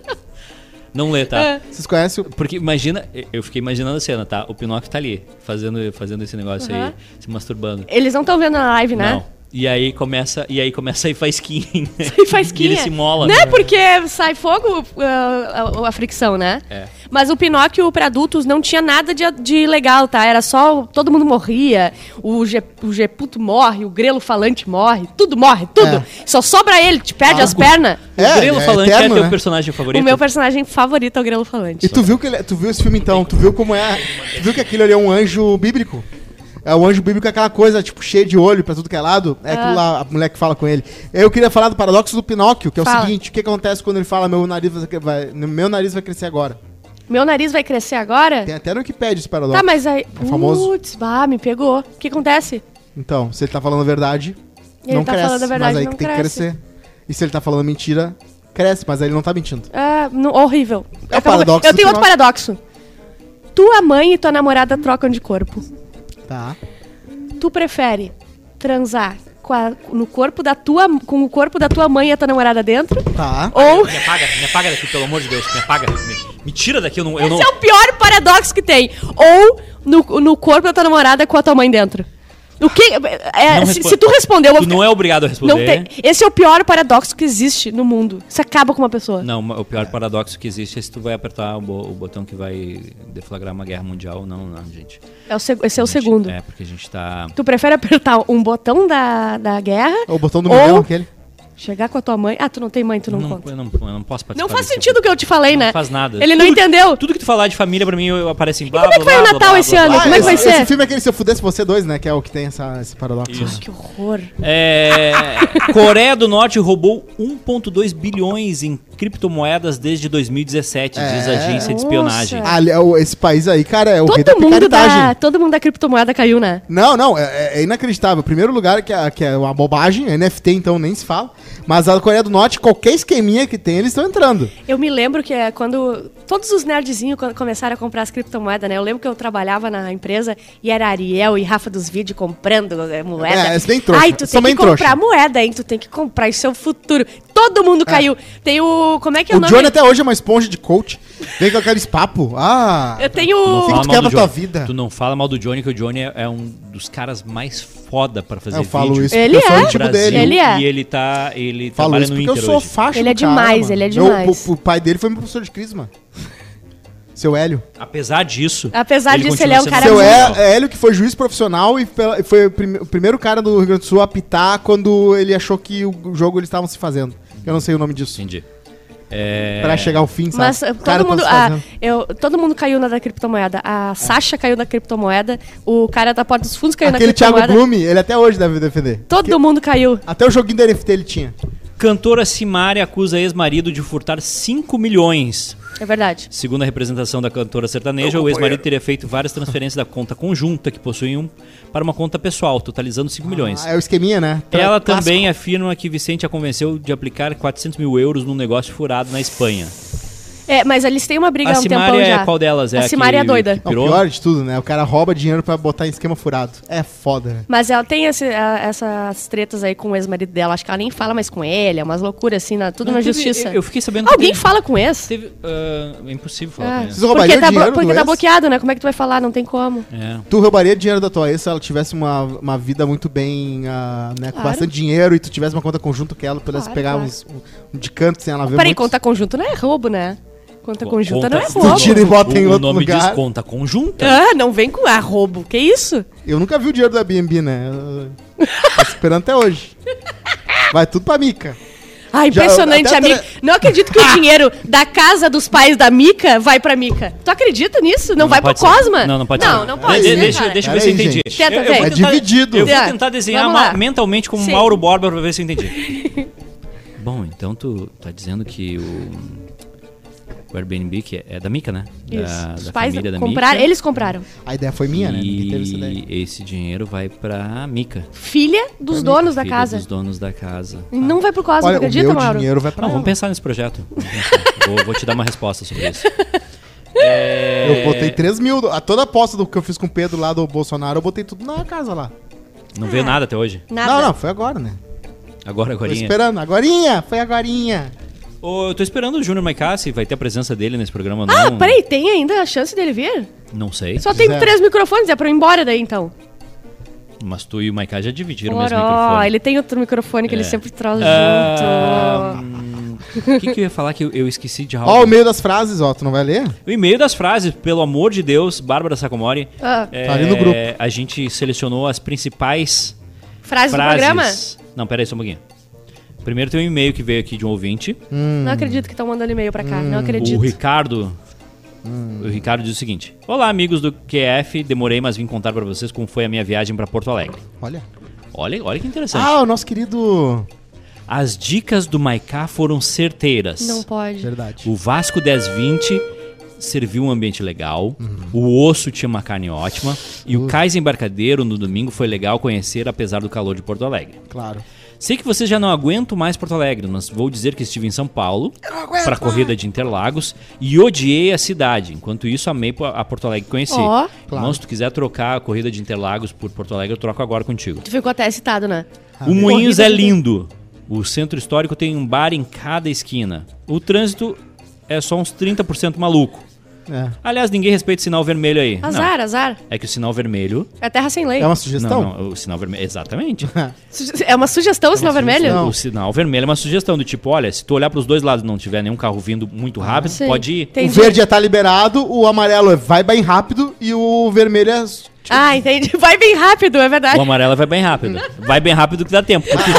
Não lê, tá? É. Vocês conhecem o... Porque imagina, eu fiquei imaginando a cena, tá? O Pinóquio tá ali, fazendo, fazendo esse negócio Aham. aí, se masturbando. Eles não estão vendo na live, né? Não. E aí começa, e aí começa a faísquinha. E faz quinha. né? E ele se mola. Né? Porque sai fogo ah, a, a fricção, né? É. Mas o Pinóquio pra adultos não tinha nada de, de legal, tá? Era só. Todo mundo morria. O, Ge, o Geputo morre, o grelo falante morre. Tudo morre, tudo. É. Só sobra ele, te perde Ah, as pernas. o Grilo Falante é, eterno, teu né? personagem favorito? O meu personagem favorito é o grelo falante. E tu viu que ele- tu viu esse filme então? Tu viu como é? Tu viu que aquilo ali é um anjo bíblico? É o anjo bíblico é aquela coisa, tipo, cheia de olho pra tudo que é lado. Ah. É aquilo lá, a mulher que fala com ele. Eu queria falar do paradoxo do Pinóquio, que é Fala. o seguinte, o que acontece quando ele fala meu nariz vai, vai- meu nariz vai crescer agora? Meu nariz vai crescer agora? Tem até no que pede esse paradoxo. Tá, mas aí. É famoso. Putz, bah, me pegou. O que acontece? Então, se ele tá falando a verdade, Ele não tá cresce, falando a verdade, mas aí não que tem cresce. que crescer. E se ele tá falando mentira, cresce, mas aí ele não tá mentindo. Ah, não- horrível. É o Acabou- paradoxo Eu do tenho outro Pinóquio. paradoxo. Tua mãe e tua namorada trocam de corpo. Tá. Tu prefere transar com, a- no corpo da tua, com o corpo da tua mãe e a tua namorada dentro? Tá. Ou. Me apaga, me apaga daqui, pelo amor de Deus. Me apaga. Me, me tira daqui, eu não. Eu não... Esse é o pior paradoxo que tem. Ou no, no corpo da tua namorada com a tua mãe dentro. O que. é, não se, respondo. se tu responder, eu vou Tu ficar- não é obrigado a responder. Não tem. Esse é o pior paradoxo que existe no mundo. Isso acaba com uma pessoa. Não, o pior paradoxo que existe é se tu vai apertar o, bo- o botão que vai deflagrar uma guerra mundial ou não, não, gente. É o seg- esse é o Gente, segundo. É, porque a gente tá. Tu prefere apertar um botão da, da guerra? É O botão do Ou- milhão aquele. Chegar com a tua mãe. Ah, tu não tem mãe, tu não, não, conta. eu não, eu não posso participar. Não faz desse sentido o que eu te falei, né? Não faz nada. Ele não Tudo- entendeu. Tudo que tu falar de família pra mim eu, eu aparece em blá, como é que blá, foi o blá, Natal blá, esse blá, ano? blá, Como é que vai esse, ser? Esse filme é aquele Se Eu Fudesse Você dois, né? Que é o que tem essa, esse paradoxo. né? Que horror. É, Coreia do Norte roubou 1,2 bilhões em criptomoedas desde 2017, diz a É. agência de espionagem. Nossa. Ali, é o- esse país aí, cara, é o rei da Todo mundo, picaretagem. da, todo mundo da criptomoeda caiu, né? Não, não, é, é inacreditável. Primeiro lugar que é, que é uma bobagem, NFT então nem se fala. Mas a Coreia do Norte, qualquer esqueminha que tem, eles estão entrando. Eu me lembro que é quando todos os nerdzinhos quando começaram a comprar as criptomoedas, né? Eu lembro que eu trabalhava na empresa e era Ariel e Rafa dos Vídeos comprando é, moeda. É, esse bem trouxa. Ai, tu São tem bem que comprar trouxa. É. moeda, hein? Tu tem que comprar, isso é o futuro. Todo mundo caiu. Tem o... Como é que é o, o nome? Johnny até hoje é uma esponja de coach. Vem com aqueles papo. Ah, Eu tenho... Tu não Sim, fala tu mal quebra do tua Johnny. vida. Tu não fala mal do Johnny, que o Johnny é, é um dos caras mais foda pra fazer eu falo vídeo. isso Ele eu sou é. íntimo Brasil, dele. Ele é. E ele tá. Ele Falo trabalha isso no porque Inter eu sou hoje. faixa Ele é do cara, demais, mano. ele é Meu- demais. o, o pai dele foi meu professor de crisma. Seu Hélio. Apesar disso. Apesar disso, ele é um continua cara sendo Seu muito- muito Hé- foda. Hélio, que foi juiz profissional e pela- foi o prime- o primeiro cara do Rio Grande do Sul a apitar quando ele achou que o jogo eles estavam se fazendo. Eu não sei o nome disso. Entendi. É, Pra chegar ao fim, sabe? Mas O eh, cara todo tá mundo, se ah, fazendo. eu, todo mundo caiu na da criptomoeda. A Sasha caiu na criptomoeda, o cara da Porta dos Fundos caiu Aquele na Thiago criptomoeda. Blume, ele até hoje deve defender. todo mundo caiu. Até o joguinho da NFT ele tinha. Cantora Simari acusa ex-marido de furtar 5 milhões. É verdade. Segundo a representação da cantora sertaneja, o ex-marido teria feito várias transferências da conta conjunta que possuíam para uma conta pessoal, totalizando 5 milhões. Ah, é o esqueminha, né? Tra- Ela clássico. também afirma que Vicente a convenceu de aplicar 400 mil euros num negócio furado na Espanha. É, mas eles têm uma briga A há um tempão Simária já. é qual delas? É a Simária é que doida. Não, pirou? pior de tudo, né? O cara rouba dinheiro pra botar em esquema furado. É foda, né? Mas ela tem esse- a- essas tretas aí com o ex-marido dela. Acho que ela nem fala mais com ele. É umas loucuras assim, na- tudo Não, na teve- justiça. Eu, eu fiquei sabendo que Alguém teve- fala com esse? Teve, ah, é impossível falar com Ah, ele. Vocês roubariam porque tá, dinheiro blo- do porque tá ex? bloqueado, né? Como é que tu vai falar? Não tem como. É. Tu roubaria dinheiro da tua ex se ela tivesse uma, uma vida muito bem, ah, né? Com Claro. bastante dinheiro e tu tivesse uma conta conjunta que ela pudesse Claro, pegar claro. uns- um, um de canto sem ela ver Peraí, muito. conta conjunto não é roubo, né? Conta conjunta não é Conta- Tu roubo. tira e bota em o, o outro nome lugar. diz conta conjunta. Ah, não vem com ah, roubo. Que isso? Eu nunca vi o dinheiro da BNB, né? Eu- Tô esperando até hoje. Vai tudo pra mica. Ah, Já- impressionante, até- a Mica. Não acredito que o dinheiro da casa dos pais da Mica vai pra Mica. Tu acredita nisso? Não, vai pro pode ser. Cosma? Não, não pode Não, ser. não pode De- ser, Deixa, cara. deixa eu Pera ver se eu aí, entendi. gente. Tenta, Eu- eu vou vem. É tentar- dividido. Eu vou Tá. tentar desenhar Vamos lá. ma- mentalmente como Sim. Mauro Borba pra ver se eu entendi. Bom, então tu tá dizendo que o, o Airbnb que é, é da Mica, né? Da, Isso. Os da pais família da compraram, Mica. eles compraram. A ideia foi minha, né? Ninguém teve essa ideia. E esse dinheiro vai pra Mica. Filha dos donos da filha casa. dos donos da casa. E Não vai pro Cosmo, Olha, o acredita, meu Mauro? dinheiro vai pra Não, ela. vamos pensar nesse projeto. Vamos pensar. vou, vou te dar uma resposta sobre isso. É, Eu botei 3 mil. do- A toda aposta do que eu fiz com o Pedro lá do Bolsonaro, eu botei tudo na casa lá. Não veio nada até hoje. Nada. Não, não, foi agora, né? Agora, Tô agora. esperando. Agorinha, foi agorinha. Ô, eu tô esperando o Júnior Maicassi, vai ter a presença dele nesse programa ou Ah, não? peraí, tem ainda a chance dele vir? Não sei. Só tem Zero. três microfones, é pra eu ir embora daí então. Mas tu e o Maicassi já dividiram o mesmo Oró, microfone. ele tem outro microfone que ele É. sempre traz Ah, junto. hum, O que, que eu ia falar que eu, eu esqueci de Ó, o algo? meio das frases, ó, tu não vai ler? o e-mail das frases, pelo amor de Deus, Bárbara Sacomori. Ah, É, Tá ali no grupo. A gente selecionou as principais frase do frases. programa? Não, peraí, só um pouquinho. Primeiro tem um e-mail que veio aqui de um ouvinte. Hum. Não acredito que estão mandando e-mail pra cá, não Hum. acredito. O Ricardo. O Ricardo diz o seguinte: Olá, amigos do QF. Demorei, mas vim contar pra vocês como foi a minha viagem pra Porto Alegre. Olha. Olha, olha que interessante. Ah, o nosso querido. As dicas do Maiká foram certeiras. Não pode. Verdade. O Vasco 1020 serviu um ambiente legal. O osso tinha uma carne ótima. E o cais embarcadeiro no domingo foi legal conhecer, apesar do calor de Porto Alegre. Claro. Sei que vocês já não aguentam mais Porto Alegre, mas vou dizer que estive em São Paulo para a corrida de Interlagos e odiei a cidade. Enquanto isso, amei po- a Porto Alegre que conheci. Ó. Irmão, se tu quiser trocar a corrida de Interlagos por Porto Alegre, eu troco agora contigo. Tu ficou até excitado, né? O Moinhos Corrida é de- lindo. O centro histórico tem um bar em cada esquina. O trânsito é só uns 30% maluco. É. Aliás, ninguém respeita o sinal vermelho aí. Não. Azar, azar. É que o sinal vermelho. É terra sem lei. É uma Não, sugestão? não, o sinal vermelho. Exatamente. Suge- É uma sugestão, sinal vermelho? O sinal vermelho é uma sugestão do tipo: olha, se tu olhar pros dois lados e não tiver nenhum carro vindo muito rápido, Sim. pode ir. O Entendi. verde é tá liberado, o amarelo é vai bem rápido e o vermelho é. Ah, entendi. Vai bem rápido, é O verdade. Hum. amarelo vai bem rápido. Vai bem rápido que dá tempo. Porque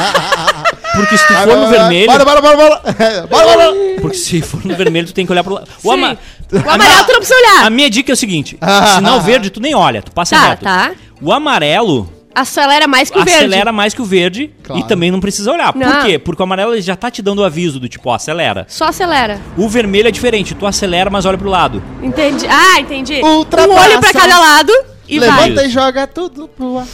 Porque se tu for no vermelho. Bora, bora, bora, bora. Bora, bora. Porque se for no vermelho, tu tem que olhar pro lado. Sim. O, ama... O amarelo tu não precisa A olhar. minha dica é o seguinte: Ah. sinal verde, tu nem olha, tu passa Ah. Tá, reto. tá. O amarelo Acelera mais que o verde. acelera mais que o verde Claro. e também não precisa olhar. Não. Por quê? Porque o amarelo ele já tá te dando o aviso do tipo, ó, acelera. Só acelera. O vermelho é diferente, tu acelera, mas olha pro lado. Entendi. Ah, entendi. Ultrapassa. Um olho pra cada lado e vai. Levanta vai. e joga tudo pro ar.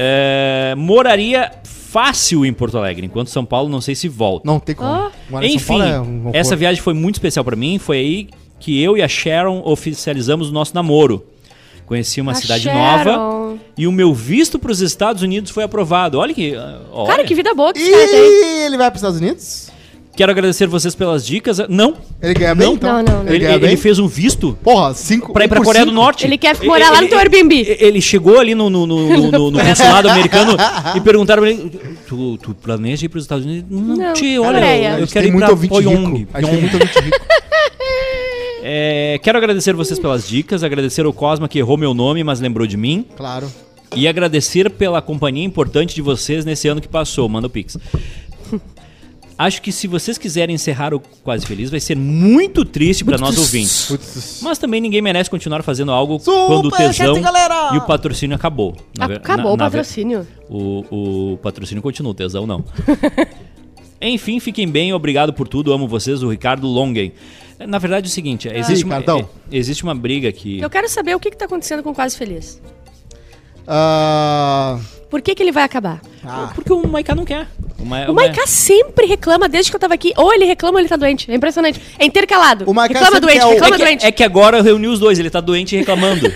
É, moraria fácil em Porto Alegre, enquanto São Paulo não sei se volta. Não tem como. Ah. Morar em São Enfim, Paulo é um horror. essa viagem foi muito especial pra mim. Foi aí que eu e a Sharon oficializamos o nosso namoro. Conheci uma A cidade Sharon. nova e o meu visto pros Estados Unidos foi aprovado. Olha que. ah, Olha. Cara, que vida boa que esse cara É, tem. Ih, ele vai pros Estados Unidos? Quero agradecer vocês pelas dicas. Não, Ele ganha bem, Não. então? Não, não, não. Ele ele, ganha bem? ele fez um visto Porra, cinco... pra ir um pra por Coreia do cinco? Norte. Ele quer morar lá no teu Airbnb. Ele, ele chegou ali no, no, no, no- no- no consulado americano e perguntaram pra ele: Tu, tu planeja ir pros Estados Unidos? Não, Não, tio, Coreia. olha, A eu, eu gente quero tem ir muito pra ouvinte Pyong. rico. A gente tem muito ouvinte rico. É, quero agradecer vocês pelas dicas, agradecer ao Cosma que errou meu nome, mas lembrou de mim. Claro. E agradecer pela companhia importante de vocês nesse ano que passou. Manda o Pix. Acho que se vocês quiserem encerrar o Quase Feliz, vai ser muito triste para nós ouvintes. Putz. Mas também niném merece continuar fazendo algo Super quando o tesão chat, galera! e o patrocínio acabou. Na ver- Acabou na- o na ver- patrocínio. o, o patrocínio continua, o tesão não. Enfim, fiquem bem, obrigado por tudo, amo vocês, o Ricardo Longen. Na verdade é o seguinte, existe, uma, Ricardão. é- existe uma briga aqui. Eu quero saber o que, que tá acontecendo com o Quase Feliz. Ah, Por que, que ele vai acabar? Porque o Maiká não quer. É, O, Ma O Maiká sempre reclama desde que eu tava aqui. Ou ele reclama ou ele tá doente. É impressionante. É intercalado. O Maiká reclama sempre doente, quer o- é reclama que, doente. é que agora eu reuni os dois, ele tá doente e reclamando.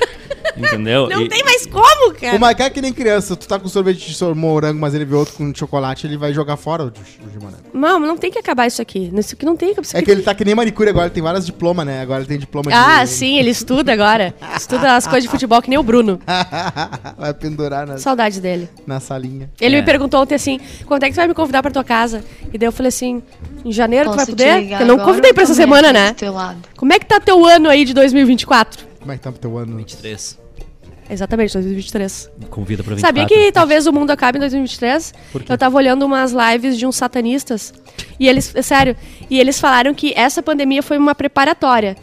entendeu? Não E- tem mais como, cara. o Maiká é que nem criança. Tu tá com sorvete de sor- morango, mas ele vê outro com chocolate, ele vai jogar fora o de, o de morango. Não, mas não tem que acabar isso aqui. Isso aqui não tem que... isso É aqui- que ele tá que nem manicure agora, ele tem vários diplomas, né? Agora ele tem diploma de... Ah, sim, ele estuda agora. Estuda as coisas de futebol que nem o Bruno. vai pendurar na, Saudades dele. na salinha. Ele É. me perguntou ontem assim, quando é que você vai me convidar pra tua casa? E daí eu falei assim, em janeiro Posso tu te vai poder? ligar Eu não agora convidei ou pra essa também semana, aqui né? tá do teu lado? Como é que tá teu ano aí de 2024? Como é que tá o teu ano? 23. Exatamente, 2023. Convida pra 24. Sabia que tá- talvez o mundo acabe em 2023? Por quê? Eu tava olhando umas lives de uns satanistas. E eles, é sério, e eles falaram que essa pandemia foi uma preparatória.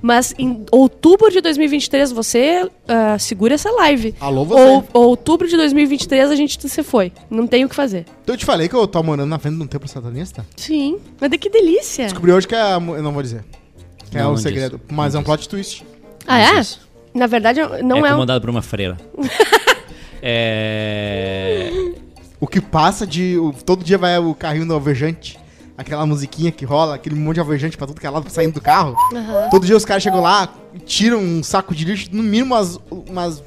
Mas em outubro de 2023, você ah, segura essa live. Alô, você. Ou, outubro de 2023, a gente se foi. Não tem o que fazer. Então eu te falei que eu tô morando na frente de um templo satanista? Sim. Mas de que delícia. Descobri hoje que é... a mu- Eu não vou dizer. Que é o Não, não diz. segredo. Mas é um plot twist. Ah, é? Isso. Na verdade, não é é, um. comandado por uma freira. é... O que passa de... o- todo dia vai o carrinho do alvejante. Aquela musiquinha que rola, aquele monte de alvejante pra tudo que é lado saindo do carro. Todo dia os caras chegam lá, tiram um saco de lixo, no mínimo umas, umas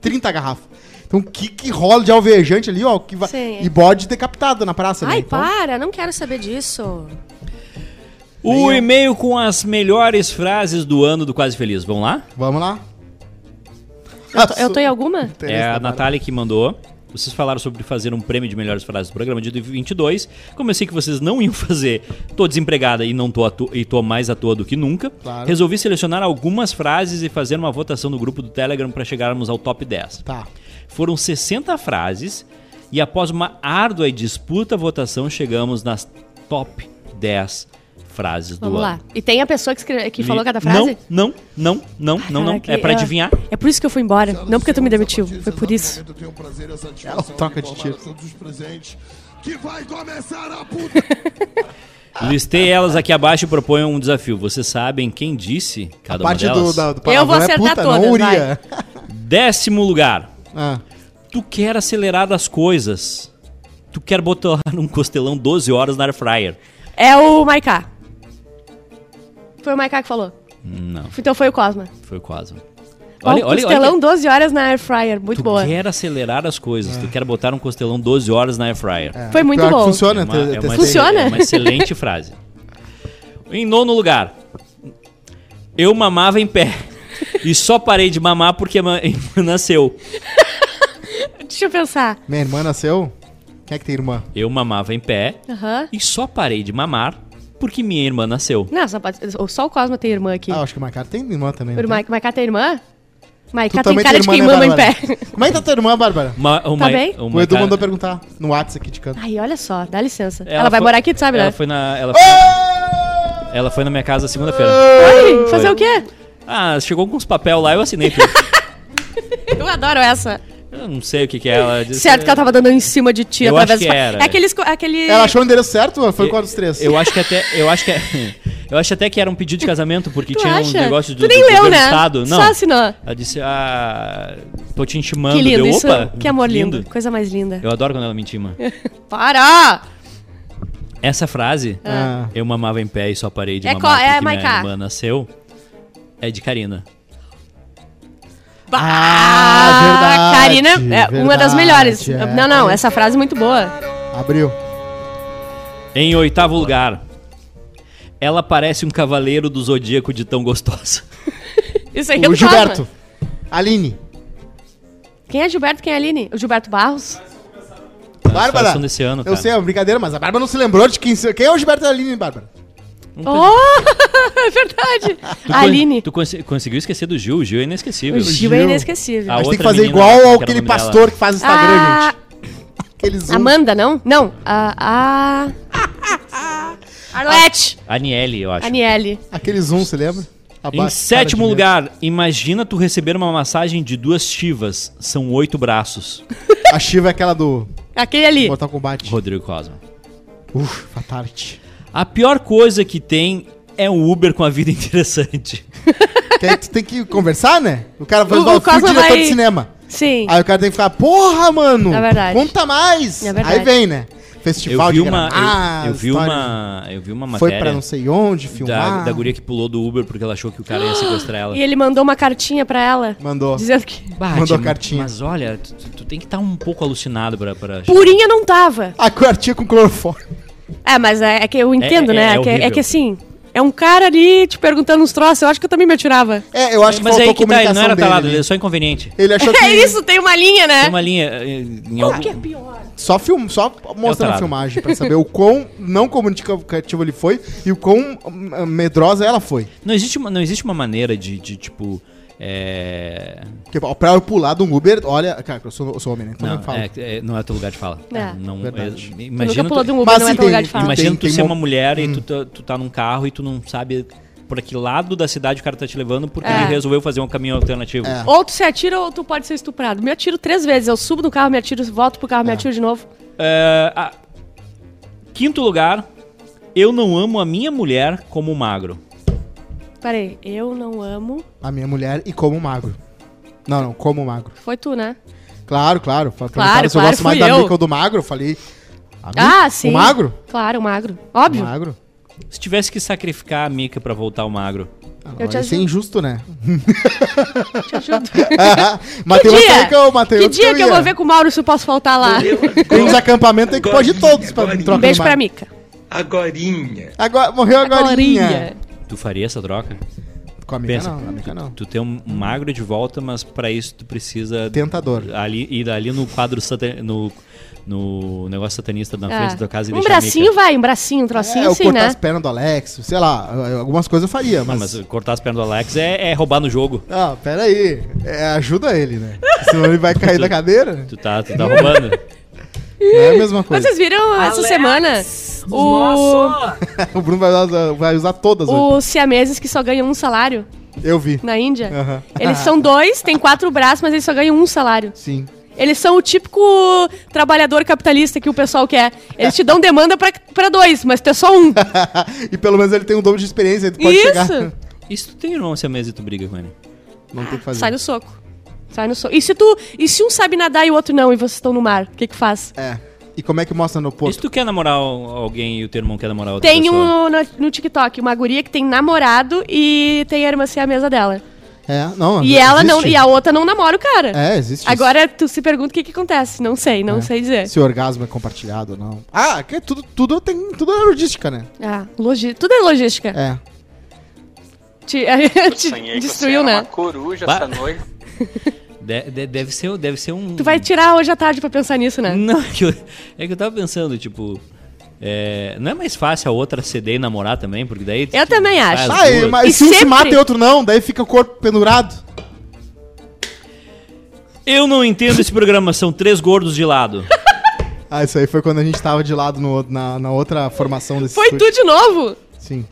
30 garrafas. Então o que, que rola de alvejante ali, ó? Que vai... Sim. E bode decapitado na praça, né? Ai, Então, para, não quero saber disso. O e-mail com as melhores frases do ano do Quase Feliz. Vamos lá? Vamos lá. Eu tô, eu tô em alguma? É a Natália que mandou. Vocês falaram sobre fazer um prêmio de melhores frases do programa de 22. Como eu sei que vocês não iam fazer, tô desempregada e não tô, à to- e tô mais à toa do que nunca. Claro. Resolvi selecionar algumas frases e fazer uma votação no grupo do Telegram para chegarmos ao top 10. Tá. Foram 60 frases e após uma árdua e disputa votação chegamos nas top 10 frases do Vamos ano. lá. E tem a pessoa que, escreve- que Me- falou cada frase? Não, não, não, não, não, não. Caraca, É pra eu- adivinhar. É por isso que eu fui embora. Não porque tu me demitiu. Foi por isso. Eu tenho o prazer e a É uma satisfação troca de de informar tiro. a todos os presentes que vai começar a puta. Ah, Listei elas aqui abaixo e proponho um desafio. Vocês sabem quem disse cada uma Parte do, delas? da, do Eu vou palavrão é acertar puta, todas, não uria. Décimo lugar. Ah, Tu quer acelerar as coisas. Tu quer botar um costelão 12 horas na air fryer. É o Maiká. Foi o Maiká que falou. Não, Então foi o Cosma. foi quase. Olha, costelão 12 horas na Air Fryer. Muito Tu boa. quer acelerar as coisas. Ah. Tu quer botar um costelão 12 horas na air fryer. é. Foi muito Pior que bom. Funciona, É uma- eu é uma testei. Funciona? excelente- é uma excelente frase. Em nono lugar, eu mamava em pé. E só parei de mamar porque a ma- irmã nasceu. Deixa eu pensar. Minha irmã nasceu? Quem é que tem irmã? Eu mamava em pé Aham. e só parei de mamar porque minha irmã nasceu. Não, só, pode- só o Cosma tem irmã aqui. Ah, eu acho que o Macara é tem irmã também. o não tem? Mai- Maiká tem irmã? Maiká tem cara de irmã, quem né, mama em pé. Bárbara? Como é que tá tua irmã, Bárbara? Uma, uma, bem? uma O Edu cara- mandou perguntar no WhatsApp aqui de canto. Ai, olha só, dá licença. Ela, Ela vai foi- morar aqui, tu sabe, ela né? Foi na, ela, foi, Ah! ela foi na minha casa segunda-feira. Oi, fazer o quê? Ah, chegou com uns papel lá, eu assinei tudo. Eu adoro essa. Eu não sei o que que é. Ela disse, Certo que ela tava dando em cima de ti Eu através acho que do fa- era. É aqueles, co- aquele. Ela achou o endereço certo? Foi qual dos Assim. três? Eu acho que até. Eu acho que, é, eu acho até que era um pedido de casamento, porque Tu tinha acha? um negócio do, tu nem do leu, governo né? do Estado. Não. Só assinou. Ela disse, ah. Tô te intimando. Que lindo Deu, isso. Opa, que amor lindo. Coisa mais linda. Eu adoro quando ela me intima. Para! Essa frase, Ah. eu mamava em pé e só parei de É mamar qual- é, porque minha Maiká? irmã nasceu, é de Karina. Ah, verdade, Karina é uma das verdade, melhores. é. Não, não, essa frase é muito boa. Abriu. Em oitavo lugar, ela parece um cavaleiro do zodíaco de tão gostosa. Isso aí é O do Cosma. Gilberto. Aline. Quem é Gilberto? Quem é Aline? O Gilberto Barros? Tá, Bárbara. são desse ano, eu cara. sei, é uma brincadeira, mas a Bárbara não se lembrou de quem... Quem é o Gilberto e a Aline, Bárbara? Oh, é verdade. Tu con- Aline. Tu conse- conseguiu esquecer do Gil, o Gil Ah, é inesquecível. O Gil é Gil. inesquecível. A A gente tem que outra fazer menina, igual ao que era o aquele nome dela. pastor que faz Instagram, Ah, gente. Aquele zoom. Amanda, não? Não. A. a... Arlete. Aniele, eu acho. Aniele. Aquele zoom, você lembra? A ba- Em cara sétimo de lugar, imagina tu receber uma massagem de duas chivas. São oito braços. medo. A Shiva é aquela do Aquele ali. Mortal Kombat. Rodrigo Cosma. Uf, Fatality. A pior coisa que tem é um Uber com a vida interessante. Que aí tu tem que conversar, né? O cara vai O- usar o o fio Cosma diretor vai- de cinema. Sim. Ah. Aí o cara tem que ficar, porra, mano! É verdade. Conta mais! É verdade. Aí vem, né? Eu Festival vi de uma. Gramado, Eu, eu vi história uma. Eu vi uma de- matéria. Foi pra não sei onde filmar. da, da guria que pulou do Uber porque ela achou que o cara ia sequestrar ela. E ele mandou uma cartinha pra ela. Mandou. Dizendo que. Bah, Mandou tia, cartinha. Mas olha, tu, tu- tu tem que estar um pouco alucinado pra. pra Purinha não tava. A quartinha com cloroforme. É, mas é, é que eu entendo, É- é- né? é É, que, é horrível. que assim. É um cara ali te perguntando uns troços. Eu acho que eu também me atirava. É, eu acho que mas faltou aí que tá, ele comunicação não era dele. talado, ele é ali. É? só inconveniente. Ele achou que É isso, tem uma linha, né? Tem uma linha. eh, Em algum... é só, film, só mostrando a tarado. filmagem pra saber o quão não comunicativo ele foi e o quão hum, medrosa ela foi. não, existe uma, não existe uma maneira de, de, tipo. É... Porque ó, pra eu pular de um Uber, olha, cara, eu sou, eu sou homem, né? Então Não, não, falo. é, é- não é teu lugar de fala. É. Não, Verdade. é- Tu imagina nunca pulou de tu, um Uber, Mas não é assim, teu lugar tem- de falar. imagina Tem- um tu tem ser mo- uma mulher e tu, tá- tu tá num carro e tu não sabe pra que lado da cidade o cara tá te levando porque É. ele resolveu fazer um caminho alternativo. É. Ou tu se atira ou tu pode ser estuprado. Me atiro três vezes. Eu subo no carro, me atiro, volto pro carro, me atiro de novo. É, a- Quinto lugar, eu não amo a minha mulher como magro. Peraí, eu não amo. A minha mulher e como magro. Não, não, como magro. Foi tu, né? Claro, claro. Fa- Claro, perguntaram se eu claro, gosto mais fui da eu. mica ou do magro, eu falei. a mi- Ah, sim. O magro? Claro, o magro. O Óbvio. magro. Se tivesse que sacrificar a Mica pra voltar ao magro. Ah, Eu te não, isso é ajudo. injusto, né? Te ajudo. matei Que outro dia? que eu matei que outro dia que eu ia. vou ver com o Mauro se eu posso faltar Ah. lá? Tem uns acampamentos aí que pode ir todos pra Agora, trocar agora. do Beijo pra magro. Mica. Agorinha. Agora, morreu agora. Glorinha. Tu faria essa troca? Com a mica Pensa, não, com a mica não. tu tem um magro de volta, mas pra isso tu precisa Tentador. ali, ir ali no quadro satan- no, no negócio satanista na Ah. frente da tua casa e um deixar a bracinho Mica. vai, um bracinho, um trocinho é, eu sim, cortar né? as pernas do Alex, sei lá, eu- algumas coisas eu faria, Não, mas... mas cortar as pernas do Alex é, é roubar no jogo. Ah, pera aí, é, ajuda ele, né? Senão ele vai cair da cadeira, né? Tu tá, tu tá roubando. não é a mesma Mas coisa. Vocês viram essa semana o, O Bruno vai usar, vai usar todas hoje. os siameses que só ganham um salário Eu vi. na Índia? Aham. Eles são dois, tem quatro braços, mas eles só ganham um salário. Sim. Eles são o típico trabalhador capitalista que o pessoal quer. Eles te dão demanda pra, pra dois, mas tu é só um. e pelo menos ele tem um dobro de experiência, ele pode chegar. Isso! e se tu tem irmão se a mesa e tu briga com ele? Não tem o que fazer. Sai no soco. Sai no soco. E se, tu, e se um sabe nadar e o outro não, e vocês estão no mar, o que que faz? É. E como é que mostra no E se posto? tu quer namorar al- alguém e o teu irmão quer namorar outra Tem um pessoa? no, no- no TikTok, uma guria que tem namorado e tem a irmã ser a mesa dela. É, não. E ela não, existe. e a outra não namora o cara. É, existe. Agora tu se pergunta o que que acontece. Não sei, não É. sei isso. dizer. Se o orgasmo é compartilhado ou não. Ah, que tudo, tudo tem. Tudo é logística, né? Ah, logi... tudo é logística. É. Te, te destruiu, né? coruja Ba- essa noite. De- de- deve, ser, deve ser um... Tu vai tirar hoje à tarde pra pensar nisso, né? Hum. Não, é que eu, é que eu tava pensando, tipo... é, não é mais fácil a outra ceder e namorar também? Porque daí... Eu também vai acho. as Ah, e- duas. mas Tá E se um se sempre- mata e outro não, daí fica o corpo pendurado. Eu não entendo esse programa, são três gordos de lado. Ah, isso aí foi quando a gente tava de lado no outro- na, na outra formação desse Foi estúdio. tu de novo? Sim.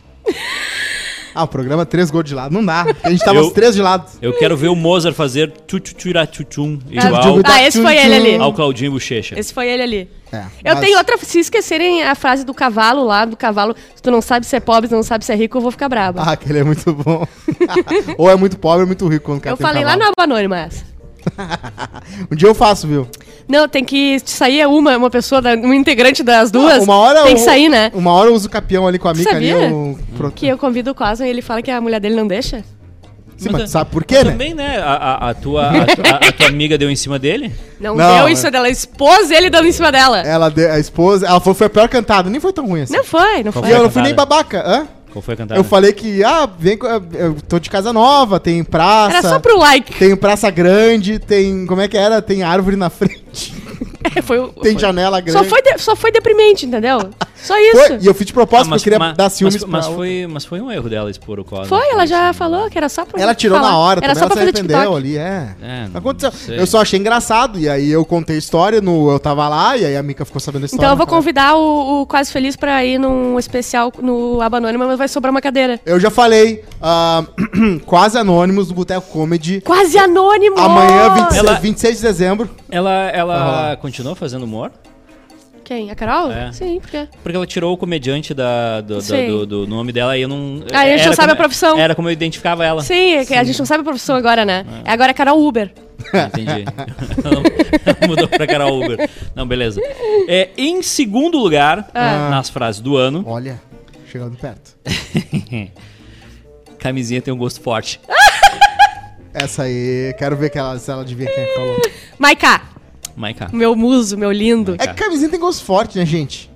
Ah, o programa Três Gols de Lado. Não dá. porque A gente tava Eu- os três de lado. Eu quero ver o Mozart fazer tchutchuratuchum igual Tchutchuratuchum. Ah, esse foi ele ali. ao Claudinho Bochecha. Esse foi ele ali. É, Eu mas- tenho outra. Se esquecerem a frase do cavalo lá, do cavalo, se tu não sabe se é pobre, se não sabe se é rico, eu vou ficar braba. Ah, aquele é muito bom. Ou é muito pobre ou é muito rico quando o cara eu tem um falei lá na cavalo. aba anônima essa. Um dia eu faço, viu? Não, tem que sair é uma, uma pessoa, da- um integrante das duas. uma hora tem que eu- sair, né? Uma hora eu uso o capião ali com a mica ali. sabia? Eu... pro- Que eu convido o Cosmo e ele fala que a mulher dele não deixa. Sim, mas tu sabe por quê, né? Também, né? A, a- a tua, a, a- a tua amiga deu em cima dele? Não, Não, deu é. em cima dela, expôs ele dando em cima dela. Ela, de- a esposa, ela foi, foi a pior cantada, nem foi tão ruim assim. Não foi, não Qual foi. E eu a não fui nem cantada? babaca, hã? Qual foi a cantada? Eu falei que, ah, vem, com- eu tô de casa nova, tem praça. Era só pro like. Tem praça grande, tem. Como é que era? Tem árvore na frente, É, foi, o- tem foi. janela grande. Só foi, de- só foi deprimente, entendeu? Só isso. Foi, E Foi, eu fiz de propósito, porque eu queria dar ciúmes Ah, mas, pra mas outra. foi, mas foi um erro dela expor o Cosmo. ela já falou que era só pra Ela tirou falar. na hora, Era também só ela pra se fazer arrependeu TikTok. ali, é. É, não Aconteceu. sei. Eu só achei engraçado, e aí eu contei a história, no, eu tava lá, e aí a Mica ficou sabendo a história. é. Então eu vou falei- convidar o, o Quase Feliz pra ir num especial no Aba Anônima, mas vai sobrar uma cadeira. Eu já falei, ah, quase anônimos do Boteco Comedy. Quase anônimo! Amanhã, 26, Ela- 26 de dezembro. Ela, ela continuou fazendo humor? Quem? A Carol? É. Sim, porque. Porque ela tirou o comediante da, do, da- Sim. do- do nome dela e eu não. Ah, a gente era não sabe como- a profissão. Era como eu identificava ela. Sim, é que a gente não sabe a profissão agora, né? É. Agora é Carol Uber. Entendi. Ela Mudou pra Carol Uber. Não, beleza. É, em segundo lugar, Ah. nas frases do ano, Olha, chegando perto. camisinha tem um gosto forte. Essa aí, quero ver que ela, se ela devia quem falou. Maiká, Maica. meu muso, meu lindo. É que camisinha tem gosto forte, né, gente?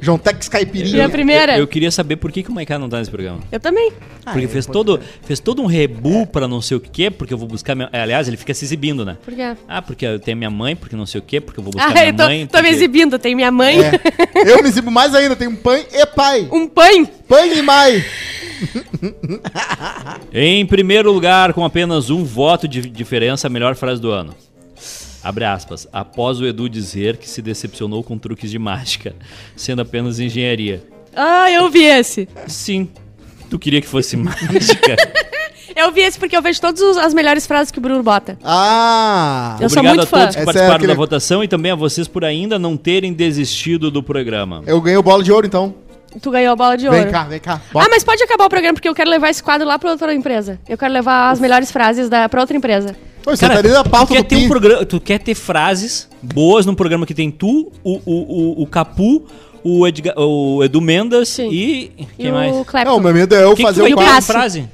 João Tex E Caipirinha. a primeira? Eu Eu, queria saber por que, que o Maica não tá nesse programa. também. Porque fez todo, fez todo um É. rebu pra não sei o que, porque eu vou buscar minha. é, Aliás, ele fica se exibindo, né? Por quê? Ah, porque eu tenho minha mãe, porque não sei o que, porque eu vou buscar Ah, é minha eu tô, mãe. tô me porque- exibindo. Tem minha mãe, É. Eu me exibo mais ainda, tenho pai e pai. um pãe. Pai e mai. Em primeiro lugar, com apenas um voto de diferença, a melhor frase do ano. Abre aspas. Após o Edu dizer que se decepcionou com truques de mágica, sendo apenas engenharia. Ah, eu vi esse. Sim, tu queria que fosse mágica. Eu vi esse porque eu vejo todas os- as melhores frases que o Bruno bota. Ah! Eu sou Obrigado muito a todos fã. que Essa é participaram aquele- da votação e também a vocês por ainda não terem desistido do programa. Eu ganhei o bolo de ouro, então. Tu ganhou a bola de ouro. Vem cá, vem cá. Ah, mas pode acabar o programa, porque eu quero levar esse quadro lá pra outra empresa. Eu quero levar as melhores frases da, pra outra empresa. Pô, você tá dentro da pauta tu quer do ter um PIN. programa, tu quer ter frases boas num programa que tem tu, o, o, o, o Capu, o, Edga- o Edu Mendes Sim. e quem e mais? o Clapton. Não, meu medo é eu O que que fazer tu vai o o ter de passe. frase?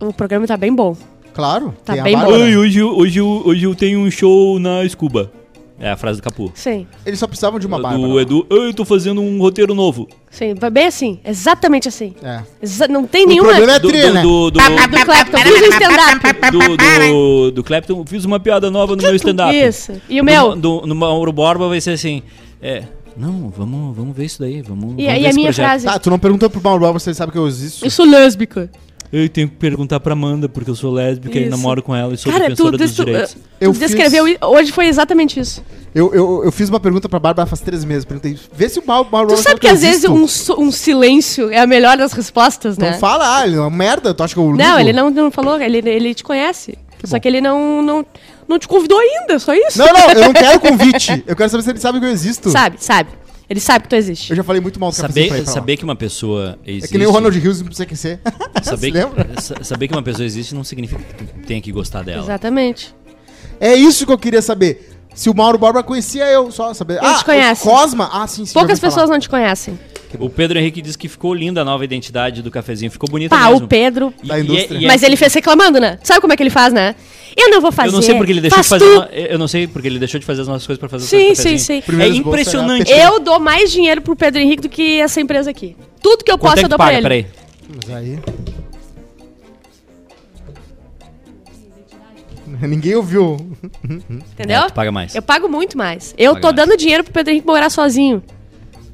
O programa tá bem bom. Claro, Tá a bem Bárbara. Oi, hoje, eu- hoje, eu- hoje eu tenho um show na Scuba. É a frase do Capu. Sim, Eles só precisavam de uma do Bárbara. Edu, eu tô fazendo um roteiro novo. sim. Vai Bem assim. Exatamente assim. É. Exa- não tem O nenhuma. problema é Do, tri, né? do, do, do, Do Clapton. Fiz um stand-up. do, né? do, do Clapton, fiz uma piada nova no meu stand-up. é Isso. E o meu? Do, do, no Mauro Borba vai ser assim, é... Não, vamos, vamos ver isso daí, vamos, vamos E, ver e a esse minha projeto. frase. Tá, tu não perguntou pro Mauro Bárbara se ele sabe que eu existo. Eu sou lésbica. Eu tenho que perguntar pra Amanda, porque eu sou lésbica e Isso. namoro com ela e sou Cara, é tu, defensora des- dos tu, direitos. tu Eu fiz- descreveu. i- Hoje foi exatamente isso. Eu, eu, eu fiz uma pergunta pra Bárbara faz três meses. Perguntei, vê se o Mauro Mauro Tu Bárbara sabe que eu às vezes existo. um, so- um silêncio é a melhor das respostas, né? Então fala, ah, ele é uma merda, tu acha que eu ligo? Não, ele não, não falou, ele, ele te conhece. só que ele não, não, não te convidou ainda, só isso. Não, não, eu não quero convite. Eu quero saber se ele sabe que eu existo. Sabe, sabe. Ele sabe que tu existe. Eu já falei muito mal do cafezinho pra Saber, ele falar. saber que uma pessoa existe... É que nem o Ronald Hughes pro CQC. Saber, Se lembra? que, sa- saber que uma pessoa existe não significa que tu tenha que gostar dela. Exatamente. É isso que eu queria saber. Se o Mauro Borba conhecia eu, só saber. Ele te conhece. o Cosma? Ah, sim, sim. Poucas pessoas não te conhecem. O Pedro Henrique disse que ficou linda a nova identidade do cafezinho. Ficou bonita Pá, mesmo. o Pedro. é E- Da e- indústria. e- é e- Mas ele fez reclamando, né? Sabe como é que ele faz, né? Eu não vou fazer. Eu não sei porque ele deixou de faz fazer... tu. no- Eu não sei porque ele deixou de fazer as nossas coisas pra fazer as Sim, coisas do sim, cafezinho. sim. né? Primeiro é esboço era impressionante. PT. Eu dou mais dinheiro pro Pedro Henrique do que essa empresa aqui. Tudo que eu Quanto posso é eu que dou paga? pra ele. Peraí. Mas aí. Ninguém ouviu. Entendeu? É, tu paga mais. Eu pago muito mais. Eu Paga tô mais. dando dinheiro pro Pedro Henrique morar sozinho.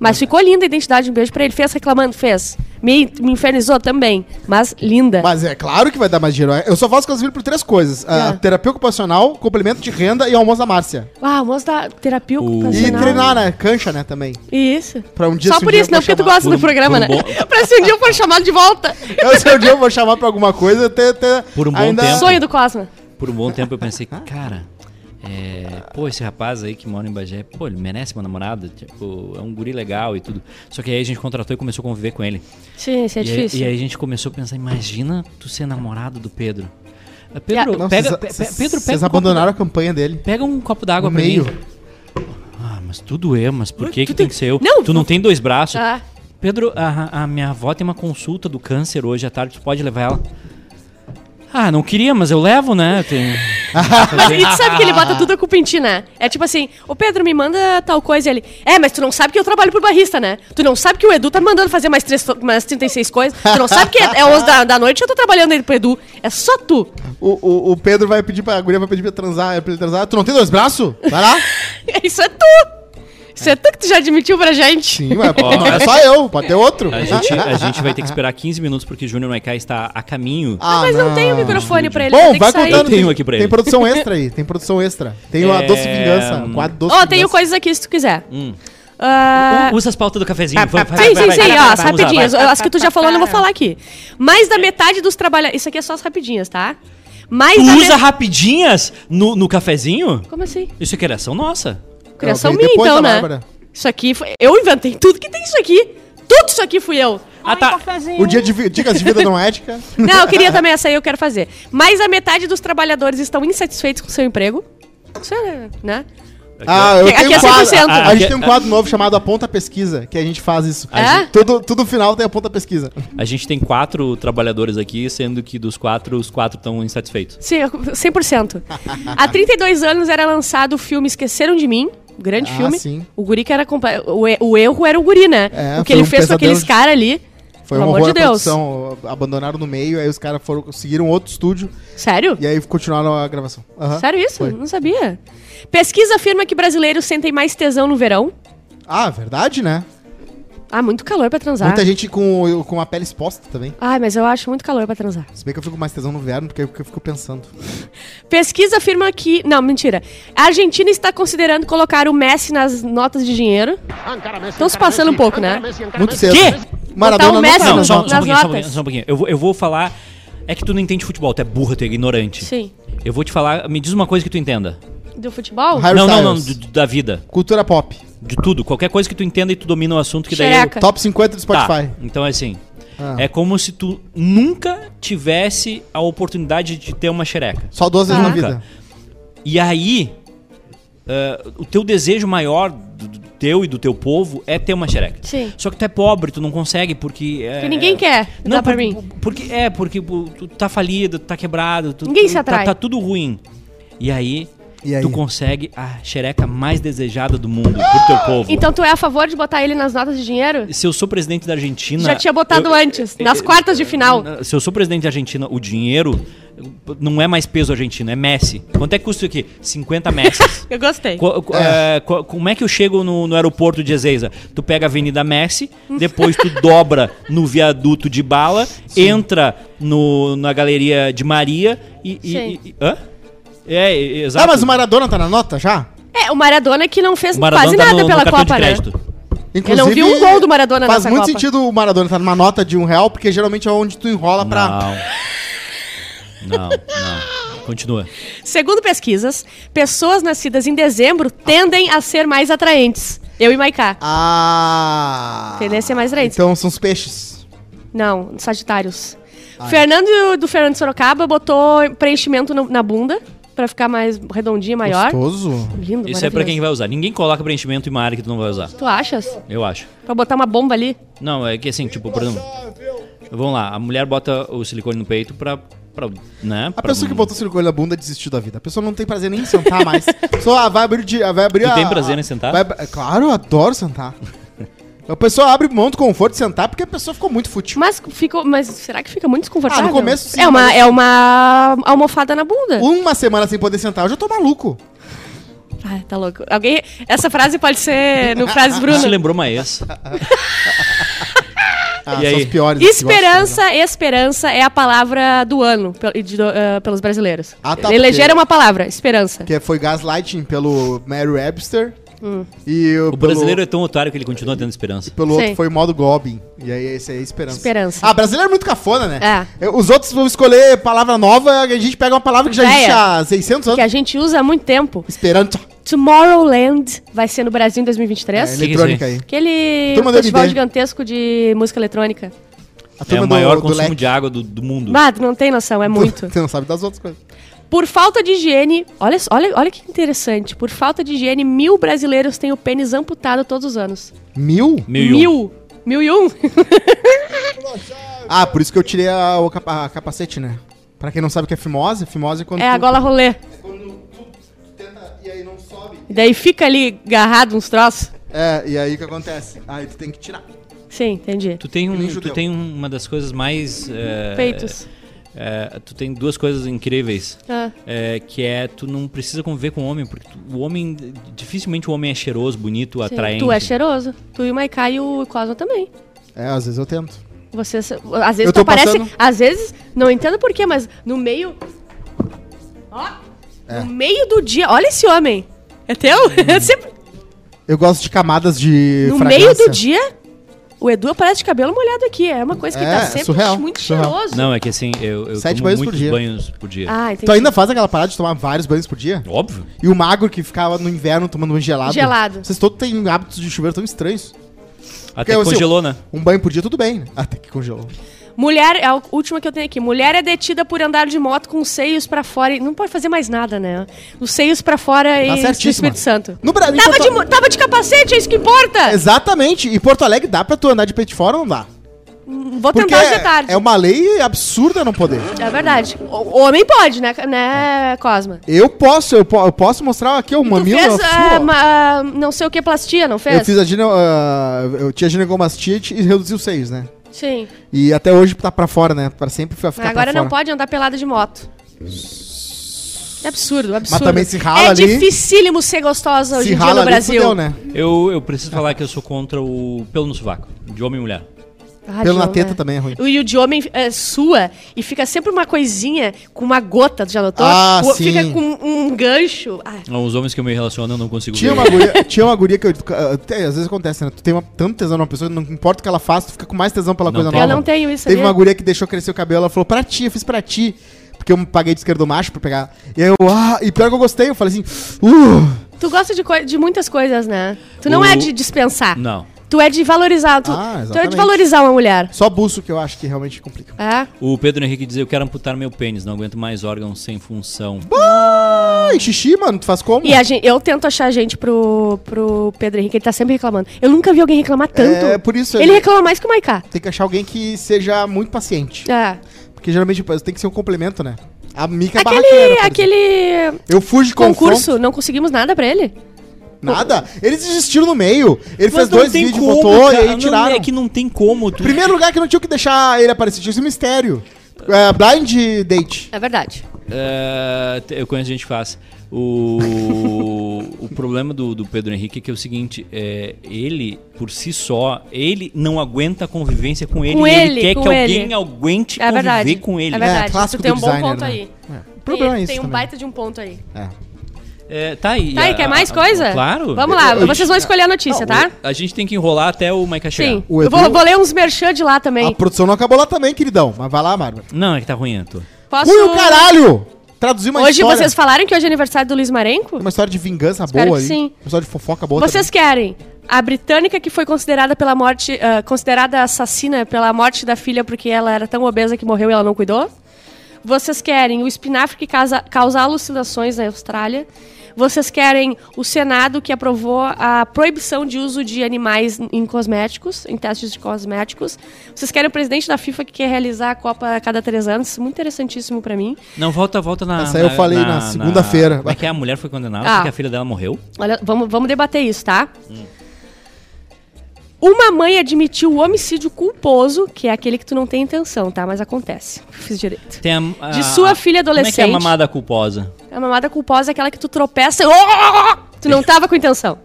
Mas ficou linda a identidade, um beijo pra ele. Fez reclamando, fez. me, me infernizou também, mas linda. Mas é claro que vai dar mais dinheiro. Eu só faço Casvilho por três coisas: a É. terapia ocupacional, complemento de renda e almoço da Márcia. Ah, o moço da terapia O- E ocupacional. treinar, né? Cancha, né, também. Isso. Pra um dia, Só se um por dia isso, eu não, for porque tu chamado gosta por do um- por programa, um né? bom- pra se um dia eu for chamado de volta. Eu, se um dia eu vou chamar pra alguma coisa, até, até Por um bom tempo. Sonho do Cosma. Por um bom tempo eu pensei, cara, é, pô, esse rapaz aí que mora em Bagé, pô, ele merece uma namorada, tipo, é um guri legal e tudo. Só que aí a gente contratou e começou a conviver com ele. Sim, isso é e, aí, difícil. e aí a gente começou a pensar, imagina tu ser namorado do Pedro. Ah, Pedro, Não, pega, vocês- pe- pe- vocês- Pedro, pega Vocês um copo abandonaram d'á- a campanha dele. Pega um copo d'água No pra mim. meio. Ah, mas tudo eu, mas por que, que tem que ser eu? Não, tu não tem dois braços. Tá. Pedro, a, a minha avó tem uma consulta do câncer hoje à tarde, tu pode levar ela? Ah, não queria, mas eu levo, né? Tem... Mas e tu sabe que ele bota tudo a culpa em ti, né? É tipo assim, ô Pedro, me manda tal coisa. E ele, é, mas tu não sabe que eu trabalho por barrista, né? Tu não sabe que o Edu tá me mandando fazer mais, três, mais 36 coisas. Tu não sabe que é, é 11 da, da noite e eu tô trabalhando aí pro Edu. É só tu. O, o, o Pedro vai pedir pra. A guria vai pedir pra transar, pra ele transar. Tu não tem dois braços? Vai lá? Isso é tu. Isso é tu que tu já admitiu pra gente. Sim, mas pô, não é só eu, pode ter outro. A gente, a gente vai ter que esperar 15 minutos porque Júnior Maiká está a caminho. Ah, Mas não, tem o microfone pra ele. Bom, tem vai que sair. contando. Eu tenho aqui pra ele. Tem produção extra aí, tem produção extra. Tem a É, Doce Vingança, hum. o quadro Doce Ó, Vingança. tenho coisas aqui se tu quiser. Ah, Usa as pautas do cafezinho. vai, Hum. vai, Sim, vai, sim, vai, sim, vai, ó, vai, as vamos lá, rapidinhas. vai. As que tu já falou, eu não vou falar aqui. Mais da metade dos trabalhadores. Isso aqui é só as rapidinhas, tá? Mais Tu da usa metade. rapidinhas no, no cafezinho? Como assim? Isso é criação nossa. Criação veio minha, depois então, da né? Bárbara. Isso aqui foi. Eu inventei tudo que tem isso aqui. Tudo isso aqui fui eu. Ah, tá. O dia de vi- dicas de vida não ética. Não, eu queria também essa aí, eu quero fazer. Mais da metade dos trabalhadores estão insatisfeitos com seu emprego. Isso é, né? Ah, eu Aqui tenho é um quadro. 100%. A, a gente Aqui- tem um quadro novo chamado Aponta Pesquisa, que a gente faz isso. É? Gente, Todo, todo final tem Aponta Pesquisa. A gente tem quatro trabalhadores aqui, sendo que dos quatro, os quatro estão insatisfeitos. Sim, eu- 100%. Há 32 anos era lançado o filme Esqueceram de Mim. um Grande Ah, filme. sim. O guri que era. compa- O, e- o erro era o guri, né? É, o que foi ele um fez com pesadelo aqueles de- caras ali. Foi um pelo horror amor de a Deus. produção, abandonaram no meio, aí os caras foram conseguiram outro estúdio Sério? e aí continuaram a gravação. Aham. Sério isso? Foi. Não sabia. Pesquisa afirma que brasileiros sentem mais tesão no verão. Ah, verdade, né? Ah, muito calor pra transar. Muita gente com, com a pele exposta também. Ai, mas eu acho muito calor pra transar. Se bem que eu fico mais tesão no verão, porque é o que eu fico pensando. Pesquisa afirma que. Não, mentira. A Argentina está considerando colocar o Messi nas notas de dinheiro. Estão se passando um pouco, né? Muito cedo. Quê? Botar Maradona o Messi tá no- nas só, notas. só um nas pouquinho, só um pouquinho, notas. só um pouquinho. Eu vou, eu vou falar. É que tu não entende futebol, tu é burro, tu é ignorante. Sim. Eu vou te falar, me diz uma coisa que tu entenda. Do futebol? Harry não, não, não, Styles. do- do- da vida. Cultura pop. De tudo. Qualquer coisa que tu entenda e tu domina o assunto, que daí eu, Xereca. Top 50 do Spotify. Tá, então é assim. Ah. É como se tu nunca tivesse a oportunidade de ter uma xereca. Só duas vezes Tá. na vida. E aí, ah, o teu desejo maior do, do teu e do teu povo é ter uma xereca. Sim. Só que tu é pobre, tu não consegue, porque... é- Porque ninguém quer Não, dar pra por- mim. Porque, é, porque pô, tu tá falido, tu tá quebrado. tu- Ninguém tu- se tá- atrai. Tá, tudo ruim. E aí, E aí? tu consegue a xereca mais desejada do mundo pro teu povo. Então tu é a favor de botar ele nas notas de dinheiro? Se eu sou presidente da Argentina... Já tinha botado eu- antes, nas eu- quartas de final. Na- Se eu sou presidente da Argentina, o dinheiro não é mais peso argentino, é Messi. Quanto é que custa isso aqui? 50 Messi. Eu gostei. como é que eu chego no, no aeroporto de Ezeiza? Tu pega a Avenida Messi, depois tu dobra no viaduto de bala, entra no, na galeria de Maria e. e- Sim. e- hã? É, e- e- exato. Ah, mas o Maradona tá na nota já? É, o Maradona que não fez O Maradona quase tá nada no- no pela cartão de Copa, né? crédito. Inclusive, Eu não vi um gol do Maradona Faz nessa muito Copa. sentido o Maradona estar numa nota de um real, porque geralmente é onde tu enrola pra. Não. Não, não. Continua. Segundo pesquisas, pessoas nascidas em dezembro tendem a ser mais atraentes. Eu e Maiká. Ah! Tendência é mais raiz. Então são os peixes. Não, Sagitários. Ah, é. Fernando do Fernando Sorocaba botou preenchimento no- na bunda pra ficar mais redondinha, maior. Gostoso. Lindo, Isso é pra quem maravilhoso. vai usar. Ninguém coloca preenchimento em uma área que tu não vai usar. Tu achas? Eu acho. Pra botar uma bomba ali? Não, é que assim, tipo, por exemplo. Vamos lá, a mulher bota o silicone no peito pra. pra né? A pessoa que botou silicone na bunda desistiu da vida. A pessoa não tem prazer nem em sentar mais. Só ah, vai abrir. De, ah, vai abrir Tu a- tem prazer a- em sentar? vai- é claro, eu adoro sentar. A pessoa abre mão do conforto de sentar porque a pessoa ficou muito fútil. Mas ficou. Mas será que fica muito desconfortável? Ah, no começo, sim, É uma, mas- Uh. é uma almofada na bunda. Uma semana sem poder sentar, eu já tô maluco. Ah, tá louco. Alguém. Ah, Essa frase pode ser no Frase Bruno. Isso Bruna. lembrou uma ex. Ah, E são aí? os piores. que gostam, né? Esperança, esperança é a palavra do ano pel- e de- do- ah, pelos brasileiros. Ah, tá, Elegeram porque- uma palavra, esperança. Que é, foi Gaslighting pelo Mary Webster. Hum. E uh, O brasileiro é tão otário que ele continua tendo esperança. Pelo outro Sim. foi o modo Goblin. E aí esse aí é Esperança. Esperança. Ah, brasileiro é muito cafona, né? É. Eu- Os outros vão escolher palavra nova, a gente pega uma palavra que já Véia. existe há 600 Que anos. a gente usa há muito tempo. Esperança. Tomorrowland vai ser no Brasil em É, 2023. ele- eletrônica aí. Aquele Turma do festival MD. gigantesco de música eletrônica. A É turma o do- maior do consumo leque. de água do, do mundo. Mas não tem noção, é muito. Você não sabe das outras coisas. Por falta de higiene, olha, olha, olha que interessante. Por falta de higiene, mil brasileiros têm o pênis amputado todos os anos. Mil? Mil e um. Mil. Mil e um. Ah, por isso que eu tirei a, o capa- a capacete, né? Pra quem não sabe o que é fimose, fimose é quando é tu- a gola rolê. Quando tu tenta e aí não sobe. E Daí fica ali agarrado uns troços. É, e aí o que acontece? Aí tu tem que tirar. Sim, entendi. Tu tem, nem um, tu judeu. tem uma das coisas mais. é, Peitos. é, tu tem duas coisas incríveis. Ah. É, que é tu não precisa conviver com o homem, porque tu- o homem. Dificilmente o homem é cheiroso, bonito, Sim. atraente. Tu é cheiroso. Tu e o Maiká e o Cosmo também. É, às vezes eu tento. Você, às Eu vezes tu tô aparece. passando. Às vezes, não entendo porquê, mas no meio. Ó! É. No meio do dia. Olha esse homem! É teu? Sempre- Eu gosto de camadas de no fragrância. meio do dia, o Edu aparece de cabelo molhado aqui. É uma coisa que É, tá é sempre surreal, muito surreal. cheiroso. Não, é que assim, eu, eu Sete tomo banhos por muitos dia. banhos por dia. Ah, entendi. Tu ainda faz aquela parada de tomar vários banhos por dia? Óbvio. E o magro que ficava no inverno tomando banho gelado. Gelado. Vocês todos têm hábitos de chuveiro tão estranhos. Até assim, congelou, né? Um banho por dia, tudo bem. né? Até que congelou. Mulher, é a última que eu tenho aqui. Mulher é detida por andar de moto com os seios pra fora. e Não pode fazer mais nada, né? Os seios pra fora Tá e no certíssima. Então, Espírito Santo. No Brasil, Tava, Porto- de, mo- tava de capacete, é isso que importa! Exatamente. E Porto Alegre dá pra tu andar de peito fora ou não dá? Vou Porque tentar hoje de tarde. é uma lei absurda não poder. É verdade. O homem pode, né, né Cosma? Eu posso, eu, po- eu posso mostrar aqui o mamilo. tu fez na ah, sua. ma- ah, não sei o que plastia, não fez? Eu fiz a gine... ah, eu tinha ginecomastite e reduzi os seios, né? Sim. E até hoje tá pra fora, né? Pra sempre ficar pra Agora não fora. pode andar pelada de moto. É absurdo, absurdo. também se rala é ali. dificílimo ser gostosa hoje Se em dia rala no ali, Brasil. fudeu, né? Eu, eu preciso falar que eu sou contra o pelo no sovaco, de homem e mulher. Ah, Pelo de na homem, teta também é ruim. E o de homem é, sua e fica sempre uma coisinha com uma gota, tu já notou? Ah, O- sim. Fica com um gancho. Ah, Os homens que eu me relaciono eu não consigo Tinha ver. uma, guria, tinha uma guria que eu. ah, tem- Às vezes acontece, né? Tu tem uma, tanto tesão numa pessoa, não importa o que ela faça, tu fica com mais tesão pela Não coisa tem. nova. eu não tenho isso Teve sabia? uma guria que deixou crescer o cabelo, ela falou, pra ti, eu fiz pra ti. Porque eu paguei de esquerdo macho pra pegar. E aí eu, ah, e pior que eu gostei, eu falei assim, uh, Tu gosta de, coi- de muitas coisas, né? Tu não O- é de dispensar. Não. Tu é de valorizar. Tu, Ah, tu é de exatamente. valorizar uma mulher. só buço que eu acho que realmente complica. É? O Pedro Henrique dizia, eu quero amputar meu pênis, não aguento mais órgãos sem função. Ai, xixi, mano, tu faz como? é E a gente, eu tento achar gente pro, pro Pedro Henrique, ele tá sempre reclamando. Eu nunca vi alguém reclamar tanto. É, por isso ele... ele- reclama mais que o Maiká. Tem que achar alguém que seja muito paciente. É. Porque geralmente tem que ser um complemento, né? A Mica é barraqueira, Aquele, por exemplo. aquele Eu fujo de concurso, concurso. não conseguimos nada pra ele. Nada. Eles desistiram no meio. Ele Mas fez não dois tem vídeos, como, botou cara, e aí tiraram. Não, é que não tem como. Tu... Primeiro lugar que não tinha que deixar ele aparecer, tinha esse mistério. É, blind date. É verdade. É, te- eu conheço gente que faz. O, o problema do, do Pedro Henrique é que é o seguinte, é, ele, por si só, ele não aguenta a convivência com ele. Com e ele, quer com que alguém ele. aguente É conviver verdade. com ele. É verdade. clássico tu tem do um bom designer, ponto né? aí. O problema tem, é isso tem um também. baita de um ponto aí. É. É, tá aí. Tá, e a- quer mais a- coisa? Claro. Vamos lá, Eu- vocês vão escolher a notícia, tá? A gente tem que enrolar até o Maica chegar. Sim. O Eu vou, Edu- vou ler uns merchan de lá também. A produção não acabou lá também, queridão. Mas vai lá, Bárbara. Não, é que tá ruim, Anto. Posso... Ui, o caralho! Traduzir uma um- Hoje história. vocês falaram que hoje é aniversário do Luiz Marenco? Uma história de vingança Espero boa que aí. sim. Uma história de fofoca boa Vocês querem a britânica que foi considerada pela morte, ah, considerada assassina pela morte da filha porque ela era tão obesa que morreu e ela não cuidou? Vocês querem o espinafre que causa, causa alucinações na Austrália? Vocês querem o Senado que aprovou a proibição de uso de animais em cosméticos, em testes de cosméticos? Vocês querem o presidente da FIFA que quer realizar a Copa a cada três anos? Muito interessantíssimo pra mim. Não, volta, volta na. Essa aí eu falei na segunda-feira. Como é que a mulher foi condenada Ah. porque a filha dela morreu? Olha, vamos, vamos debater isso, tá? Uma mãe admitiu o homicídio culposo, que é aquele que tu não tem intenção, tá? Mas acontece. Fiz direito. Tem a, De a- sua filha Como é que é a adolescente. mamada culposa? A mamada culposa é aquela que tu tropeça e... Tu não tava com intenção.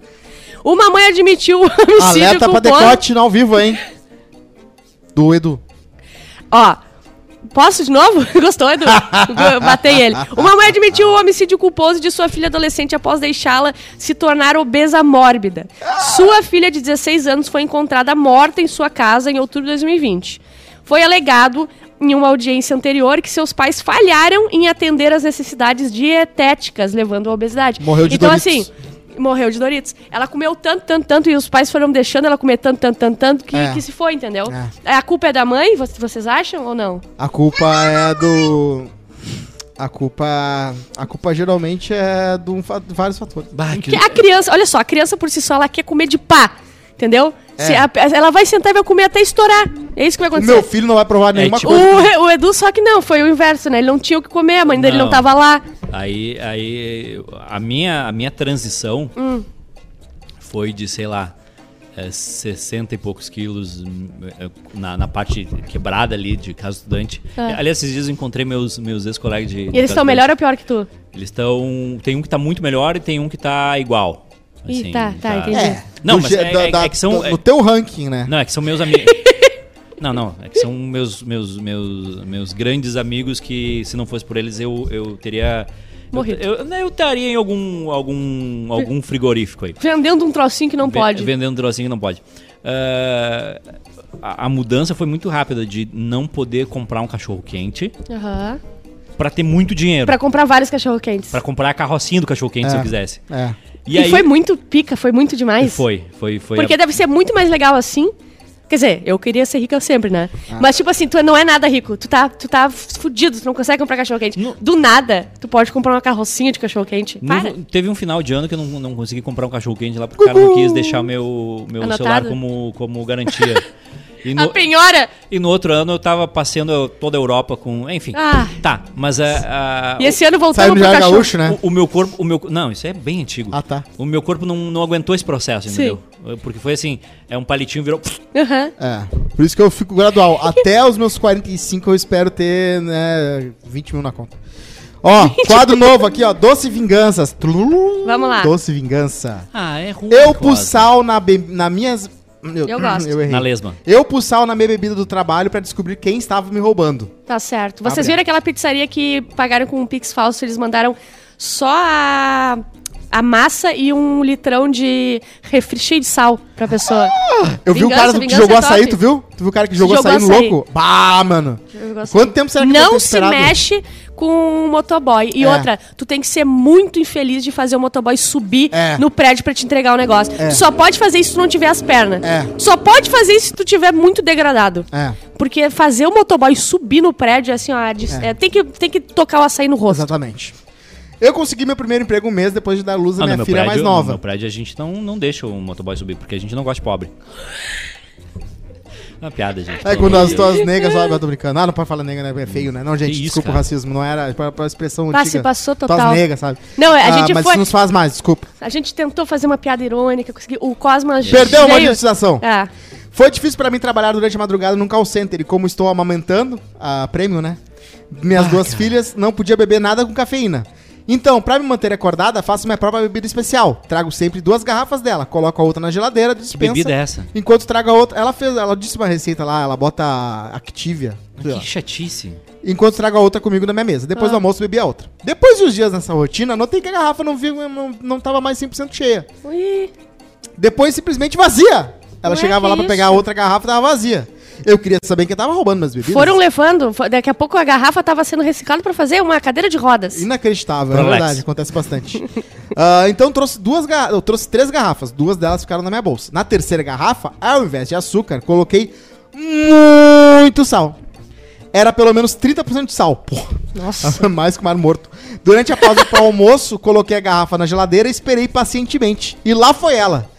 Uma mãe admitiu o homicídio Alerta pra culposo. decote no ao vivo, hein? Do Edu. Ó, posso de novo? Gostou, Edu? Eu Batei ele. Uma mãe admitiu o homicídio culposo de sua filha adolescente após deixá-la se tornar obesa mórbida. Sua filha de 16 anos foi encontrada morta em sua casa em outubro de 2020. Foi alegado em uma audiência anterior que seus pais falharam em atender às necessidades dietéticas, levando à obesidade. Morreu de Então, Doritos. assim, morreu de Doritos. Ela comeu tanto, tanto, tanto, e os pais foram deixando ela comer tanto, tanto, tanto, tanto, que, É. que se foi, entendeu? A culpa é da mãe, vo- vocês acham ou não? A culpa é do. A culpa. A culpa geralmente é de um fa- de vários fatores. Que a criança, olha só, a criança por si só, ela quer comer de pá, entendeu? Se a- ela vai sentar e vai comer até estourar. É isso que vai É. O acontecer. meu filho não vai provar nenhuma tipo- coisa. O, Re- o Edu, só que não, foi o inverso, né? Ele não tinha o que comer, a mãe dele não Não. tava lá. Aí, aí a, minha, a minha transição Hum. foi de, sei lá, é, 60 e poucos quilos hum, é, na, na parte quebrada ali de casa estudante. Aliás, esses dias eu encontrei meus, meus ex-colegas de. E Ah. eles estão melhor ou pior que tu? Eles estão. Tem um que tá muito melhor e tem um que tá igual. Assim, Ih, tá, tá, entendi. É, Não, do mas je- é- da- é- da- é que são- do- do teu ranking, né? Não, é que são meus amigos. não, não. É que são meus, meus, meus, meus grandes amigos que, se não fosse por eles, eu, eu teria. Morrido. Eu, eu, né, eu estaria em algum, algum, algum frigorífico aí. Vendendo um trocinho que não Ve- pode. Vendendo um trocinho que não pode. Ah, a, a mudança foi muito rápida de não poder comprar um cachorro quente Aham. pra ter muito dinheiro. Pra Pra, comprar vários cachorro-quentes. comprar a carrocinha do cachorro quente se É. eu quisesse. É. E, E, aí. foi muito pica, foi muito demais. Foi, foi, foi. Porque deve ser muito mais legal assim. Quer dizer, eu queria ser rica sempre, né? Mas, tipo assim, tu não é nada rico. Tu tá, tu tá fudido, tu não consegue comprar cachorro-quente. No- Do nada, tu pode comprar uma carrocinha de cachorro-quente. No- Para. teve um final de ano que eu não, não consegui comprar um cachorro quente lá porque o cara não quis deixar meu, meu Anotado. celular como, como garantia. E A no, penhora! e no outro ano eu tava passeando toda a Europa com. Enfim. Ah. Tá, mas a. a- E esse ano Saiu voltamos no pro Jair cachorro. Gaúcho, né? o, o meu corpo. O meu, não, isso é bem antigo. Ah, tá. O meu corpo não, não aguentou esse processo, Sim. entendeu? Porque foi assim: é um palitinho virou. Aham. É. Por isso que eu fico gradual. Até os meus 45 eu espero ter, né, 20 mil na conta. Ó, quadro novo aqui, ó. Doce Vinganças. Tlululul. Vamos lá. Doce Vingança. Ah, é ruim. Eu pus quase. sal na, be- na minhas... Eu, gosto. Eu errei. Na lesma. Eu pus sal na minha bebida do trabalho pra descobrir quem estava me roubando. Tá certo. Vocês Abre. viram aquela pizzaria que pagaram com um pix falso? Eles mandaram só a, a massa e um litrão de refri cheio de sal pra pessoa. Eu vi o Vingança, cara que vingança jogou é açaí, top. tu viu? Tu viu o cara que jogou, Jogou açaí no açaí. louco? Bah, mano. Eu gosto. Quanto tempo será que eu vou não ter se esperado? mexe com o motoboy. E É. outra, tu tem que ser muito infeliz de fazer o motoboy subir É. no prédio pra te entregar o negócio. É. Tu só pode fazer isso se tu não tiver as pernas. É. Tu Só pode fazer isso se tu tiver muito degradado. É, Porque fazer o motoboy subir no prédio é assim, ó, de- é, tem, que, tem que tocar o açaí no rosto. exatamente. Eu consegui meu primeiro emprego um mês depois de dar luz à Ah, no minha meu filha é mais prédio, No meu nova. prédio a gente não, não deixa o motoboy subir, porque a gente não gosta de pobre. É uma piada, gente. É pelo quando amor as de Deus. tuas negas lá, eu tô brincando. Ah, não pode falar nega, né? É feio, né? Não, gente, isso, desculpa cara? o racismo, não era pra, pra expressão Ah, antiga. se passou total. Tuas negas, sabe? Ah, Não, a gente mas foi- isso nos faz mais, desculpa. A gente tentou fazer uma piada irônica, consegui... o Cosma... Perdeu a veio- monetização. Ah, Foi difícil pra mim trabalhar durante a madrugada num call center e como estou amamentando, a prêmio, né? Minhas Ah, duas filhas, não podia beber nada com cafeína. Então, pra me manter acordada, faço minha própria bebida especial. Trago sempre duas garrafas dela, coloco a outra na geladeira, Que dispensa. bebida é essa? Enquanto trago a outra, ela fez, ela disse uma receita lá, ela bota Activia. sei lá. Que chatice. Enquanto trago a outra comigo na minha mesa. Depois do Ah. almoço, bebi a outra. Depois de uns dias nessa rotina, notei que a garrafa não, vi, não, não tava mais 100% cheia. ui, Depois simplesmente vazia. Ela Ué, chegava que lá pra isso? pegar a outra garrafa e tava vazia. Eu queria saber quem tava roubando minhas bebidas. foram levando, fo- daqui a pouco a garrafa tava sendo reciclada pra fazer uma cadeira de rodas. Inacreditável, é Prolex. verdade, acontece bastante. Ah, então trouxe duas garra- eu trouxe três garrafas, duas delas ficaram na minha bolsa. Na terceira garrafa, ao invés de açúcar, coloquei muito sal. Era pelo menos 30% de sal. Porra. Nossa. Mais que mar morto. Durante a pausa para almoço, coloquei a garrafa na geladeira e esperei pacientemente. E lá foi ela.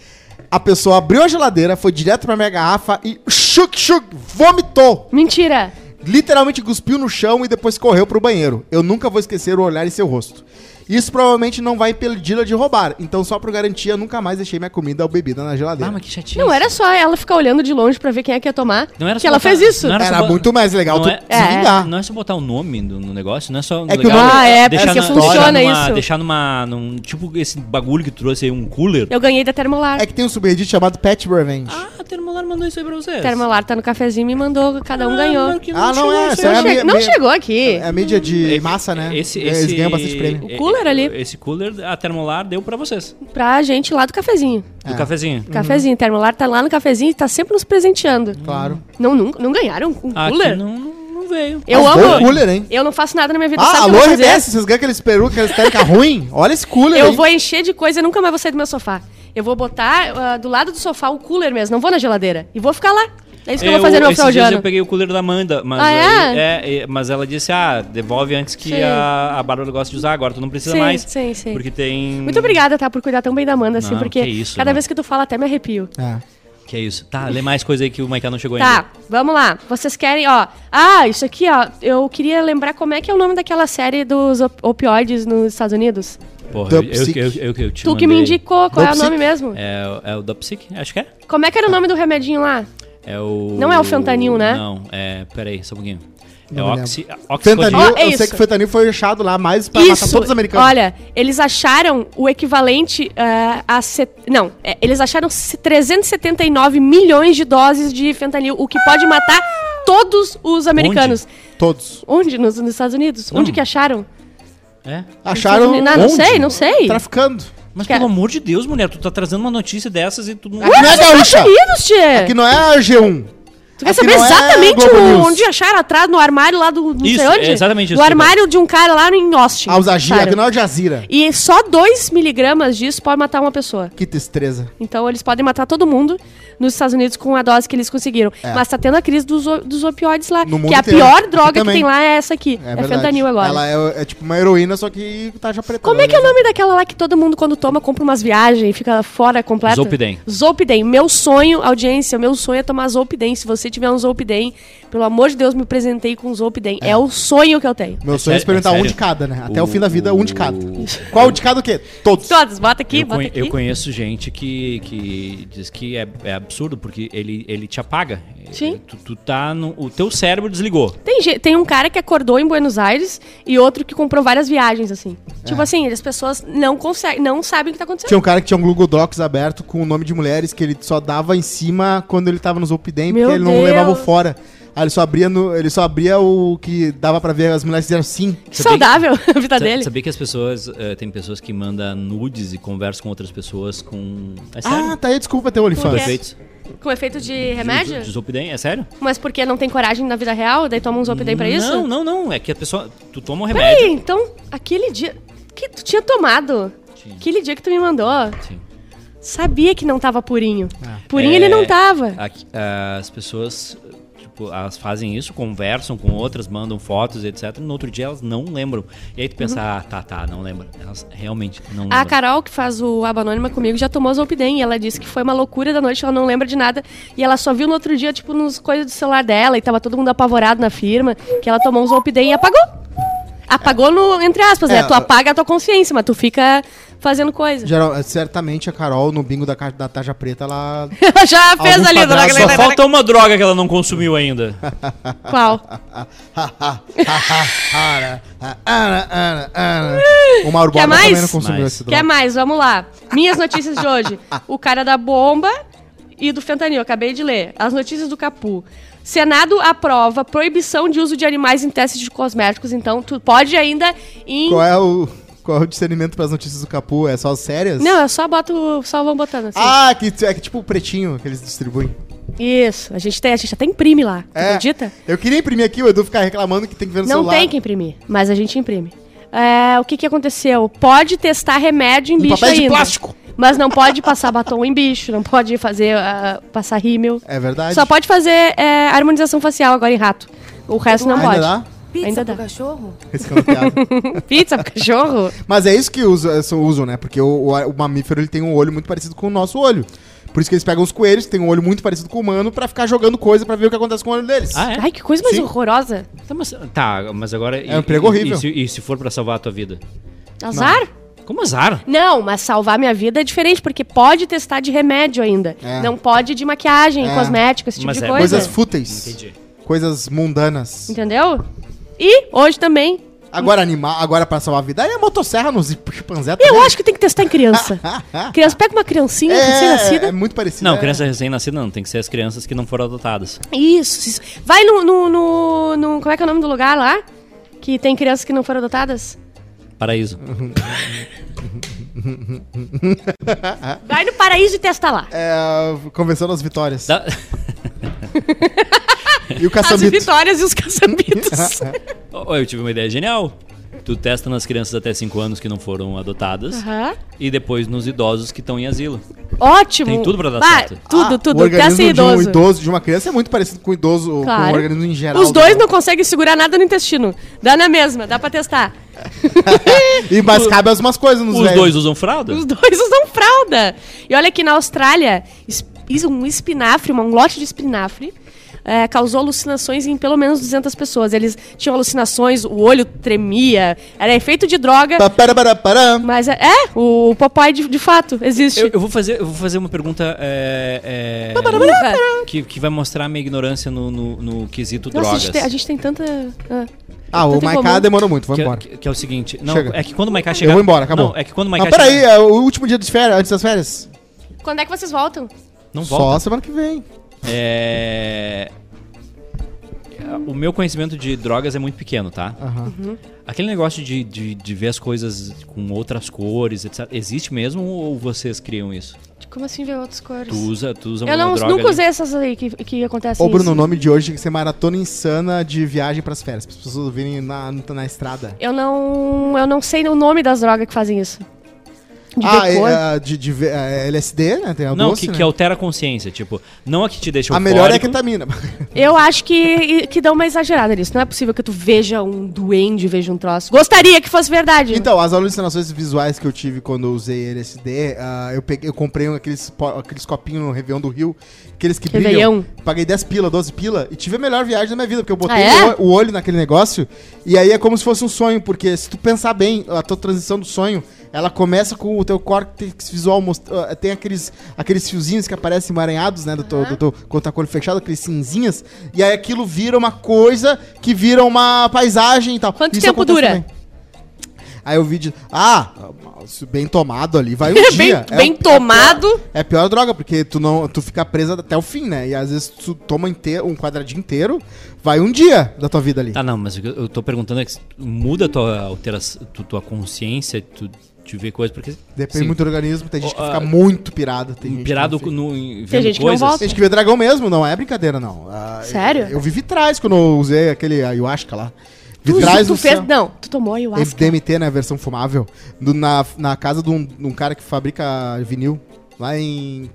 A pessoa abriu a geladeira, foi direto pra minha garrafa e chuk chuk vomitou. Mentira. Literalmente cuspiu no chão e depois correu pro banheiro. Eu nunca vou esquecer o olhar em seu rosto. Isso provavelmente não vai impedi-la de roubar. Então, só por garantia, nunca mais deixei minha comida ou bebida na geladeira. Ah, mas que chatice. Não era só ela ficar olhando de longe pra ver quem é que ia tomar. Não era que só ela botar- fez isso. não era- Era muito mais legal Não tu é- se vingar. Não é só botar o nome do- no negócio, não é só. É que o legal, nome- Ah, é, deixar porque na- deixar funciona numa- isso. Deixar numa. num- tipo esse bagulho que tu trouxe aí, um cooler. Eu ganhei da Termolar. É que tem um subreddit chamado Pet Revenge. Ah, termolar mandou isso aí pra vocês. Termolar tá no cafezinho me mandou, cada um Ah, ganhou. claro que Ah, não chegou é, isso aí. essa Não, é a che- minha- não minha- chegou aqui. É a mídia de massa, né? Hum. Esse, Eles esse- é, ganham bastante prêmio. O cooler ali. Esse cooler, a Termolar deu pra vocês. Pra gente lá do cafezinho. É. Do cafezinho. Cafezinho, Termolar tá lá no cafezinho e tá sempre nos presenteando. Claro. Não, não, não ganharam um Aqui cooler? não, não não veio. Eu Ah, amo. bom cooler, hein? Eu não faço nada na minha vida. Ah, Sabe o que alô, eu vou fazer? RBS, vocês ganham aqueles peru, aqueles técnicas ruim? Olha esse cooler Eu aí. vou encher de coisa e nunca mais vou sair do meu sofá. Eu vou botar ah, do lado do sofá o cooler mesmo, não vou na geladeira. E vou ficar lá. É isso que eu, vou fazer no meu esses final de dias ano. eu peguei o cooler da Amanda, mas, Ah, é? aí- é, é, mas ela disse, ah, devolve antes que Sim. a, a Bárbara gosta de usar, agora tu não precisa Sim, mais. sim, sim. Porque tem... Muito obrigada, tá, por cuidar tão bem da Amanda, assim, Não, porque que isso, cada não. vez que tu fala até me arrepio. É. Que é isso. Tá, lê mais coisa aí que o Maiká não chegou ainda. Tá, vamos lá. Vocês querem, ó. Ah, isso aqui, ó. Eu queria lembrar como é que é o nome daquela série dos op- opioides nos Estados Unidos. Porra, eu, eu, Dopsic. eu, eu, eu te tu que me mandei. indicou, qual é o Dopsic. nome mesmo? É, o- é o Dopsic, acho que é. Como é que era o nome do remedinho lá? É o... Não é o fentanil, né? Não, é... Peraí, só um pouquinho. É Não me oxi... Oxicodil. Fentanil, Ó, é eu sei isso. que fentanil foi achado lá mais pra matar todos os americanos. Olha, eles acharam o equivalente ah, a. set- Não, é, eles acharam se- 379 milhões de doses de fentanil, o que pode matar todos os americanos. Todos. Onde? Nos, nos Estados Unidos? Não. Onde que acharam? É. Acharam Não, não onde? sei, não sei. Traficando. Mas Cara- pelo amor de Deus, mulher, tu tá trazendo uma notícia dessas e tu não... Aqui não é gaúcha. Unidos, tchê! Aqui não é a G1. Tu quer aqui saber não é exatamente Globo o- News. onde é? acharam atrás no armário lá do. Não Isso, sei é onde? exatamente isso No que eu armário de um cara lá em Austin. A Alzagi, acharam. aqui não é a Jazira. E só 2 miligramas disso pode matar uma pessoa. Que tristeza. Então eles podem matar todo mundo nos Estados Unidos com a dose que eles conseguiram. Mas tá tendo a crise dos, o- dos opioides lá. É. No mundo que é a inteiro. pior Aqui droga que também. tem lá é essa aqui. É, verdade. fentanil agora. Ela é, é tipo uma heroína, só que tá já preta. Como é que é o nome daquela lá que todo mundo, quando toma, compra umas viagens e fica fora completo? Zolpidem. Zolpidem. Meu sonho, audiência, meu sonho é tomar Zolpidem. Se você tiver um Zolpidem, pelo amor de Deus, me presentei com Zolpidem. É. o sonho que eu tenho. Meu sonho é Sério, experimentar sério. um de cada, né? Até o fim da vida, um de cada. Qual de cada o quê? Todos. Todos, bota aqui, eu, bota conhe- aqui. eu conheço gente que, que diz que é, é absurdo, porque ele, ele te apaga. Sim. Tu, tu tá no, o teu cérebro desligou. Tem, ge- tem um cara que acordou em Buenos Aires e outro que comprou várias viagens, assim. É. Tipo assim, as pessoas não conseguem, não sabem o que tá acontecendo. Tinha um cara que tinha um Google Docs aberto com o nome de mulheres que ele só dava em cima quando ele tava nos Opidem, porque Meu ele não Deus. levava o fora. Aí ele só abria no, ele só abria o que dava pra ver as mulheres que fizeram sim. que sabia que- saudável a vida Sa- dele. Sabia que as pessoas. eh, tem pessoas que mandam nudes e conversam com outras pessoas com. É Ah, sério? tá aí, desculpa ter OnlyFans. Por quê? Perfeito. Com efeito de é? remédio? De, de Zolpidem, é sério? Mas porque não tem coragem na vida real, daí toma um Zolpidem pra isso? Não, não, não. É que a pessoa. Tu toma um Peraí, remédio. então, aquele dia que tu tinha tomado, Tinha. aquele dia que tu me mandou, Sim. sabia que não tava purinho. Purinho É, ele não tava. aqui- eh, as pessoas. Tipo, elas fazem isso, conversam com outras, mandam fotos, etc. No outro dia elas não lembram. E aí tu pensa, Uhum. ah, tá, tá, não lembra. Elas realmente não lembram. A Carol, que faz o Aba Anônima comigo, já tomou Zolpidem e ela disse que foi uma loucura da noite, ela não lembra de nada. E ela só viu no outro dia, tipo, nos coisas do celular dela e tava todo mundo apavorado na firma, que ela tomou um Zolpidem e apagou. Apagou no, entre aspas, É, né? Tu apaga a tua consciência, mas tu fica fazendo coisa. Geral, é, certamente a Carol no bingo da, ca- da Taja Preta, ela. Ela já fez Alguns ali, dona padrastos Só Galera, tá falta uma droga que ela não consumiu ainda. Qual? Uma Quer urbana mais? também não consumiu Mais. esse Quer droga. mais? Vamos lá. Minhas notícias de hoje. O cara da bomba e do fentanil. Acabei de ler. As notícias do Capu. Senado aprova proibição de uso de animais em testes de cosméticos. Então, tu pode ainda em... Qual é o. Qual é o discernimento pras notícias do Capu? É só as sérias? Não, eu só boto... Só vão botando, assim. Ah, que, é que tipo o pretinho que eles distribuem. Isso. A gente, tem, a gente até imprime lá. Tu É. acredita? Eu queria imprimir aqui, o Edu ficar reclamando que tem que ver no Não celular. tem que imprimir, mas a gente imprime. É, o que, que aconteceu? Pode testar remédio em, bicho papéis Um de ainda. plástico. Mas não pode passar batom em bicho, não pode fazer ah, passar rímel. É verdade. Só pode fazer é, harmonização facial agora em rato. O resto não Ainda pode. dá? Ainda dá. cachorro? Esse que é uma piada. Pizza pro cachorro? Mas é isso que usa- são- usam, né? Porque o, o- o mamífero ele tem um olho muito parecido com o nosso olho. Por isso que eles pegam os coelhos, que tem um olho muito parecido com o humano, pra ficar jogando coisa pra ver o que acontece com o olho deles. Ah, é? Ai, que coisa mais Sim. horrorosa. Tá, mas, tá, mas agora. É um emprego horrível. E, se- e se for pra salvar a tua vida? Azar? Como azar? Não, mas salvar minha vida é diferente, porque pode testar de remédio ainda. É. Não pode de maquiagem, É. cosmético, esse tipo Mas de é coisa. Coisas fúteis. Entendi. Então, Coisas mundanas. Entendeu? E hoje também Agora animar, agora pra salvar a vida. Aí é motosserra nos chimpanzé Eu acho que tem que testar em criança. criança pega uma criancinha é, é recém-nascida. muito parecido. Não, é. criança recém-nascida não, tem que ser as crianças que não foram adotadas. Isso, isso. Vai no, no, no- no- Como é que é o nome do lugar lá? Que tem crianças que não foram adotadas? Paraíso. Uhum. Vai no paraíso e testa lá. É, convenção das vitórias. Dá- E o As caçambito. vitórias e os caçambitos. Ó, Eu tive uma ideia genial. Tu testa nas crianças até 5 anos que não foram adotadas Aham. e depois nos idosos que estão em asilo. Ótimo. Tem tudo pra dar Vai, certo. Tudo, Ah, O tudo. Até organismo ser de um idoso. idoso, de uma criança, é muito parecido com o idoso, com Claro. o organismo em geral. Os dois né? não conseguem segurar nada no intestino. Dá na mesma, dá pra testar. E mas cabe algumas coisas nos Os velhos. dois usam fralda? Os dois usam fralda. E olha aqui na Austrália, es- um espinafre, uma- um lote de espinafre, eh, causou alucinações em pelo menos 200 pessoas. Eles tinham alucinações, o olho tremia, era efeito de droga. Pa- para- para- para. Mas é, é, o Popeye de, de fato existe. Eu, eu vou fazer, eu vou fazer uma pergunta é, é, Burra. que, que vai mostrar a minha ignorância no, no- no quesito Nossa, a drogas. gente, tem, a gente tem tanta. ah. Ah, o Tanto em Maiká comum. demorou muito, vamos Que, é- embora. que- que é o seguinte. Não, Chega. é que quando o Maiká chegar. Eu vou embora, acabou. Não, é que quando o Mas Maiká chegar. peraí, é o último dia de férias, antes das férias? Quando é que vocês voltam? Não volta. Só semana que vem. É... O meu conhecimento de drogas é muito pequeno, tá? Uhum. Aquele negócio de, de, de ver as coisas com outras cores, etc. Existe mesmo ou vocês criam isso? Como assim ver outras cores? Tu usa, tu usa Eu uma não, droga nunca ali? usei essas aí que, que acontecem. Ô, Bruno, o isso. nome de hoje tem que ser Maratona Insana de Viagem pras Férias, para as pessoas virem na, na estrada. Eu não. Eu não sei o nome das drogas que fazem isso. De ah, ver é, cor. é, de, de ver- é, LSD, né? Tem a Não, doce, que, né? que é altera a consciência. Tipo, não a que te deixa A eufórico. melhor é a ketamina. Eu acho que, que dá uma exagerada nisso. Não é possível que tu veja um duende, veja um troço. Gostaria que fosse verdade. Então, as alucinações visuais que eu tive quando eu usei LSD, ah, eu, peguei, eu comprei um- aqueles, po- aqueles copinhos no Réveillon do Rio, aqueles que Réveillon. brilham. Paguei 10 pila, 12 pila, e tive a melhor viagem da minha vida, porque eu botei Ah, é? o, o olho naquele negócio, e aí é como se fosse um sonho, porque se tu pensar bem, a tua transição do sonho, ela começa com o teu córtex visual, most- ah, tem aqueles, aqueles fiozinhos que aparecem emaranhados, né, do teu, do teu conta-olho fechado, aqueles cinzinhas, e aí aquilo vira uma coisa que vira uma paisagem e tal. Quanto Isso tempo acontece dura? Aí o vídeo. Ah, se bem tomado ali, vai um dia. Bem- bem o- É tomado. a, pior, é a pior droga, porque tu, não, tu fica presa até o fim, né? E às vezes tu toma inteiro, um quadradinho inteiro, vai um dia da tua vida ali. Tá, não, mas o que eu tô perguntando é que muda a tua alteração, tua consciência, tu te vê coisa, porque. Depende sim, muito do organismo, tem gente que Ó, fica ah, muito pirada. Tem gente que Pirado não fica. no, em- vendo gente que não coisas. volta. Tem gente que vê dragão mesmo, não é brincadeira, não. Ah, Sério? Eu, eu vi vitrais quando eu usei aquele ayahuasca lá. tu, Vitrais tu no fez. céu. Não, tu tomou ayahuasca. MDMT, né? Versão fumável. Do- na, na casa de um, de um cara que fabrica vinil. Lá em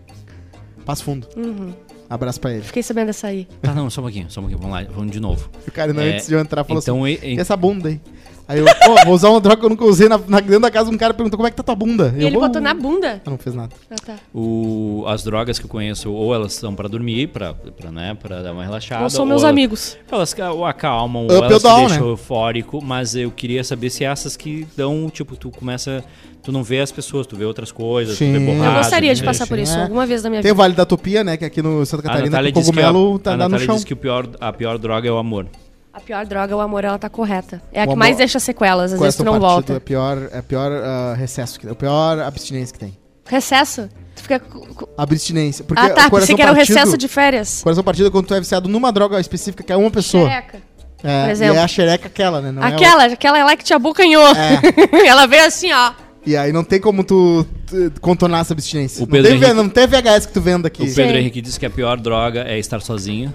Passo Fundo. Uhum. Abraço pra ele. Fiquei sabendo dessa aí. Tá, não, só um pouquinho, só um pouquinho, vamos lá, vamos de novo. O cara, não, É, antes de eu entrar, falou então, assim, e- e- "E essa bunda aí? Aí eu, pô, vou usar uma droga que eu nunca usei na, na- dentro da casa. Um cara perguntou, como é que tá tua bunda? E ele botou na bunda. Ah, não fez nada. Ah, tá. O- as drogas que eu conheço, ou elas são pra dormir, pra, pra, né, pra dar uma relaxada. Não são meus elas- amigos. Elas ca- ou acalmam, ou Up elas ou down, te deixam né? eufórico, mas eu queria saber se é essas que dão, tipo, tu começa. Tu não vê as pessoas, tu vê outras coisas, Sim. tu vê Eu borrado. Eu gostaria de né? passar por isso É. alguma vez na minha Tem o vida. Vale da Topia, né? Que aqui no Santa A Catarina, Natália que o diz que, é a, cogumelo tá, a dá no Natália chão. diz que o pior, a pior droga é o amor. A pior droga, o amor, ela tá correta. É a O que amor- mais deixa sequelas, às vezes tu Coração não partido É volta. pior, é pior ah, recesso, que, é o pior abstinência que tem. Recesso? Tu fica. cu- cu- Abstinência. Porque Ah, tá. o coração Pensei que era o partido- recesso de férias. Coração partido é quando tu é viciado numa droga específica que é uma pessoa. Xereca. É, Por exemplo. E é a É. xereca aquela, né? Não é aquela, aquela lá que te abocanhou. ela veio assim, ó. o- E aí não tem como tu, tu contornar essa abstinência. O não, Pedro tem, V- Henrique- não tem VHS que tu venda aqui. O Pedro Sim. Henrique disse que a pior droga é estar sozinho.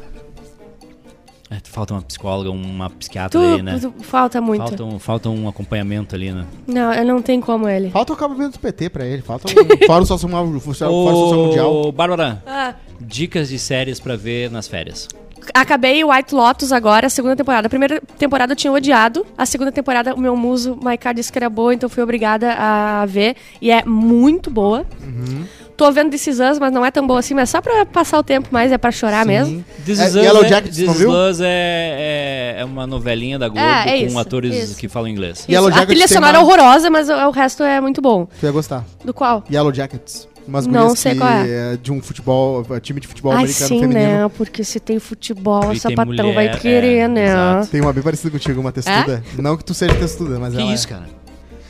É, tu falta uma psicóloga, uma psiquiatra Tu, aí, né? tu- falta muito. Falta um, falta um acompanhamento ali, né? Não, eu não tenho como ele. Falta o acabamento do PT pra ele. Falta um fórum social, Tá, fora o social mundial. Ô, Bárbara, Ah, dicas de séries pra ver nas férias. Acabei White Lotus agora, a segunda temporada. A primeira temporada eu tinha odiado. A segunda temporada, o meu muso, Maiká, disse que era boa, então fui obrigada a ver. E é muito boa. Uhum. Tô vendo This Is Us, mas não é tão boa assim, mas só pra passar o tempo mais, é pra chorar mesmo. This É, Is Us Yellow é- Jackets, This não Is viu? Us é, é, é uma novelinha da Globo É, é com isso, atores isso. que falam inglês. Yellow Isso, a Jackets trilha tem sonora é mais. horrorosa, mas o, o resto é muito bom. Tu ia gostar. Do qual? Yellow Jackets. Umas Não gurias sei que qual é. de um futebol, time de futebol Ai, americano sim, feminino. né? Porque se tem futebol, E a tem sapatão mulher, vai querer, é, né? exato. Tem uma bem parecida contigo, uma testuda. É? Não que tu seja testuda, mas Que ela isso, é. cara?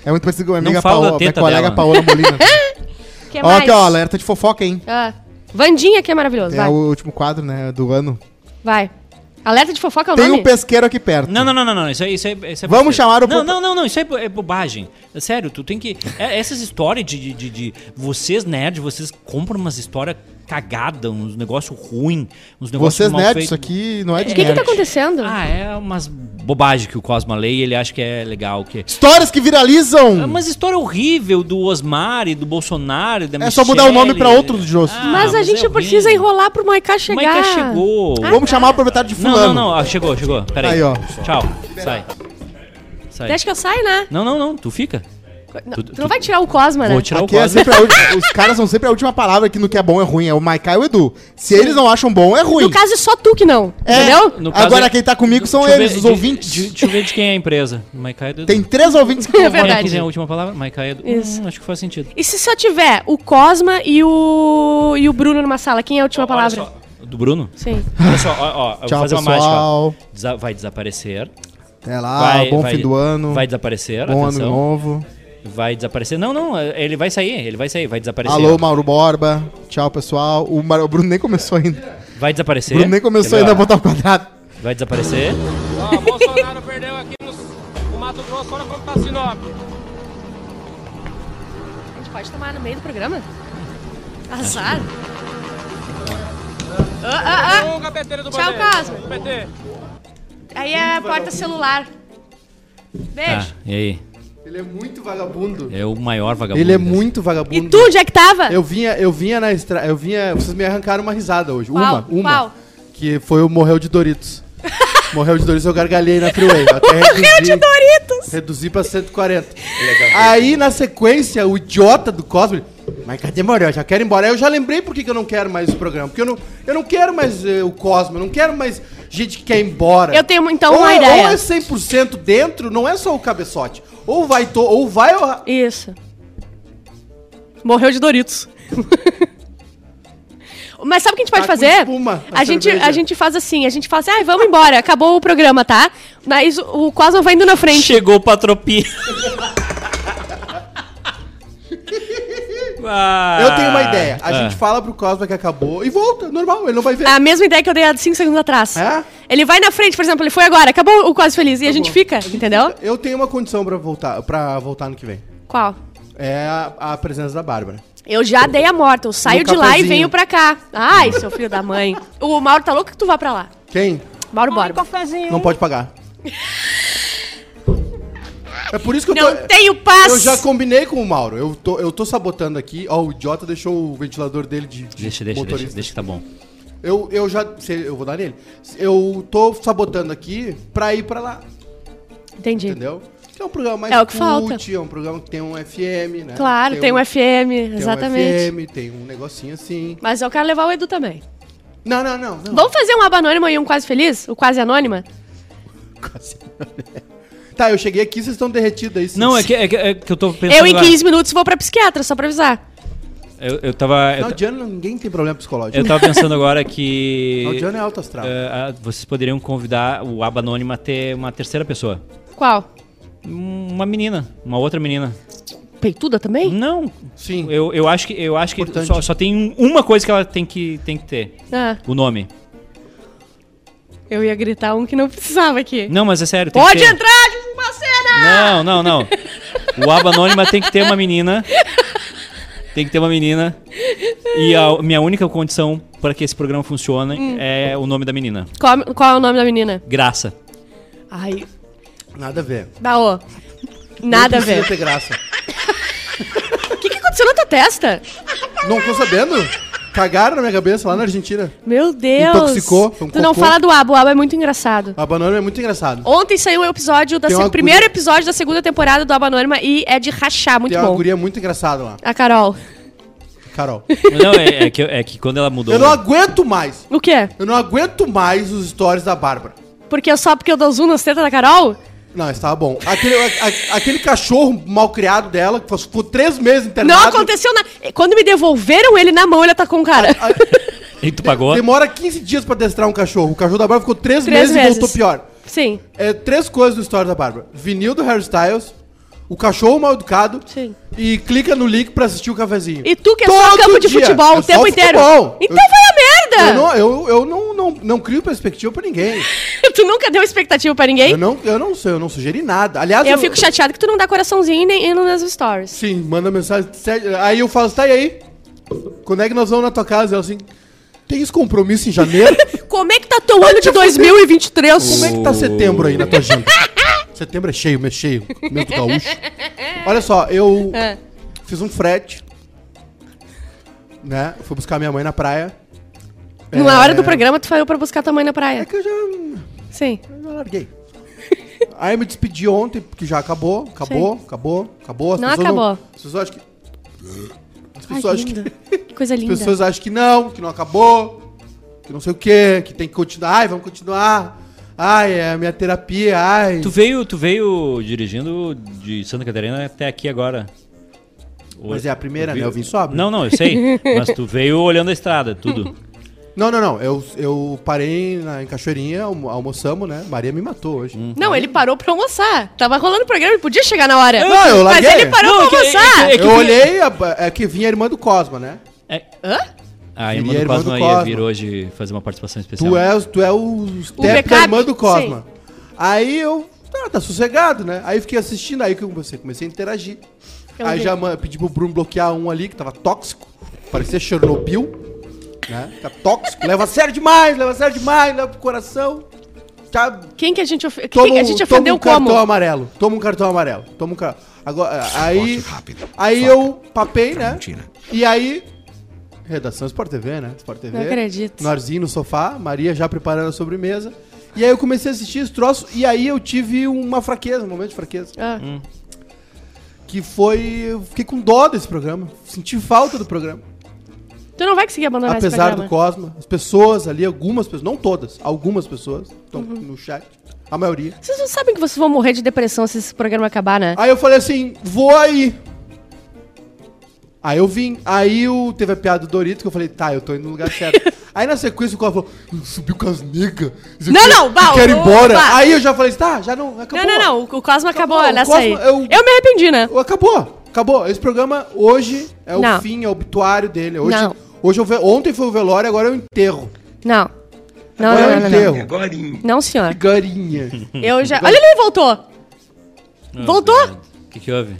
É muito parecida com a minha Não amiga fala da Paola, minha teta colega dela. Paola Molina. Que ó, aqui, ó, alerta de fofoca, hein? Ah, Vandinha que é maravilhoso. É vai. o último quadro, né, do ano. vai. Alerta de fofoca é o Tem nome? um pesqueiro aqui perto. Não, não, não, não, não. Isso aí, isso aí, isso aí Vamos besteira. chamar o pro- Não, não, não, não. Isso aí é bo- é bobagem. É Sério, tu tem que. é- essas histórias de, de, de, de- Vocês, nerd, vocês compram umas histórias cagadas, uns negócios ruins, uns negócios Vocês mal nerds, feito. isso aqui não é de O que que nerd. tá acontecendo? Ah, é umas bobagens que o Cosma lê e ele acha que é legal. Que... Histórias que viralizam! É umas histórias horríveis do Osmar e do Bolsonaro e da Ah, É só mudar o nome pra outro, Jô. mas a é gente precisa enrolar pro Maiká Como chegar. é que chegou? Ah, tá. Vamos chamar o proprietário de Não, fulano. não, não. Ah, chegou, chegou. Peraí. Aí, ó. Tchau. Sai. Sai. Deixa que eu saio, né? Não, não, não. Tu fica. Não, Tu- tu, tu- não vai tirar o Cosma, né? Vou tirar Aqui o é Cosma. sempre a ulti- Os caras são sempre a última palavra que no que é bom é ruim. É o Maiká e o Edu. Se eles não acham bom, é ruim. No caso, é só tu que não. É. Entendeu? No caso, Agora é- quem tá comigo são Deixa eu eles, ver os de- ouvintes. de- Deixa eu ver de quem é a empresa. Maikai Edu. Tem três ouvintes que É Quem é que verdade. tem a última palavra? Maikai Edu. Isso. Hum, acho que faz sentido. E se só tiver o Cosma e o, e o Bruno numa sala? Quem é a última palavra? Olha só. Do Bruno? Sim. Olha só, ó, ó, eu Tchau, vou fazer uma pessoal. mágica. ó. Desa- vai desaparecer. Até lá, vai, bom vai- fim do ano. Vai desaparecer, bom ano atenção. novo. Vai desaparecer. Não, não, ele vai sair, ele vai sair, vai desaparecer. Alô, Mauro Borba. Tchau, pessoal. O, Mar- o Bruno nem começou ainda. Vai desaparecer. O Bruno nem começou ainda Entendeu? a botar o quadrado. Vai desaparecer. Ó, o Bolsonaro perdeu aqui no o Mato Grosso, olha como tá Sinop. A gente pode tomar no meio do programa? Azar. Ah, Nunca peteiro Um do Tchau, Bandeira. Cosmo. PT. Aí é porta celular. Tá, Beijo. e aí? Ele é muito vagabundo. É o maior vagabundo. Ele é desse- muito vagabundo. E tu, onde é que tava? Eu vinha, eu vinha na estrada, eu vinha, vocês me arrancaram uma risada hoje, Qual? uma, uma, Qual? que foi o morreu de Doritos. morreu de Doritos, eu gargalhei na freeway, eu até Morreu de reduzi, Doritos. reduzi pra 140. Aí na sequência, o idiota do Cosmo, ele, mas cadê Morel? Já quero ir embora. Aí eu já lembrei porque que eu não quero mais o programa, porque eu não, eu não quero mais eh, o Cosmo, eu não quero mais gente que quer ir embora. Eu tenho, então, ou, uma é- ideia. Ou é 100% dentro, não é só o cabeçote. Ou vai, to, ou vai, ou... ra- Isso. Morreu de Doritos. Mas sabe o que a gente pode Tá com fazer? espuma na a, gente, cerveja. a gente faz assim, a gente fala assim, ai, vamos embora, acabou o programa, tá? Mas o o Cosmo vai indo na frente. Chegou o Patropi. Ah, Eu tenho uma ideia. A ah. gente fala pro Cosma que acabou e volta, normal, ele não vai ver. A mesma ideia que eu dei há 5 segundos atrás. É? Ele vai na frente, por exemplo, ele foi agora, acabou o Quase Feliz, e a gente fica, entendeu? Eu tenho uma condição pra voltar, para voltar no que vem. Qual? É a, a presença da Bárbara. Eu já dei a morta, eu saio No de lá e cafezinho. venho pra cá. Ai, seu filho da mãe. O Mauro tá louco que tu vá pra lá. Quem? Mauro Borba. Não pode pagar. É por isso que eu tô. Não tenho paz. Eu já combinei com o Mauro. Eu tô, eu tô sabotando aqui. Ó, o idiota deixou o ventilador dele de, de Deixa, deixa, deixa, deixa que tá bom. Eu, eu já. se- Eu vou dar nele. Eu tô sabotando aqui pra ir pra lá, Entendi. entendeu? Que é um programa mais É o que falta. é um programa que tem um FM, né? Claro, tem, um FM, Tem exatamente. Um FM, tem um negocinho assim. Mas eu quero levar o Edu também. Não, não, não. não. Vamos fazer um aba anônima e um quase feliz? O quase anônima? Tá, eu cheguei aqui, vocês estão derretidos aí. sim. Não, é que, é que, é que eu tô pensando. eu, em agora. 15 minutos, vou pra psiquiatra, só pra avisar. Eu, eu tava. Eu, Não, ta- Diana, ninguém tem problema psicológico. eu tava pensando agora que. Não, Diana é alto astral. eh, ah, vocês poderiam convidar o Aba Anônima a ter uma terceira pessoa. Qual? Um- Uma menina, uma outra menina. Peituda também? Não, Sim. eu, eu acho que, eu acho que Importante. só, só tem um- uma coisa que ela tem que, tem que ter: Hum? Ah, o nome. eu ia gritar um que não precisava aqui. Não, mas é sério. Tem Pode que ter. entrar, Jesus Macena! Não, não, não. O Aba Anônima tem que ter uma menina. Tem que ter uma menina. E a minha única condição para que esse programa funcione Hum. é o nome da menina. Qual, qual é o nome da menina? Graça. Ai, Nada a ver. Baô. Nada a Não precisa ver. ter graça. O que, que aconteceu na tua testa? Não tô sabendo. Cagaram na minha cabeça lá na Argentina. Meu Deus. Intoxicou, foi um Tu não cocô. fala do aba, o aba é muito engraçado. A banana é muito engraçado. Ontem saiu o episódio da Tem se- uma primeiro guria- episódio da segunda temporada do Aba Anônima e é de rachar, muito tem uma bom. guria muito engraçada lá, A Carol. Carol. Não, é, é que, é que quando ela mudou. eu não aguento mais. O quê? Eu não aguento mais os stories da Bárbara. Porque é só porque eu dou zoom nas tetas da Carol? Não, estava bom. Aquele, a- a- aquele cachorro mal criado dela, que ficou três meses internado. Não aconteceu nada. Quando me devolveram ele na mão, ele atacou um cara. E tu pagou? Demora 15 dias pra adestrar um cachorro. O cachorro da Bárbara ficou três, Três meses, vezes. e voltou pior. Sim, É, três coisas do história da Bárbara. Vinil do hairstyles, o cachorro mal educado Sim. e clica no link pra assistir o cafezinho. E tu que é só Todo campo de dia. futebol É o só tempo inteiro. futebol. Então Eu- vai a merda! Eu, não, eu, eu não, não, não crio perspectiva pra ninguém. tu nunca deu expectativa pra ninguém. Eu Eu, não, eu não sei, eu não sugeri nada. Aliás, fico chateado que tu não dá coraçãozinho nem no nas stories. Sim, manda mensagem. sério. Aí eu falo, tá e aí? Quando é que nós vamos na tua casa? Ela assim, tem esse compromisso em janeiro? Como é que tá teu ano de 2023? Como é que tá setembro aí na tua agenda? setembro é cheio, mês cheio, mês do gaúcho. Olha só, eu É. fiz um frete, né? Fui buscar minha mãe na praia. Numa É. hora do programa, tu falou pra buscar tua mãe na É praia. que eu já, Sim. já larguei. Aí eu me despedi ontem, porque já acabou, acabou, acabou, acabou. As Não pessoas acabou. as pessoas acham que... As Ai, pessoas acham que... linda. Que coisa As linda. pessoas acham que não, que não acabou, que não sei o quê, que tem que continuar. Ai, vamos continuar. Ai, é a minha terapia, ai. Tu veio, tu veio dirigindo de Santa Catarina até aqui agora. Mas é a primeira, Tu né? Eu vim sóbrio. Não, não, eu sei. mas tu veio olhando a estrada, tudo. Não, não, não. Eu, eu parei na, em Cachoeirinha, almo- almoçamos, né? Maria me matou hoje. Não, ele parou pra almoçar. Tava rolando o programa, ele podia chegar na hora. Não, eu Mas larguei. ele parou Não, é que- pra é que- almoçar. é que- eu olhei, a- é que vinha a irmã do Cosma, né? É. Hã? A irmã Viria do a irmã do Cosmo Cosmo. ia vir hoje fazer uma participação especial. Tu é, tu é o step da backup, irmã do Cosma. Aí eu, ah, tá sossegado, né? Aí fiquei assistindo, aí que eu comecei, comecei a interagir. Eu aí vi. já ma- pedi pro Bruno bloquear um ali que tava tóxico, parecia Chernobyl, né? Tá tóxico, leva a sério demais, leva a sério demais, leva pro coração. Tá, Quem que a gente, ofe- toma, quem que a um- gente toma ofendeu um cartão como? amarelo, toma um cartão amarelo, toma um cartão. Agora, aí, Corte rápido. aí Faca. eu papei, né? Tramontina. E aí, redação Sport TV, né? Sport TV. Não acredito. Norzinho no sofá, Maria já preparando a sobremesa. E aí eu comecei a assistir esse troço e aí eu tive uma fraqueza, um momento de fraqueza. Ah. Hum. Que foi. Eu fiquei com dó desse programa. Senti falta do programa. Tu não vai conseguir abandonar apesar esse do programa. Cosma. As pessoas ali, algumas pessoas, não todas, algumas pessoas estão Uhum. no chat. A maioria. Vocês não sabem que vocês vão morrer de depressão se esse programa acabar, né? Aí eu falei assim, vou aí. Aí eu vim. Aí o, teve a piada do Doritos que eu falei, tá, eu tô indo no lugar certo. aí na sequência o cara falou, "Hum, subiu com as negas. Não, não, vá, Quero ir ô, embora. vá. Aí eu já falei assim, tá, já não, acabou. Não, não, não. O o Cosmo acabou, Acabou, o nessa Cosmo, aí. eu- Eu... me arrependi, né? Acabou, acabou. Esse programa hoje é o Não. fim, é o obituário dele. Hoje, Não. hoje é o ve- ontem foi o velório, agora é o enterro. Não. Não, agora não, é não, não, o não. enterro. Agorinha. Não, senhor. Garinha. Hum. Eu já. Olha, ele voltou. Voltou? O que, que houve?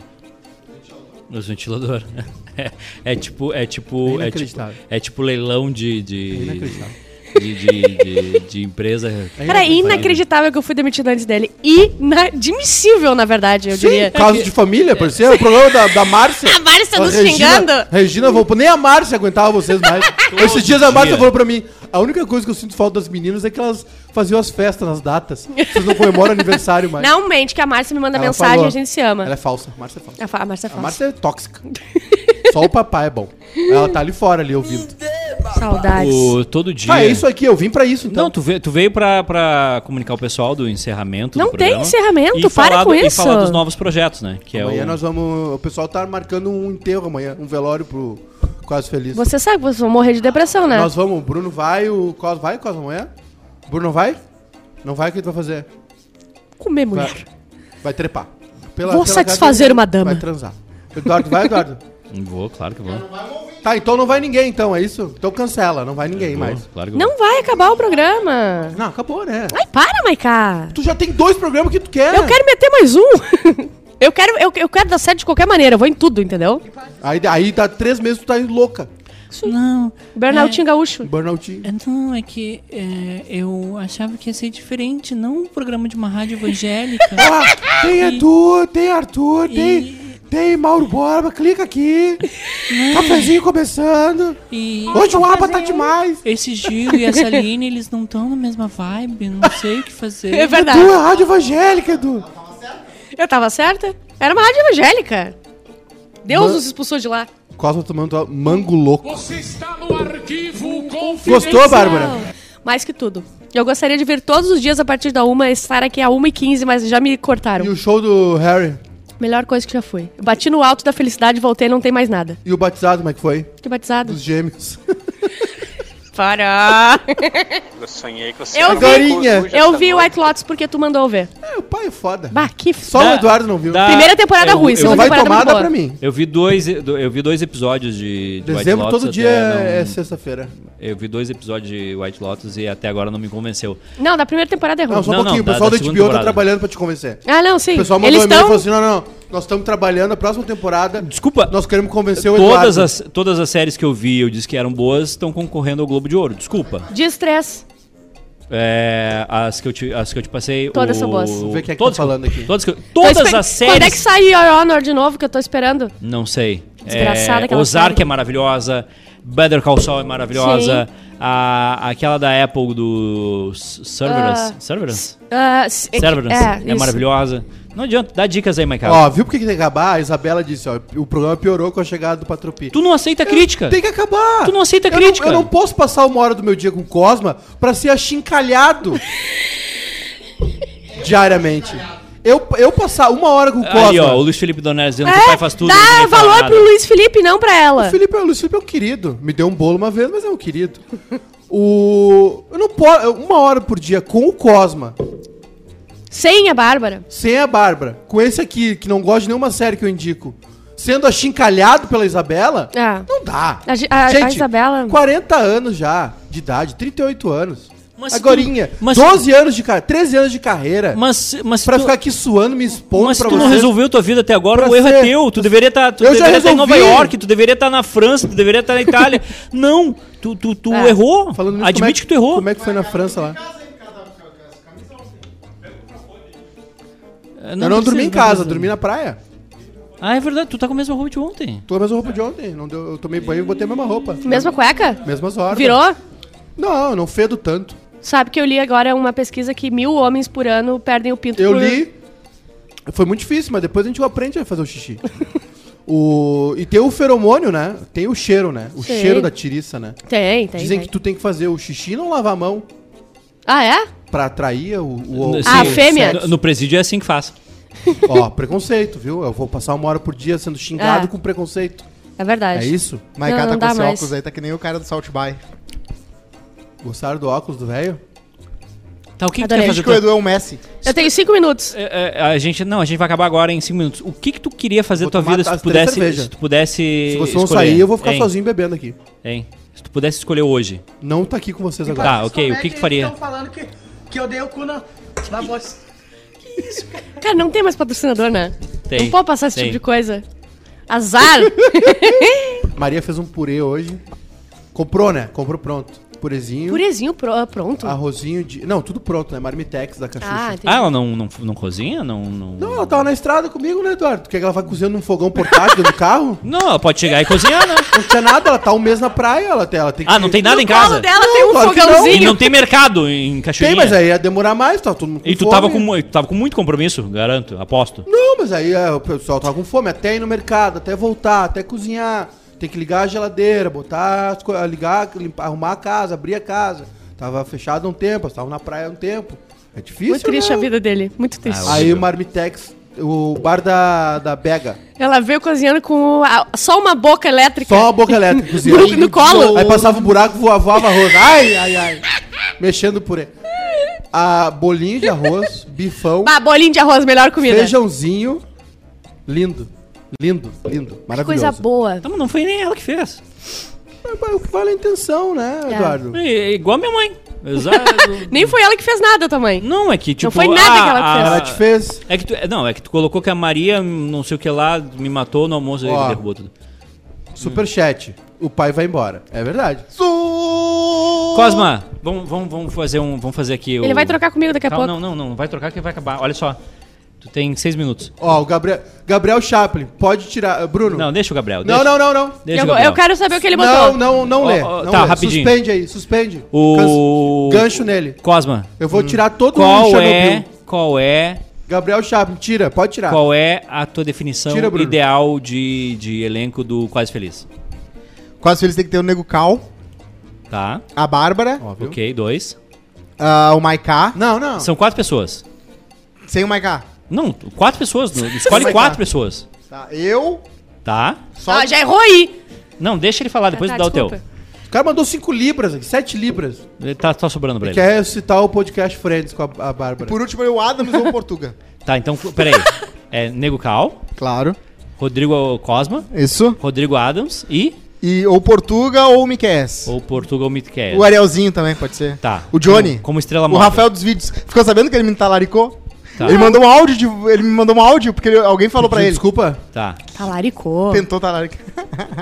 Os ventilador. É, é tipo, é tipo, É é tipo, inacreditável. É é tipo leilão de de, inacreditável. de, de, de- de empresa. Cara, é inacreditável que eu fui demitido antes dele. Inadmissível, na verdade, eu diria. Caso de família, parecia o programa da, da Márcia. A Márcia A nos Regina- xingando. Regina voltou. Nem a Márcia aguentava vocês mais. Esses dias a Márcia falou pra mim: a única coisa que eu sinto falta das meninas é que elas faziam as festas nas datas. Vocês não comemoram aniversário mais. Não mente que a Márcia me manda Ela mensagem e falou. a gente se ama. Ela é falsa. A Márcia é falsa. A fa- A Márcia é A falsa. Márcia é tóxica. Só o papai é bom. Ela tá ali fora, ali ouvindo. é Saudades. O, todo dia. Ah, é isso aqui, eu vim pra isso então. Não, tu veio, tu veio pra, pra comunicar o pessoal do encerramento. do Não tem programa encerramento, para falar com do- E isso. falar dos novos projetos, né? Que é amanhã o... nós vamos. O pessoal tá marcando um enterro amanhã, um velório pro Quase Feliz. Você sabe que vocês vão morrer de depressão, né? Nós vamos, o Bruno vai, o Cosmo vai, Cosmo amanhã? Bruno vai? Não vai, o que tu vai fazer? Comer mulher. Vai, vai trepar. Pela- Vou pela satisfazer casa- uma dama. Vai transar. Eduardo, vai, Eduardo. Vou, claro que vou. Tá, então não vai ninguém, então, é isso? Então cancela, não vai ninguém Vou, mais. Claro que vou. Não vai acabar o programa. Não, acabou, né? Ai, para, Maiká. Tu já tem dois programas que tu quer. Eu quero meter mais um. eu, quero, eu, eu quero dar certo de qualquer maneira. Eu vou em tudo, entendeu? Aí, aí dá três meses tu tá louca. Não, Bernardinho Gaúcho. Burnout. não, é que é, eu achava que ia ser diferente, não um programa de uma rádio evangélica. Ah, tem Arthur, tem Arthur, tem, tem Mauro Borba, clica aqui. Cafezinho começando. e Hoje o Aba tá demais. esse Gil e essa Aline, eles não estão na mesma vibe, não sei o que É fazer. Edu verdade. é rádio evangélica, Edu. Eu tava certa? Era uma rádio evangélica. Deus nos expulsou de lá. Cosmo tá tomando mango louco. Você está no arquivo confidencial. Gostou, Bárbara? mais que tudo. Eu gostaria de vir todos os dias a partir da uma, estar aqui a 1h15, mas já me cortaram. E o show do Harry? Melhor coisa que já foi. Eu bati no alto da felicidade, voltei não tem mais nada. E o batizado, como é que foi? Que batizado. Dos gêmeos. Para! Eu sonhei que você Eu Dorinha. vi, tá eu vi White Lotus porque tu mandou eu ver. É, o pai é foda. Bah, que Só o Eduardo não viu. dá- Primeira temporada eu- ruim, eu- Não segunda vai temporada tomar, muito dá boa. pra mim. Eu vi dois, eu vi dois episódios de, de White Dezembro Lotus. todo até dia não- é sexta-feira. Eu vi dois episódios de White Lotus e até agora não me convenceu. Não, da primeira temporada é ruim. Não, só um Não, não, pouquinho. da- o pessoal da da, segunda HBO temporada. tá trabalhando pra te convencer. Ah, não, sim. O pessoal mandou Eles um e-mail e falou estão. assim: não, não, nós estamos trabalhando a próxima temporada. Desculpa. Nós queremos convencer o Todas Eduardo. as, todas as séries que eu vi, eu disse que eram boas, estão concorrendo ao Globo de Ouro. Desculpa. De estresse. É, as, que eu te, as que eu te passei. Todas são boas. Vamos ver quem é que tá falando aqui. Todas, que eu- Tô todas esper- as Quando é séries. que sai Your Honor de novo, que eu tô esperando? Não sei. Desgraçada é, aquela Ozark série. é maravilhosa. Better Call Saul é maravilhosa. A, aquela da Apple do S- Cerberus. Cerberus? Ah, s- é que- Cerberus. É, isso. maravilhosa. Não adianta. Dá dicas aí, Michael. Ó, viu por que que tem que acabar? A Isabela disse: ó, o programa piorou com a chegada do Patropi. Tu não aceita crítica. Tem que acabar. Tu não aceita Eu crítica. eu não posso passar uma hora do meu dia com o Cosma pra ser achincalhado diariamente. Eu, eu passar uma hora com o Cosma. Aí, ó, o Luiz Felipe Donelli dizendo que o É, pai faz tudo. dá ninguém fala valor nada. pro Luiz Felipe, não pra ela. O Felipe, é- o Luiz Felipe é um querido. Me deu um bolo uma vez, mas é um querido. O. Eu não posso. eu- Uma hora por dia com o Cosma, Sem a Bárbara. sem a Bárbara, com esse aqui, que não gosta de nenhuma série que eu indico, sendo achincalhado pela Isabela, Ah. não dá. A Gi- a- a Isabela- 40 anos já de idade, 38 anos. Mas se tu- Agorinha, mas se 12 anos de carreira, 13 anos de carreira. Mas, mas se pra tu, ficar aqui suando, me expondo mas se pra tu não vocês. resolveu tua vida até agora, Pra o erro é ser- teu. Tu deveria estar tu Eu já deveria tá em Nova resolvi. York, tu deveria estar na França, tu deveria estar na Itália. não, tu, tu, tu É. errou. Falando nisso, como é Admite que tu errou. Como é que foi na França lá? É, eu não dormi precisa, em casa, precisa. dormi na praia. Ah, é verdade, tu tá com a mesma roupa de ontem. Tô com a mesma roupa de ontem. Não deu, eu tomei banho e botei a mesma roupa. Mesma cueca? Mesmas horas. Virou? Não, eu não fedo tanto. Sabe que eu li agora uma pesquisa que mil homens por ano perdem o pinto Eu por... li. Foi muito difícil, mas depois a gente aprende a fazer o xixi. o, e tem o feromônio, né? Tem o cheiro, né? O Sei. cheiro da tiriça, né? Tem, tem. Dizem tem. que tu tem que fazer o xixi e não lavar a mão Ah, é? pra atrair o... o, o- Ah, Sim, fêmea. No, no presídio é assim que faz. Ó, preconceito, viu? Eu vou passar uma hora por dia sendo xingado É. com preconceito. É verdade. É isso? Não, Maiká tá não dá com esse mais. óculos aí, tá que nem o cara do Salt By. Gostaram do óculos do velho? Tá, o que, que tu Adorei. quer fazer? Acho que o Edu é o Messi. Eu tenho cinco minutos. É, é, a gente não, a gente vai acabar agora em 5 minutos. O que que tu queria fazer Vou da tua tomar vida se as tu três pudesse, cervejas. se tu pudesse Se vocês não escolher? sair, eu vou ficar Hein? sozinho bebendo aqui. Hein? Se tu pudesse escolher hoje. Não tá aqui com vocês agora. Tá, ok. O que que tu faria? Estão falando que, que eu dei o cu na, na voz. Cara, não tem mais patrocinador, né? Tem, Não pode passar esse tem. tipo de coisa. Azar! Maria fez um purê hoje. Comprou, né? Comprou pronto. Purezinho. Purezinho pro- ah, pronto. Ah, Arrozinho de. Não, tudo pronto, né? Marmitex da Cachucha. Ah, entendi. Ah, ela não, não, não cozinha? Não, não... Não, ela tava na estrada comigo, né, Eduardo? Quer que ela vá cozinhando num fogão portátil dentro do carro? Não, ela pode chegar e cozinhar, né? Não tinha nada, ela tá um mês na praia, ela tem, ela tem Ah, não tem nada em No colo casa? dela tem um claro que não. E fogãozinho. não tem mercado em Tem, Cachoeirinha? mas aí ia demorar mais, tá todo mundo E tu fome. tava com, mu- tu tava com muito compromisso, garanto, aposto. Então, Não, mas aí é, o pessoal tava com fome, até ir no mercado, até voltar, até cozinhar. Tem que ligar a geladeira, botar as coisas, ligar, limpar, arrumar a casa, abrir a casa. Tava fechado há um tempo, elas estavam na praia há um tempo. É difícil. Muito triste né? a vida dele. Muito triste. Ah, Aí o Marmitex, o bar da, da Bega. Ela veio cozinhando com a- só uma boca elétrica. Só uma boca elétrica cozinhando. No- no colo? Aí passava o buraco, voava, voava arroz. Ai, ai, ai. Mexendo o purê. Ah, bolinho de arroz, bifão, Ah, bolinho de arroz, melhor comida. né? feijãozinho. Lindo. Lindo, lindo. Que Maravilhoso. coisa boa. Então, não foi nem ela que fez. É, é o que vale a intenção, né, É. Eduardo? É, é igual a minha mãe. Exato. Nem foi ela que fez nada também. não, é que tipo... foi nada que ela fez. Ela te fez. É que tu, é, não, é que tu colocou que a Maria, não sei o que lá, me matou no almoço e Ó. derrubou tudo. Superchat. Hum. O pai vai embora. É verdade. Cosma, vamos, vamos, vamos fazer um. Vamos fazer aqui. Ele vai trocar comigo daqui a pouco. Não, não, não, não vai trocar que vai acabar. Olha só. Tu tem seis minutos. Ó, o Gabriel, Gabriel Chaplin. Pode tirar. Bruno. Não, deixa o Gabriel. não, deixa, não, não, não. Deixa eu, o Gabriel. eu quero saber o que ele Não, botou. não, não Ó, lê. ó, não tá, lê. rapidinho. Suspende aí, suspende. O. Cans- Gancho nele. Cosma. Eu vou tirar todo mundo Qual de é. Qual é. Gabriel Chaplin, tira, pode tirar. Qual é a tua definição Tá. Tira, Bruno. ideal de, de elenco do Quase Feliz? Quase feliz tem que ter o Nego Cal. Tá. A Bárbara. Ok, dois. ah, o Maiká. Não, não. São quatro pessoas. Sem o Maiká. Não, quatro pessoas. não. Escolhe Vai quatro cá. pessoas. Tá, eu. Tá? Só... Ah, já errou aí. Não, deixa ele falar, depois tá, dá o teu. desculpa. O cara mandou 5 libras aqui, 7 libras. Ele Tá, tá sobrando pra Ele ele. quer citar o podcast Friends com a, a Bárbara. Por último, eu Adams ou o Portuga. Tá, então, peraí. É Nego Cal, Claro. Rodrigo Cosma, Isso. Rodrigo Adams e E ou Portuga ou o Miqués. o Portugal Midcare. O Arielzinho também pode ser. Tá. O Johnny. Como, como estrela o móvel. Rafael dos vídeos. Ficou sabendo que ele me talaricou? Tá. Ele mandou um áudio, de- ele me mandou um áudio porque ele- alguém falou pra ele. Desculpa. Tá. Talaricou. Tentou talaricar.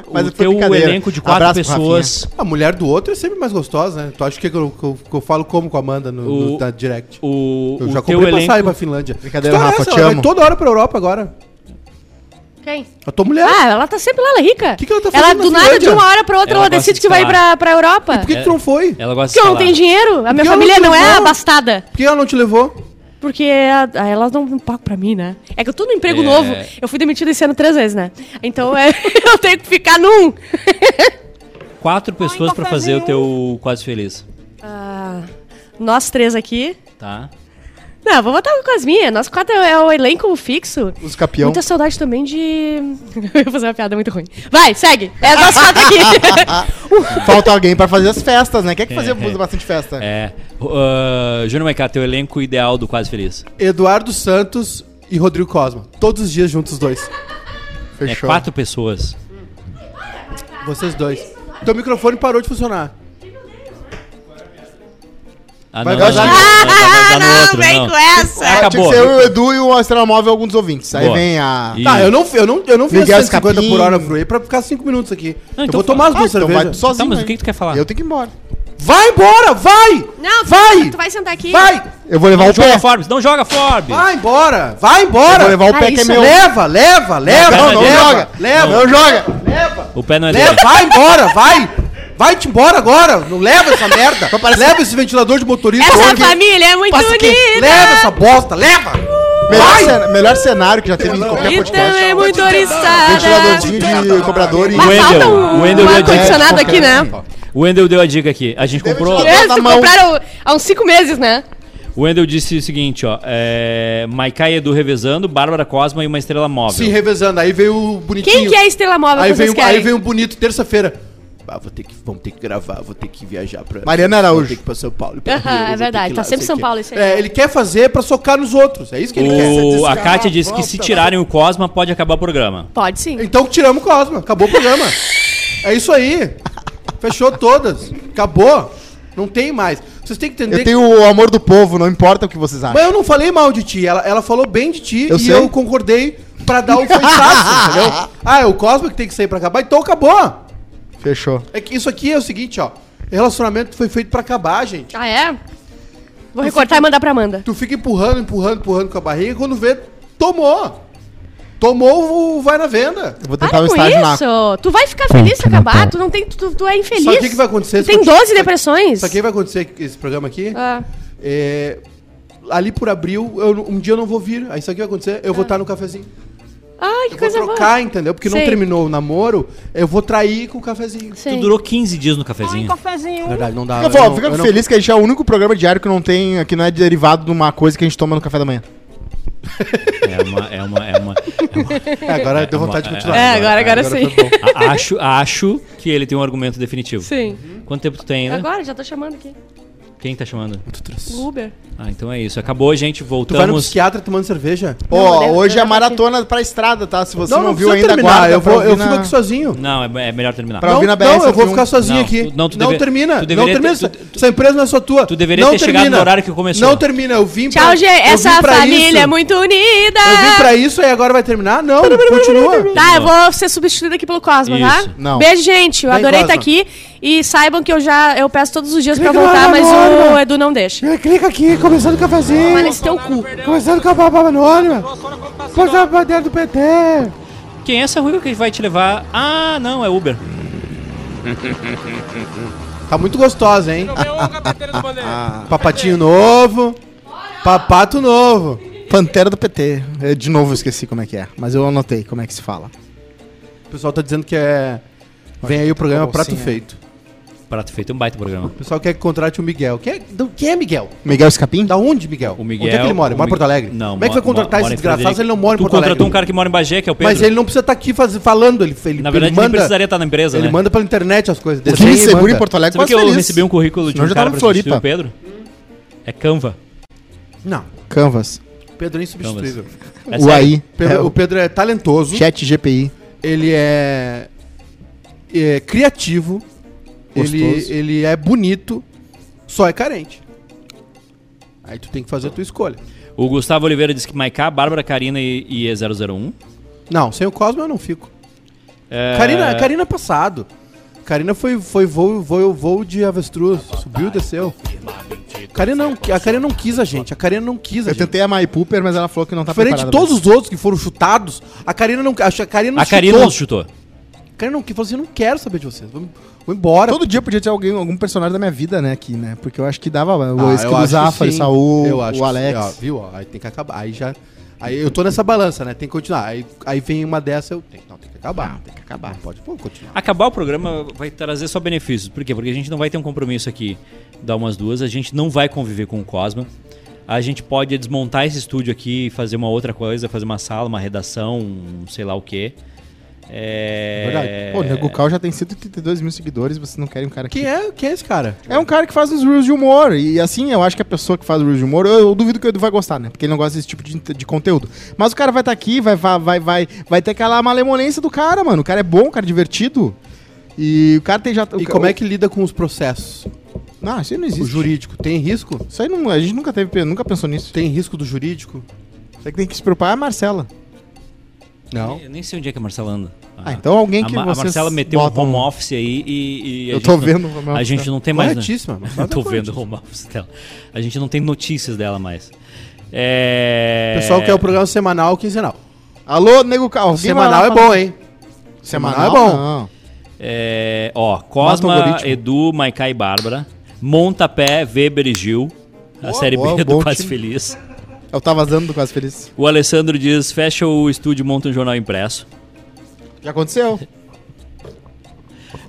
o teu elenco de quatro pessoas. A mulher do outro é sempre mais gostosa, né? Tu acha que eu, que eu, que eu falo como com a Amanda no, O- no- na direct? O, Eu o já teu comprei elenco- passagem pra Finlândia. Brincadeira, Que história é Rafa, essa? te Ela amo. vai toda hora pra Europa agora. Quem? A tua mulher. Ah, ela tá sempre lá, ela é rica. Que que ela tá ela fazendo na do nada, de Finlândia? uma hora pra outra, Ela ela, gosta decide de que vai falar. pra, pra Europa. Por que, que tu não foi? É. Ela gosta Porque eu não tenho de dinheiro. A minha Porque ela família não não é levou. abastada. Por que ela não te levou? Porque a- a- elas não pagam pra mim, né? É que eu tô no emprego novo. Eu fui demitida esse ano três vezes, né? Então é, eu tenho que ficar num. quatro pessoas pra fazer o teu quase feliz. Ah, nós três aqui. Tá? Não, vou botar com as minhas. Nós quatro é o elenco fixo. Os é campeão. um Muita saudade também de. Eu ia fazer uma piada muito ruim. Vai, segue. É nós quatro aqui. Falta alguém pra fazer as festas, né? Quem é que fazia é. bastante festa? É. Uh, Júnior Maiká, teu elenco ideal do quase feliz. Eduardo Santos e Rodrigo Cosma. Todos os dias juntos os dois. É quatro pessoas. Vocês dois. Teu microfone parou de funcionar. Ah, Vai não, não, vazar não, no- não, vai vazar no outro, não. Ah, essa. Tinha Acabou. né? que ser eu, o Edu e o Estrela Móvel alguns ouvintes. Aí Boa. vem a. Ah, E- Tá, eu não, eu não, eu não vi Miguel as 150 Escapim. por hora pro pra ficar 5 minutos aqui. Não, eu então fala. vou tomar as Ah, duas então vai cervejas. tu sozinho. Tá, mas o aí. que que tu quer falar? Eu tenho que ir embora. Vai embora, vai! Não, vai! tu vai sentar aqui. Vai! Eu vou levar Não o pé. É. joga Forbes, não joga Forbes! Vai embora! Vai Eu embora! vou levar o Ah, pé que é isso meu. Leva, leva, leva! não, não leva, joga. Leva, Não joga. O pé não é leva, dele. vai embora, vai! Vai-te embora agora! Não leva essa merda! Leva esse ventilador de motorista! Essa hoje. família é muito Passa aqui. unida. Leva essa bosta, leva! Melhor, Vai! cena- melhor cenário que já teve em qualquer Então podcast. é muito oriçada. Ventiladorzinho de cobrador e. é, Mas Wendel, falta um, o Wendel um deu ar-condicionado dica. aqui, né? O Wendel deu a dica aqui. A gente comprou. Deve Eles na mão. compraram há uns cinco meses, né? O Wendel disse o seguinte, ó. É, Maiká e Edu revezando, Bárbara Cosma e uma estrela móvel. Se revezando, aí veio o bonitinho. Quem que é a estrela móvel Aí que vocês veio, aí querem? veio um bonito, terça-feira. Ah, vou ter que, vamos ter que gravar, vou ter que viajar pra. Mariana Vou ter Araújo. que ir pra São Paulo. Aham, é verdade, tá sempre São Paulo isso aí. aí. É, ele quer fazer pra socar nos outros, é isso que ele quer. O, a Kátia disse que se tirarem o Cosma, pode acabar o programa. Pode sim. Então tiramos o Cosma, acabou o programa. é isso aí. Fechou todas. Acabou. Não tem mais. Vocês têm que entender um. Eu tenho o amor do povo, não importa o que vocês que. acham. Mas eu não falei mal de ti, ela, ela falou bem de ti Eu e sei. eu concordei pra dar o feitiço, entendeu? Ah, é o Cosma que tem que sair pra acabar, então acabou. Fechou. É que isso aqui é o seguinte, ó. Relacionamento foi feito pra acabar, gente. Ah, é? Vou recortar e mandar pra Amanda. Tu fica empurrando, empurrando, empurrando com a barriga e quando vê, tomou. Tomou o vai na venda. Eu vou tentar Para um com estágio na. isso! Tu vai ficar feliz se acabar? Tu não tem. Tu, tu é infeliz. Sabe o que que vai acontecer Tipo, Tu tem se continu- 12 depressões. Sabe o que vai acontecer com esse programa aqui? Ah, É, ali por abril, eu- um dia eu não vou vir. Aí sabe o que vai acontecer? Eu vou estar no cafezinho. Ai, que Eu vou Ah. coisa trocar, boa. entendeu? Porque não Sei. terminou o namoro, eu vou trair com o cafezinho. Tu Sim. durou 15 dias no Um cafezinho. Na verdade, não dá. Fica, eu fo- não- fica eu não- feliz que a gente é o único programa diário que não tem, que não é derivado de uma coisa que a gente toma no café da manhã. É uma, é uma, é uma. é uma- É, agora deu vontade de continuar. É, agora, agora, sim. A- acho, acho que ele tem um argumento definitivo. Sim. Quanto tempo tu Né? tem ainda? Agora, já tô chamando aqui. Quem tá chamando? O Uber. Ah, então é isso. Acabou, gente. Tu vai no Voltamos. psiquiatra tomando cerveja? Ó, leva- hoje é leva a maratona pra estrada, tá? Se você não, viu precisa ainda, aguarda Eu, pra vou, eu ouvir na- fico aqui sozinho. Não, é, é melhor terminar. Pra- ouvir na não, eu vou BR-101. ficar sozinho Não, aqui. tu- não, tu não deve- termina. tu não deveria termina. ter- Essa- tu- tu- essa empresa não é só tua. tu deveria não ter chegado no horário que começou. Não termina. Eu vim Tchau, gente. eu vim Essa pra família é isso. muito unida. Eu vim pra isso e agora vai terminar? Não, continua. Tá, eu vou ser substituída aqui pelo Cosmo, Isso. tá? Não. Beijo, gente. Eu Vem, adorei Cosma. estar aqui. E saibam que eu já eu peço todos os dias pra Vem cá, voltar, mas amor. o Edu não deixa. Clica aqui, começando o Mas cafezinho. nesse teu cu. Começando com a bababa anônima. Professora computacional. Porta bandeira do PT. Quem é essa ruiva que vai te levar? Ah, não, é Uber. Tá muito gostosa, hein? Não veio um com a bateria do bandeira. Papatinho novo. Papato novo. Pantera do PT. Eu, de novo eu esqueci como é que é, mas eu anotei como é que se fala. O pessoal tá dizendo que é. Vem aí o programa Tá bom, Prato sim, é. Feito. Prato Feito é um baita programa. O pessoal quer que contrate o Miguel. Quem é, do- quem é Miguel? Miguel Escapim? Da onde, Miguel? O Miguel. onde é que ele mora? Ele o mora em Mi- Porto Alegre? Não, Como é que vai mo- mora contratar esse em desgraçado Frederico. se ele não mora em Tu Porto Alegre? contratou um cara que mora em Bagé, que é o Pedro. Mas ele não precisa estar aqui faz- falando. Ele, ele, Na verdade, ele nem manda, precisaria estar na empresa, Ele né? manda pela internet as coisas. O que desenha é me e segura em manda. Porto Alegre Sabe quase que eu feliz. recebi um currículo de Senão um já cara tava pra em substituir o né? Floripa. Pedro? É Canva. Não, Canvas. Pedro é Então, insubstituível. É o sério. AI. Pedro- é, o Pedro é talentoso. Chat GPI. Ele é, é criativo. Ele, Gostoso. ele é bonito. Só é carente. Aí tu tem que fazer a tua escolha. O Gustavo Oliveira disse que Maiká, Bárbara, Karina e, e E001. Não, sem o Cosmo eu não fico. É, Karina, Karina é passado. Karina foi, foi voo, voo, voo de avestruz. Subiu, desceu. Karina não, a Karina não quis a gente. A Karina não quis a Eu gente. tentei a My Pooper, mas ela falou que não tá Diferente de todos os outros que foram chutados, a Karina não, a Karina não A Karina nos chutou. A Karina não quis. Falou assim, eu não quero saber de vocês. Vamos, vou embora. Todo dia podia ter alguém, algum personagem da minha vida, né, aqui, né? Porque eu acho que dava Ah, o eu Esquilo acho Zafari, sim. Saul, Eu acho o que sim. Ó, Alex. viu? Ó, aí tem que acabar. Aí já. Aí eu tô nessa balança, né? Tem que continuar. Aí, aí vem uma dessa, eu. Tem, não, tem que acabar. tem que acabar. Não pode pô, continuar. Acabar o programa vai trazer só benefícios. Por quê? Porque a gente não vai ter um compromisso aqui dar umas duas, a gente não vai conviver com o Cosma. A gente pode desmontar esse estúdio aqui e fazer uma outra coisa, fazer uma sala, uma redação, um sei lá o quê. É... Verdade. Pô, o Nego Cal já tem 132 mil seguidores, vocês não querem um cara que. Quem é, quem é esse cara? É um cara que faz uns reels de humor. E assim, eu acho que a pessoa que faz reels de humor, eu, eu duvido que o Edu vai gostar, né? Porque ele não gosta desse tipo de, de conteúdo. Mas o cara vai estar aqui, vai, vai, vai, vai, vai ter aquela malemolência do cara, mano. O cara é bom, o cara é divertido. E o cara tem já. E como é que lida com os processos? Não, isso aí não O existe. jurídico. Tem risco? Isso aí não. A gente nunca teve, nunca pensou nisso. Tem risco do jurídico? Isso aí que tem que se preocupar é a Marcela. Não. Eu nem sei onde é que a Marcela anda. Ah, então alguém que a, Ma- a vocês Marcela meteu botam- um home office aí e. e a Eu gente tô não- vendo o home A office gente dela. não tem mais. né? Corretíssima, mas Eu tô tá vendo o home office dela. A gente não tem notícias dela mais. É. O pessoal quer o programa semanal ou quinzenal. Alô, Nego Cal. Semanal é bom, hein? Semanal é Semanal é bom. bom. Não. É, ó, Mata o Cosma, algoritmo. Edu, Maiká e Bárbara. Montapé, Weber e Gil. A série boa, B é do bom Quase time. Feliz. Eu tava dando do Quase Feliz. O Alessandro diz: fecha o estúdio e monta um jornal impresso. Já aconteceu.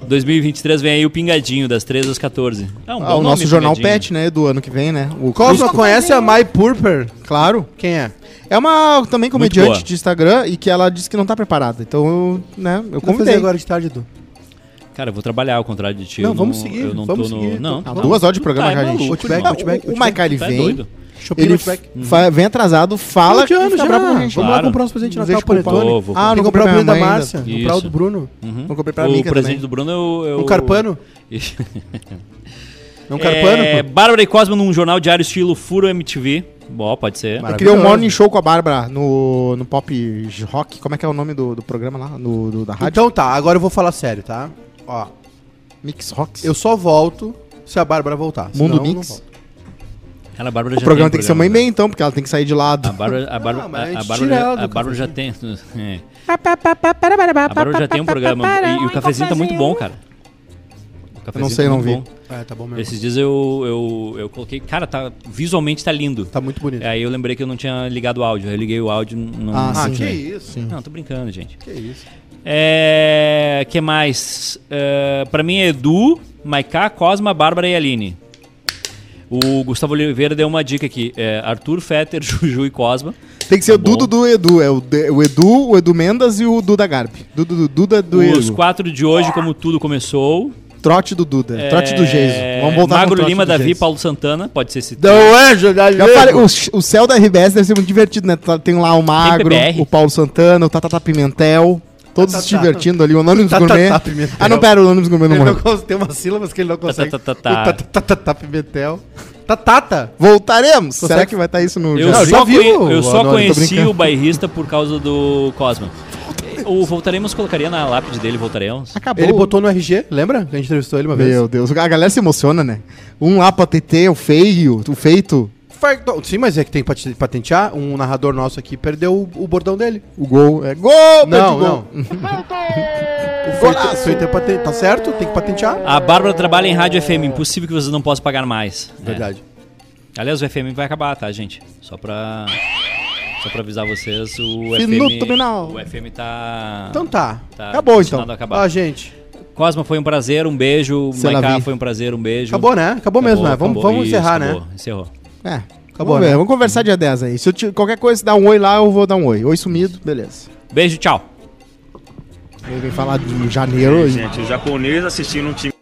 2023 vem aí o Pingadinho, das 13 às 14. É um bom Ah, o nome, nosso jornal Pingadinho. Pet, né? Do ano que vem, né? O Cosma conhece a My Purper? Claro. Quem é? É uma também boa. comediante de Instagram e que ela disse que não tá preparada. Então eu, né, eu convidei. agora de tarde, Edu? Cara, eu vou trabalhar ao contrário de ti. Não, eu vamos seguir, Eu não vamos tô seguir. no. Não, Ah, duas horas de programa tá, já, é gente. maluco, Outback, irmão. Outback, o Michael ele Tu tá vem, doido. Shopping ele ele... f- Uhum. fa- vem atrasado, fala tá Fala que ano fica já. bravo com a gente. Vamos Claro. lá comprar uns presentes de Nos Natal deixa para culpado. Vou, Tony. vou. Ah, Ah, não não comprei comprar o pra presente da minha mãe Márcia. ainda. Comprar o Isso. do Bruno. Uhum. Vou comprar pra o mim, que é presente também. do Bruno eu. eu... Um carpano? É um carpano? É, Bárbara e Cosmo num jornal diário estilo Furo MTV. Bom, pode ser. Eu queria um morning show com a Bárbara no, no pop rock. Como é que é o nome do, do programa lá? No, do- da rádio? Então tá, agora eu vou falar sério, tá? Ó, Então, Mix Rocks. eu só volto se a Bárbara voltar. senão Mundo eu não Mix. volto. Cara, a Bárbara O já programa tem né? Tá tem que ser uma e meia, então, porque ela tem que sair de lado. A Bárbara, a Bárbara, Não, mas a a, gente Bárbara, tira já- ela a do Bárbara já tem. é. A Bárbara já tem um programa. E, e o cafezinho tá muito bom, cara. O Não cafezinho sei, tá não muito vi. bom. É, tá bom mesmo. Esses dias eu, eu, eu coloquei. Cara, tá, visualmente tá lindo. Tá muito bonito. Aí eu lembrei que eu não tinha ligado o áudio. Aí eu liguei o áudio. Não, Ah, não Ah, sim, que funcionei. isso? Não, tô brincando, gente. Que isso? É. que mais? É, pra mim é Edu, Maiká, Cosma, Bárbara e Aline. O Gustavo Oliveira deu uma dica aqui. É, Arthur, Fetter, Juju e Cosma. Tem que ser o Tá Dudo bom. do Edu. É o, de- o Edu, o Edu Mendas e o Duda Garbi. Dudu do Duda do Os Edu. quatro de hoje, como tudo começou. Trote do Duda. Trote do Geiso. É, Vamos voltar Magro trote Lima, do Davi, Geiso. Paulo Santana. Pode ser esse Não é, Jornal Já falei, o, ch- o céu da RBS deve ser muito divertido, né? Tá- Tem lá o Magro, PBR. o Paulo Santana, o Tatata Pimentel. Todos se Tatá. divertindo ali. O Anonymous Tatá Gourmet. Pimentel. Ah, não, pera, o Anonymous Gourmet não Ele não morreu. consegue, tem umas sílabas que ele não consegue. tá, tá, tá. O tá, tá, tá, tá, Pimentel. Tá, Tatata. Voltaremos! Consegue- Será que vai estar isso no Eu jornal? só, já viu, conhe- eu só Anônimo, tô conheci brincando. o bairrista por causa do Cosma. O Voltaremos colocaria na lápide dele, Voltaremos. Acabou. Ele botou no RG, lembra? Que a gente entrevistou ele uma vez. Tá Meu Deus, a galera se emociona, né? Um lá pra TT, o feio, o feito, Fardo- Sim, mas é que tem que pat- patentear. Um narrador nosso aqui perdeu o, o bordão dele. o gol. É gol, Não, Pedro, gol. não. o feito, feito é paten- Tá certo? Tem que patentear. A Bárbara trabalha em rádio FM, impossível que vocês não possam pagar mais. né? Verdade. Aliás, o FM vai acabar, tá, gente? Só pra. Só pra avisar vocês, o Minuto FM. final. O FM tá. Então tá. tá acabou, destinado então. a acabar. Ó, gente. Cosma, foi um prazer, um beijo. Se ela Maiká, vi. foi um prazer, um beijo. Acabou, né? Acabou mesmo, né? Vamos- vamos encerrar, né? Encerrou. É, Acabou, Vamos, ver, né? vamos conversar dia 10 aí. Se eu te- qualquer coisa, se dá um oi lá, eu vou dar um oi. Oi sumido, beleza. Beijo, tchau. Ele vem falar de janeiro. e- Gente, o japonês assistindo um time.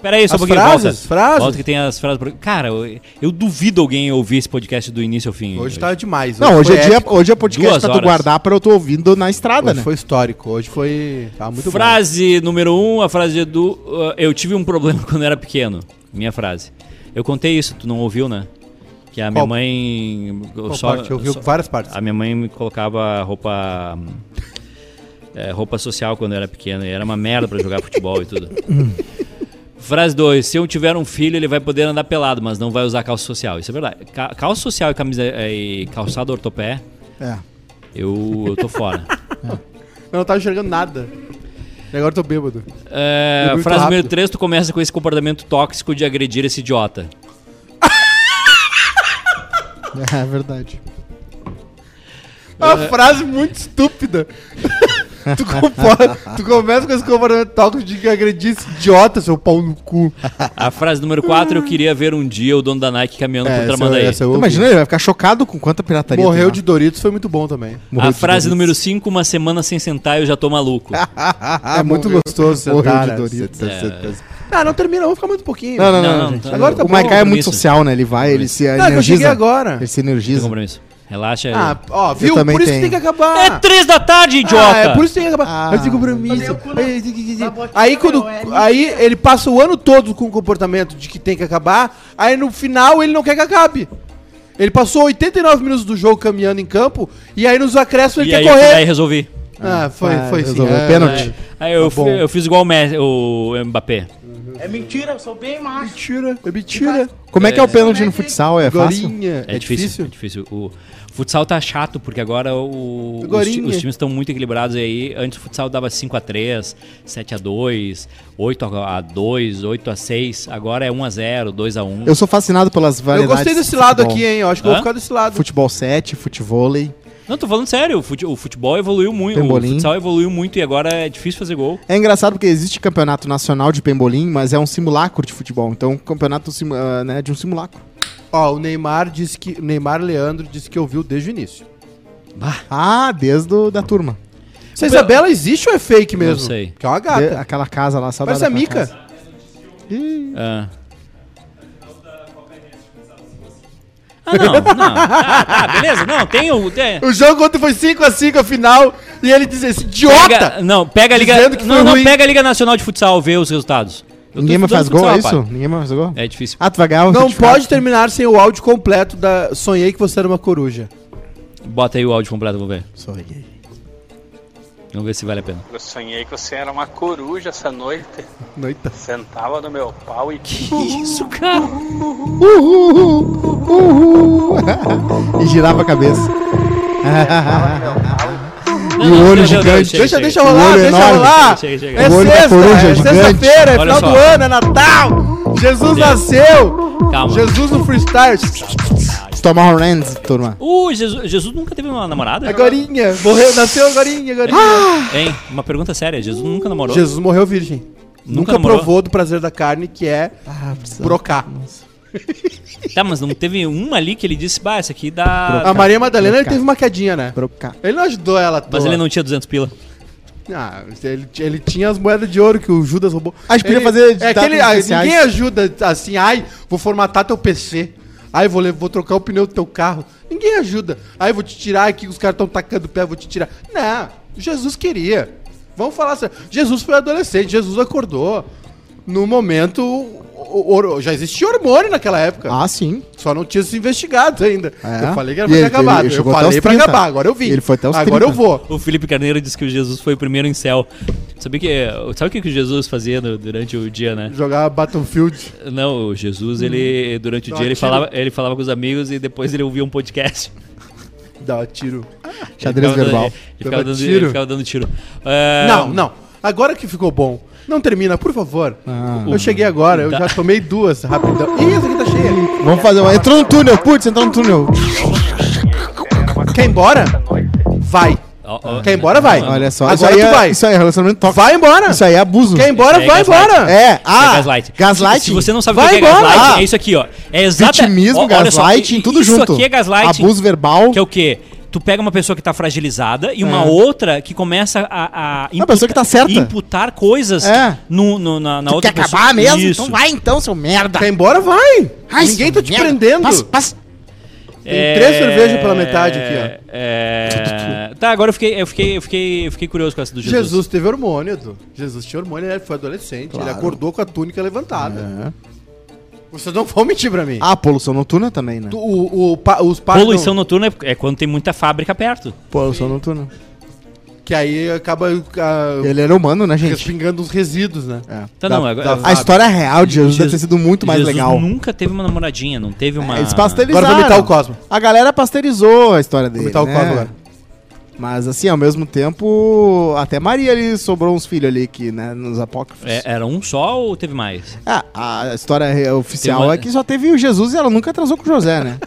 Peraí, só As um pouquinho, frases, volta. frases. Volta que tem as frases. pro- Cara, eu, eu duvido alguém ouvir esse podcast do início ao fim. Hoje tá demais. Não, hoje foi é, dia, épico. hoje é podcast Duas pra tu horas. guardar pra eu tô ouvindo na estrada, Hoje né? foi histórico. Hoje foi. Tá muito bom. frase número um, a frase do. uh, eu tive um problema quando era pequeno. Minha frase. Eu contei isso, tu não ouviu, né? Que a minha Qual- mãe. eu qual parte? Eu ouvi várias partes. A minha mãe me colocava roupa. hum, é, roupa social quando eu era pequeno. E era uma merda pra jogar futebol e tudo. Frase 2. Se eu tiver um filho, ele vai poder andar pelado, mas não vai usar calça social. Isso é verdade. Ca- calça social e, camisa, é, e calçado ortopé, É. eu, eu tô fora. Eu não tava enxergando nada. E agora eu tô bêbado. É, Muito frase número rápido. 3, tu começa com esse comportamento tóxico de agredir esse idiota. É verdade. É. Uma frase muito estúpida. tu, compo- tu começa com esse comportamento tóxico de que agredir esse idiota, seu pau no cu. A frase número 4, eu queria ver um dia o dono da Nike caminhando É, contra essa por Tramandaí. eu- essa eu ouvi. Imagina, ele vai ficar chocado com quanta pirataria tem Morreu lá. de Doritos foi muito bom também. Morreu a de frase Doritos. número 5, uma semana sem sentar eu já tô maluco. é muito morreu- gostoso morreu sentar. de né? Doritos. Ah, não termina, vamos ficar mais um pouquinho. Não, não, não. Não, não, gente. tá- Agora tá o bom, Maikai é muito compromisso. social, né? Ele vai, ele se Não, é que eu cheguei energiza. agora. Ele se Tem energiza. compromisso. Relaxa. Ah, ó, Eu viu? também Por isso tenho. que tem que acabar. É 3 da tarde, idiota! Ah, é por isso que tem que acabar. Ah. Eu tenho compromisso. Aí, Aí quando. Aí ele passa o ano todo com o comportamento de que tem que acabar. Aí no final ele não quer que acabe. Ele passou 89 minutos do jogo caminhando em campo. E aí nos acréscimos ele E aí, quer eu- correr. aí resolvi. Ah, foi, Ah, foi sim. resolveu. É, Pênalti. Aí eu, Tá bom. fi- eu fiz igual o, Messi, o Mbappé. É mentira, eu sou bem macho. Mentira, é mentira. Como é que é o pênalti no futsal? É fácil? Gorinha. É, difícil, é difícil. O futsal tá chato, porque agora o- os, ti- Gorinha. os times estão muito equilibrados aí. Antes o futsal dava 5x3, 7x2, 8x2, 8x6. Agora é 1x0, 2x1. Eu sou fascinado pelas Eu variedades. gostei desse de lado futebol. aqui, hein? Eu acho que eu Hã? vou ficar desse lado. Futebol 7, futevôlei. Não, tô falando sério. O, fute- o futebol evoluiu muito. O Pebolim. futsal evoluiu muito e agora é difícil fazer gol. É engraçado porque existe campeonato nacional de pembolim, mas é um simulacro de futebol. Então, campeonato simu- ah, né, de um simulacro. Ó, o Neymar disse que. o Neymar Leandro disse que ouviu desde o início. Ah, desde o, da turma. Se a Isabela existe ou é fake Não mesmo? sei. Que é uma De- gata. aquela casa lá, saudade Parece a daquela é Mica. casa. Ih, Ah. Ah, não, não. Ah, tá, beleza. Não, tem o. tem- O jogo ontem foi 5x5 a final e ele diz esse idiota! Pega- não, pega a Liga. Dizendo que Não, foi não, ruim. pega a Liga Nacional de Futsal, vê os resultados. Eu tô Ninguém mais estudando faz gol, é futsal, isso? rapaz. Ninguém mais faz gol? É difícil. Ah, tu vai ganhar o Não certificado? pode terminar sem o áudio completo da Sonhei que você era uma coruja. Bota aí o áudio completo, vamos ver. Sonhei. Vamos ver se vale a pena. Eu sonhei que você era uma coruja essa noite. Noita. Sentava no meu pau e. Isso, cara. Uhul, uhul. e girava a cabeça. E o olho gigante. Deixa, Chega, deixa chega. rolar, Olho deixa enorme. rolar. Chega, chega, É O olho da sexta, coruja é gigante. sexta-feira, é Olha final só. do ano, é Natal. Jesus nasceu. Calma. Jesus no freestyle. Tomorrowland, um turma. Uh, Jesus, Jesus nunca teve uma namorada? Ah! Agorinha. Morreu, nasceu agorinha, agorinha. Hein? Uma pergunta séria. Jesus nunca namorou? Ah! Jesus morreu virgem. Nunca Nunca, namorou? provou do prazer da carne, que é brocar. Tá, mas não teve uma ali que ele disse, bah, essa aqui dá... A Maria Madalena ele Brocar. teve uma quedinha, né? Broca. Ele não ajudou ela Mas toda. ele não tinha 200 pila. Ah, ele, ti- ele tinha as moedas de ouro que o Judas roubou. Ah, A gente podia Ele- fazer É ditados aquele, ah, especiais. ninguém ajuda assim, ai, vou formatar teu PC. Ai, vou, le- vou trocar o pneu do teu carro. Ninguém ajuda. Ai, vou te tirar aqui, os caras estão tacando o pé, vou te tirar. Não, Jesus queria. Vamos falar sério. Jesus foi adolescente, Jesus acordou. No momento, o- o- o- já existia hormônio naquela época. Ah, sim. Só não tinha se investigado ainda. É. Eu falei que E era pra ter ele- acabado. ele Eu chegou até falei os pra 30. acabar, agora eu vim. Ele foi até os Agora 30. eu vou. O Felipe Carneiro disse que o Jesus foi o primeiro em céu. Sabia que, sabe o que que o Jesus fazia no- durante o dia, né? Jogar Battlefield. Não, o Jesus, ele durante o Dá dia, ele tiro. falava, ele falava com os amigos e depois ele ouvia um podcast. Dá tiro. Xadrez Ele Então, ficava verbal. dando- Ele ficava Dava dando tiro. ele ficava dando tiro. É, Não, não. Agora que ficou bom. Não termina, por favor. Eu cheguei agora, eu Tá. já tomei duas rapidão. Ih, essa aqui tá cheia. Vamos fazer um- uma. Entrou no túnel, putz, entrou no túnel. Quer ir embora? Vai. Ó, ó. Quer ir embora, vai. Olha só, Agora isso aí tu é- vai. Isso aí é relacionamento tóxico. Vai né? embora. Isso aí é abuso. Quer ir embora, Isso aí é vai gaslight. embora. É, ah, é gaslight. gaslighting. Se você não sabe o Vai que é embora. gaslight, Ah. é isso aqui, ó. É exatamente. Vitimismo, gaslighting, tudo isso junto. Isso aqui é gaslighting. Abuso verbal. Que é o quê? Tu pega uma pessoa que tá fragilizada e uma É. outra que começa a, a Uma pessoa que tá certa. imputar coisas É. no, no- na, na Tu outra quer acabar pessoa. mesmo? Isso. Então vai então, seu merda. Quer ir embora, vai. Ai, Ninguém seu tá te merda. prendendo. Passa, passa. Tem três cervejas pela metade aqui, ó. É... Tá, agora eu fiquei, eu, fiquei, eu, fiquei, eu fiquei curioso com essa do Jesus. Jesus. teve hormônio, Edu. Jesus tinha hormônio, ele foi adolescente. Ele acordou com a túnica levantada. Vocês não vão mentir pra mim. Ah, poluição noturna também, né? Tu- o, o, pa- os pais Poluição noturna é- é quando tem muita fábrica perto. Poluição noturna. não- que aí acaba ah, Ele era humano, né, gente? É. respingando os resíduos, né? Então, Da- não, agora. da- A história é real de Jesus deve Jesus- ter sido muito mais Jesus legal. nunca teve uma namoradinha, não teve uma. Eles pasteurizaram. Agora vou imitar o Cosmo. A galera pasteurizou a história dele. Vou imitar o né? Cosmo agora. Mas assim, ao mesmo tempo, até Maria ali sobrou uns filhos ali que, né, nos apócrifos. É, era um só ou teve mais? Ah, a história re- oficial Tem uma- é que só teve o Jesus e ela nunca transou com o José, né?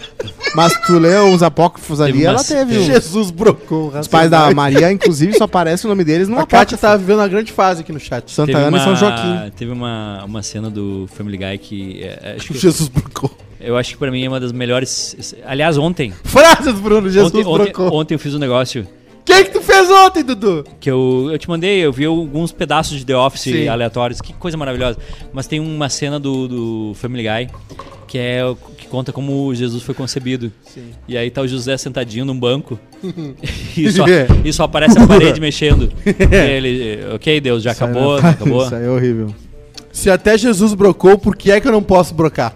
Mas tu leu os apócrifos ali, Teve ela umas- teve. teve- Os, Jesus brocou. os pais da Maria, inclusive, só aparece o nome deles no A Kátia apócrifo. tá vivendo uma grande fase aqui no chat. Santa teve Ana e uma- assim. São Joaquim. Teve uma, uma cena do Family Guy que, é, é, acho que- Jesus brocou. eu acho que pra mim é uma das melhores. Aliás, ontem. Frases, Bruno. Jesus ontem, ontem, brocou. ontem eu fiz um negócio O que, que tu fez ontem, Dudu? que eu, eu te mandei, eu vi alguns pedaços de The Office Sim. aleatórios, que coisa maravilhosa. Mas tem uma cena do, do Family Guy que é o- que conta como Jesus foi concebido. E aí tá o José sentadinho num banco e, só, É. e só aparece a parede mexendo. E ele, ok, Deus, já acabou, já acabou. Isso aí é horrível. Se até Jesus brocou, por que é que eu não posso brocar?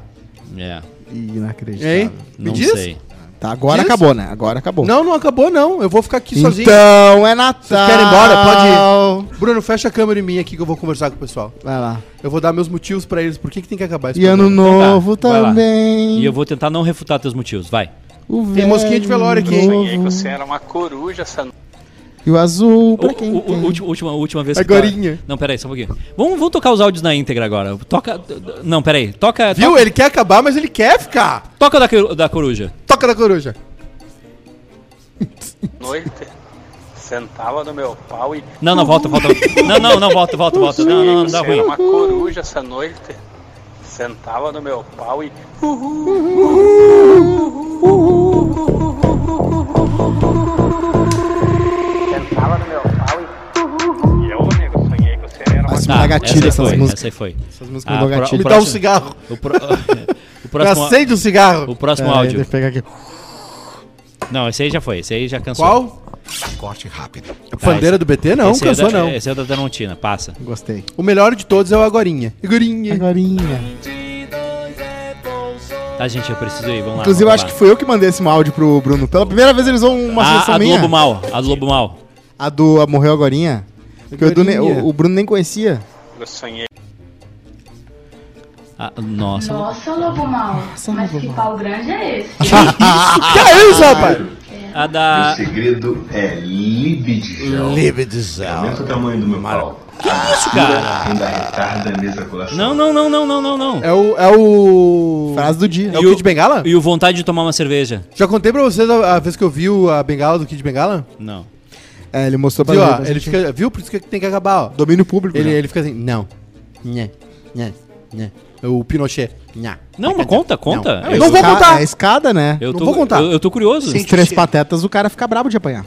É, Inacreditável. Hein? Me não diz? sei. Tá, agora Diz? acabou, né? Agora acabou. Não, não acabou, não. Eu vou ficar aqui sozinho. Então é Natal. Vocês querem ir embora? Pode ir. Bruno, fecha a câmera em mim aqui que eu vou conversar com o pessoal. Vai lá. Eu vou dar meus motivos pra eles. Por que, que tem que acabar esse E ano programa. novo Então tá, vai lá. também. E eu vou tentar não refutar teus motivos, vai. O Tem mosquinha de velório aqui, hein? Sonhei que você era uma coruja essa noite. E o azul pra O- quem o- tem. o- última, última, última vez Agorinha. que. Tá... Não, peraí, só um pouquinho. Vamos, vamos tocar os áudios na íntegra agora. Toca. Não, peraí. Toca. Viu? Ele quer acabar, mas ele quer ficar. Toca o da, coru- da coruja. Toca da coruja. um noite. Sentava no meu pau e Não, não, volta, volta. Não, não, não, volta, volta, volta. Não, não, não, você dá era ruim. uma coruja essa noite. Sentava no meu pau e Sentava no meu pau e E eu, nego, sonhei que você era uma Mas Tá, me dá gatilho essa essas aí foi, músicas. Essa aí foi. Essas músicas Ah, me dão pro- gatilho. Me o dá um próximo- cigarro. O, pro- o Me próximo, acende um cigarro. o próximo Pera aí, áudio. deixa eu pegar aqui. "Hum, Não, esse aí já foi. Esse aí já cansou. Qual? Corte rápido. Bandeira esse- do BT? Não, esse aí é cansou da- não. Esse é da Darontina, passa. Gostei. O melhor de todos é o Agorinha. Agorinha. Agorinha. Tá, gente, eu preciso ir. Vamos lá. Inclusive, eu vamos acho que lá. foi eu que mandei esse áudio pro Bruno. Pela primeira vez eles vão uma Ah, a, seleção a do minha. Lobo Mal. A do Lobo Mal. A do a Morreu Agorinha. Porque o, Edu nem- Agorinha. o- o Bruno nem conhecia. Eu sonhei Ah, nossa. Nossa, lobo mal. Mas que pau grande é esse? Ah, Que é isso, rapaz? A da. segredo é libidizão. Aumenta o tamanho do meu pau. Isso, cara. Ainda retarda a mesaculação. Não, não, não, não, não, não, não. É o. É o. Frase do dia. É o Kid Bengala? E o vontade de tomar uma cerveja? Já contei pra vocês a, a vez que eu vi o- a bengala do Kid Bengala? Não. É, ele mostrou pra Viu, ó, pra ele gente. fica, viu? Por isso que tem que acabar, ó. Domínio público. Ele, né? ele fica assim, não. Nhé, nhé, nhé. É O Pinochet. Nhá. Não, Ah, mas conta, conta. Não, Eu- não vou Esca- contar. É escada, né? Eu não tô, vou contar. Eu, eu tô curioso. Os três patetas, o cara fica brabo de apanhar.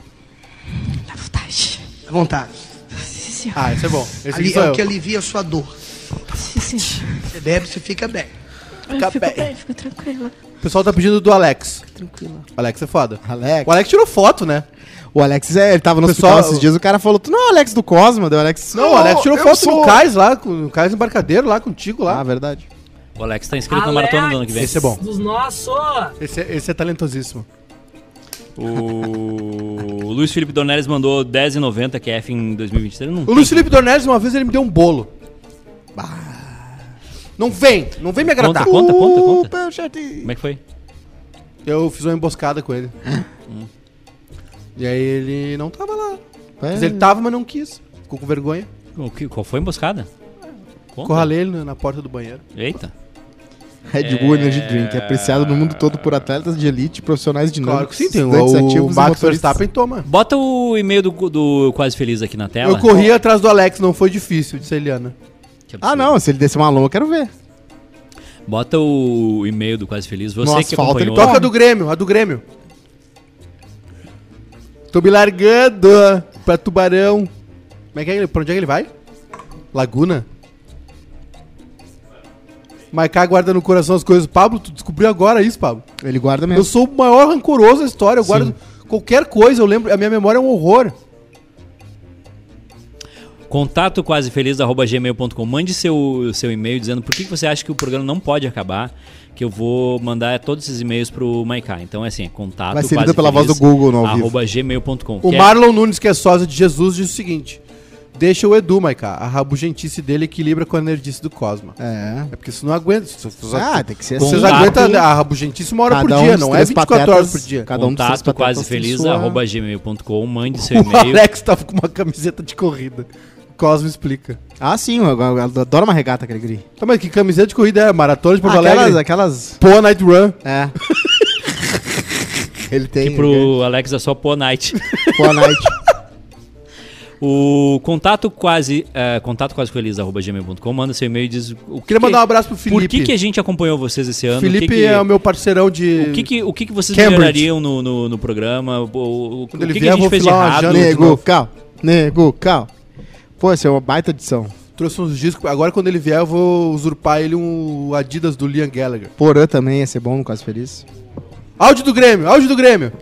Dá vontade. À vontade. Ah, isso é bom. Esse aqui Ali sou é eu. o que alivia a sua dor. Você bebe, você fica bem. Eu fico bem, fico tranquila. O pessoal tá pedindo do Alex. Tranquila. O Alex é foda. Alex. O Alex tirou foto, né? O Alex, é, ele tava no Pessoal, hospital esses o- dias, o cara falou, tu não é o Alex do Cosmo? Daí o Alex, Não, o Alex tirou eu foto sou- no Cais lá, com o Cais embarcadeiro lá contigo Ah, lá. verdade. O Alex tá inscrito na maratona do ano que vem. Esse é bom. Dos nossos! Esse, é- esse é talentosíssimo. O Luiz Felipe Dornelles mandou 10,90 QF em 2023. Não O Luiz Felipe Dornelles, uma vez, ele me deu um bolo. Não vem, não vem me Conta, agradar. conta, conta, conta. Superchat. Como é que foi? Eu fiz uma emboscada com ele. e aí ele não tava lá. Mas ele tava, mas não quis. Ficou com vergonha. O que- Qual foi a emboscada? Conta. Corralei ele na porta do banheiro. Eita. Red Bull Energy Drink, é apreciado no mundo todo por atletas de elite, profissionais dinâmicos, Claro que sim, tem o- estudantes o ativos e Max motoristas. Verstappen toma. Bota o e-mail do, do Quase Feliz aqui na tela. Eu corri atrás do Alex, não foi difícil, disse a Eliana. Ah, não, se ele descer uma lomba, eu quero ver. Bota o e-mail do Quase Feliz. Você No que asfalto, acompanhou. Ele toca a do Grêmio, a do Grêmio. Tô me largando pra Tubarão. Como é que é ele? Pra onde é que ele vai? Laguna? Maiká guarda no coração as coisas. Pablo, tu descobriu agora isso, Pablo. Ele guarda mesmo. Eu sou o maior rancoroso da história. Eu guardo qualquer coisa. Eu lembro. A minha memória é um horror. Contato quasefeliz.gmail.com. Mande seu, seu e-mail dizendo por que que você acha que o programa não pode acabar. Que eu vou mandar todos esses e-mails pro Maiká. Então é assim, é contato Vai ser lido pela voz do Google no ao vivo. arroba gmail.com. O que é- Marlon Nunes, que é sósia de Jesus, diz o seguinte: Deixa o Edu, Maiká. A rabugentice dele equilibra com a nerdice do Cosma. É. É porque você não aguenta. Se você- Ah, tem que ser Vocês assim. aguentam né? um- Contato- a rabugentice uma hora por Cada um dia, dos não é três 24 horas patetas- por dia. cada um dos três contato patetas quasefeliz tem sua- arroba gmail.com. Mande seu O e-mail. Alex tava com uma camiseta de corrida. Cosmo explica. Ah, sim, eu, eu- eu adoro uma regata aquele gri. Tá, mas que camiseta de corrida é? Maratona de Porto Aquelas- Alegre? aquelas- Pô, Night Run. É. Ele tem. Que pro Alex é só pô night. Boa noite. O contato quase é, contato quase feliz arroba gmail.com manda seu e-mail e diz o Queria mandar um abraço pro Por que, Felipe. que a gente acompanhou vocês esse ano? O que Felipe que- é o meu parceirão de. O que, que, o que, que vocês Cambridge. melhorariam no, no, no programa? O, o, o que, Quando ele que vier, a eu gente vou fez de filar uma errado? janta. Nego, cal. Nego, cal. Pô, essa é uma baita edição. Trouxe uns discos. Agora, quando ele vier, eu vou usurpar ele um Adidas do Liam Gallagher. Porã também ia ser bom no Quase Feliz. Áudio do Grêmio, áudio do Grêmio.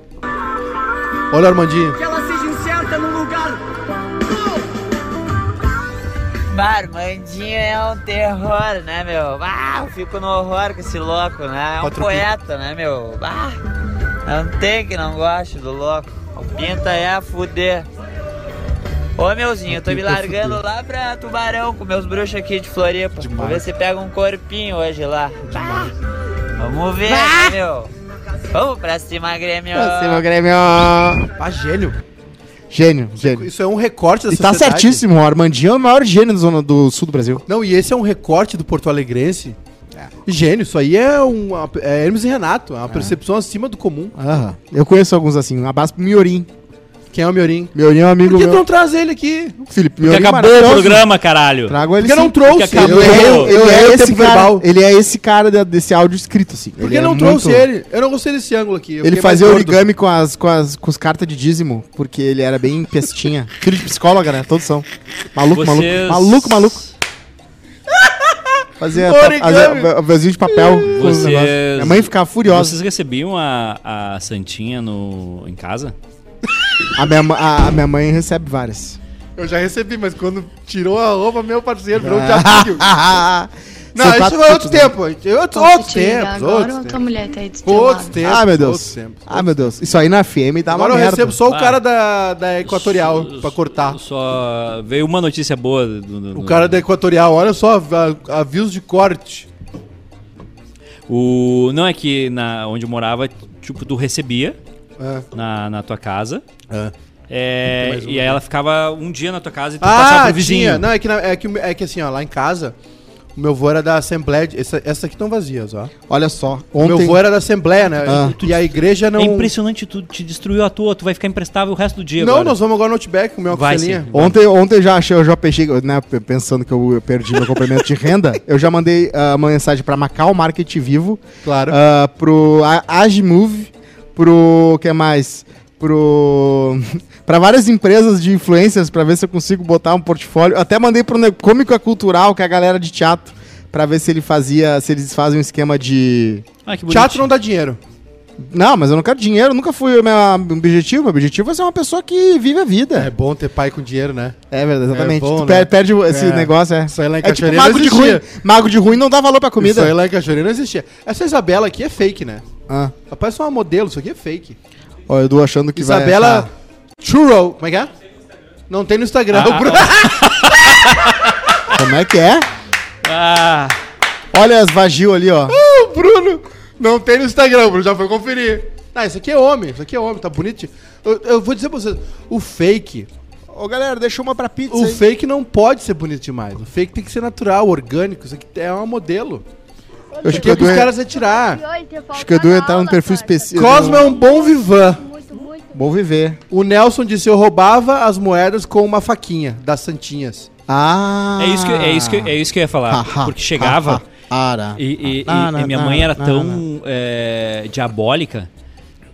Olha o Armandinho. Que ela seja incerta num lugar. Barmandinho é um terror, né, meu? Ah, eu fico no horror com esse louco, né? É um Quatro poeta, né, meu? Ah, não tem que não goste do louco. O Pinta é a fuder. Ô, meuzinho, eu tô me Pinta é a largando fuder. lá pra Tubarão com meus bruxos aqui de Floripa. Vou ver se pega um corpinho hoje lá. Ah, vamos ver, Ah! né, meu? Vamos pra cima, Grêmio! Grêmio. Ah, gênio. Gênio, gênio. Isso é um recorte da E tá sociedade. certíssimo, o Armandinho é o maior gênio do, zona- do sul do Brasil. Não, e esse é um recorte do Porto Alegrense. Gênio, isso aí é um é Hermes e Renato, é uma percepção acima do comum. Aham. Eu conheço alguns assim. Um abraço pro Miorim. Quem é o Miorim? Miorim é um amigo Por que tu meu. não traz ele é aqui? Felipe Porque Miorim. é acabou o maravilhoso. programa, caralho. Trago ele Porque sim. não trouxe. Porque acabou. Eu errei- eu Ele é errei o esse tempo cara- verbal. Ele é esse cara da- desse áudio escrito, assim. Por Ele que é não trouxe muito- ele? Eu não gostei desse ângulo aqui. eu Ele fiquei mais fazia gordo. origami com as, com as com os cartas de dízimo, porque ele era bem pestinha. Filho de psicóloga, né? Todos são. Maluco, Vocês- maluco. Maluco, maluco. Fazia, Origami. pa- fazia vasinho de papel com os negócios. Vocês, Minha mãe ficava furiosa. Vocês recebiam a, a Santinha no, em casa? A, minha, ma- a, a minha mãe recebe várias. Eu já recebi, mas quando tirou a roupa, meu parceiro, virou um Ah. diabinho. Não, Você tá isso foi outro tudo tempo. Outros, Vamos outros te ligar tempos, agora outros ou a tempos. tua mulher tá aí do teu Outros lado? tempos. Ah, meu outros Deus. tempos. Ah, meu Deus. Isso aí na FM dá Agora uma eu merda. recebo só o Ah. cara da, da Equatorial pra cortar. Só veio uma notícia boa. Do, do- O cara da Equatorial, olha só, a- avisos de corte. O, não é que na, onde eu morava, tipo, tu recebia É. na, na tua casa. É. É, Mais um, e aí né? ela ficava um dia na tua casa e tu passava Ah, pro vizinho. tinha. Não, é que, na- é, que, é que assim, ó, lá em casa, o meu vô era da Assembleia. de- Essa, essa aqui tão vazias, ó. Olha só. O meu Ontem. vô era da Assembleia, né? Ah. E a igreja não. É impressionante, tu te destruiu a tua, tu vai ficar imprestável o resto do dia Não, agora. nós vamos agora no Outback comer uma Vai costelinha. sim. Ontem, ontem eu já achei, eu já pechei, né, p- pensando que eu perdi meu complemento de renda, eu já mandei ah, uma mensagem pra Macau Market Vivo, Claro. ah, pro A- Agimove, pro que mais? Pro para várias empresas de influências pra ver se eu consigo botar um portfólio. Até mandei pro ne- Cômico Cultural, que é a galera de teatro, pra ver se ele fazia, se eles fazem um esquema de Ah, que bonito. Teatro não dá dinheiro. não, mas eu não quero dinheiro, nunca foi o meu objetivo. Meu objetivo é ser uma pessoa que vive a vida. É bom ter pai com dinheiro, né? É verdade, exatamente. É bom, tu né? per- perde o- esse É. negócio, é. Isso aí lá em é tipo Cachoeira não mago de ruim. existia. Mago de ruim não dá valor pra comida. Isso aí é lá em Cachoeira não existia. Essa Isabela aqui é fake, né? Ah. Ela parece uma modelo, isso aqui é fake. Ó, eu tô achando que vai... Isabela achar. Churro. Como é que é? Não tem no Instagram. Ah, o Bruno- Como é que é? Ah, Olha as vagil ali, ó. o Bruno. Não tem no Uh! Instagram, o Bruno já foi conferir. Ah, isso aqui é homem, isso aqui é homem, tá bonito. Eu, eu vou dizer pra vocês, o fake, Ô, galera, deixa uma pra pizza, o fake não pode ser bonito demais. O fake tem que ser natural, orgânico, isso aqui é um modelo. Eu acho que pros Edu é- caras retirar. Acho que o Edu entrar num perfil específico. Cosmo é um bom vivan. Bom viver. O Nelson disse: eu roubava as moedas com uma faquinha das Santinhas. Ah! É isso que, é isso que, é isso que eu ia falar. porque chegava. e, e- Ah, e- não, e minha não, mãe era não, tão é, diabólica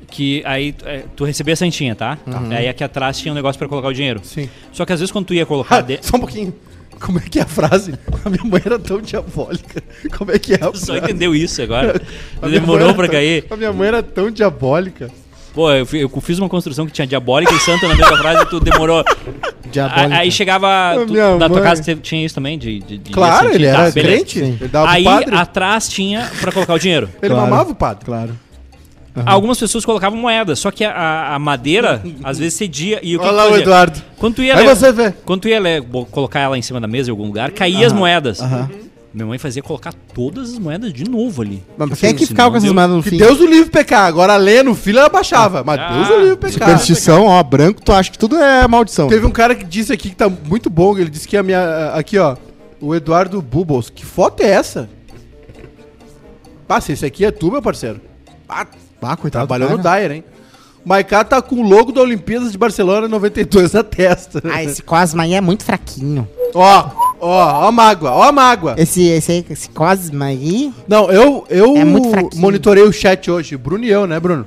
que aí é, tu recebia a santinha, tá? Uhum. Aí aqui atrás tinha um negócio pra colocar o dinheiro. Sim. Só que às vezes quando tu ia colocar. de- Só um pouquinho. Como é que é a frase? A minha mãe era tão diabólica. Como é que é a Tu frase? só entendeu isso agora. A minha mãe Demorou era pra tão- cair. A minha mãe era tão diabólica. Pô, eu, fi- eu fiz uma construção que tinha diabólica e santa na mesma frase e tu demorou. Diabólica. A- Aí chegava. Ah, tu- minha na tua mãe. casa te- tinha isso também? De, de- de Claro, assim, ele tá, era beleza. crente, Sim. ele dava pro Aí padre. atrás tinha pra colocar o dinheiro. Ele mamava o padre? Claro. Uhum. Algumas pessoas colocavam moeda, só que a- a, a madeira às vezes cedia. E o que Olha que lá o fazia? Eduardo. Quando tu ia, Aí le- você vê. Quando tu ia le- bo- colocar ela em cima da mesa em algum lugar, caía as Aham, moedas. Uhum. aham. Minha mãe fazia colocar todas as moedas de novo ali. Mas Eu quem é que falei, ficava "Não com essas deu". moedas no Que fim? Deus o livre pecar. Agora lê no filho ela baixava. Mas Deus o livre pecar. Superstição, ó, branco, tu acha que tudo é maldição. Teve um cara que disse aqui que tá muito bom. Ele disse que a minha. Aqui, ó. O Eduardo Bubbles. Que foto é essa? Passa, esse aqui é tu, meu parceiro. Ah, coitado Trabalhou do no cara. Dyer, hein? Maiká tá com o logo da Olimpíadas de Barcelona 92 na testa. Ah, esse Cosma aí é muito fraquinho. Ó, ó, ó a mágoa, ó a mágoa. Esse, esse, aí, esse Cosma aí. Não, eu, eu É muito fraquinho. monitorei o chat hoje. Bruno e eu, né, Bruno?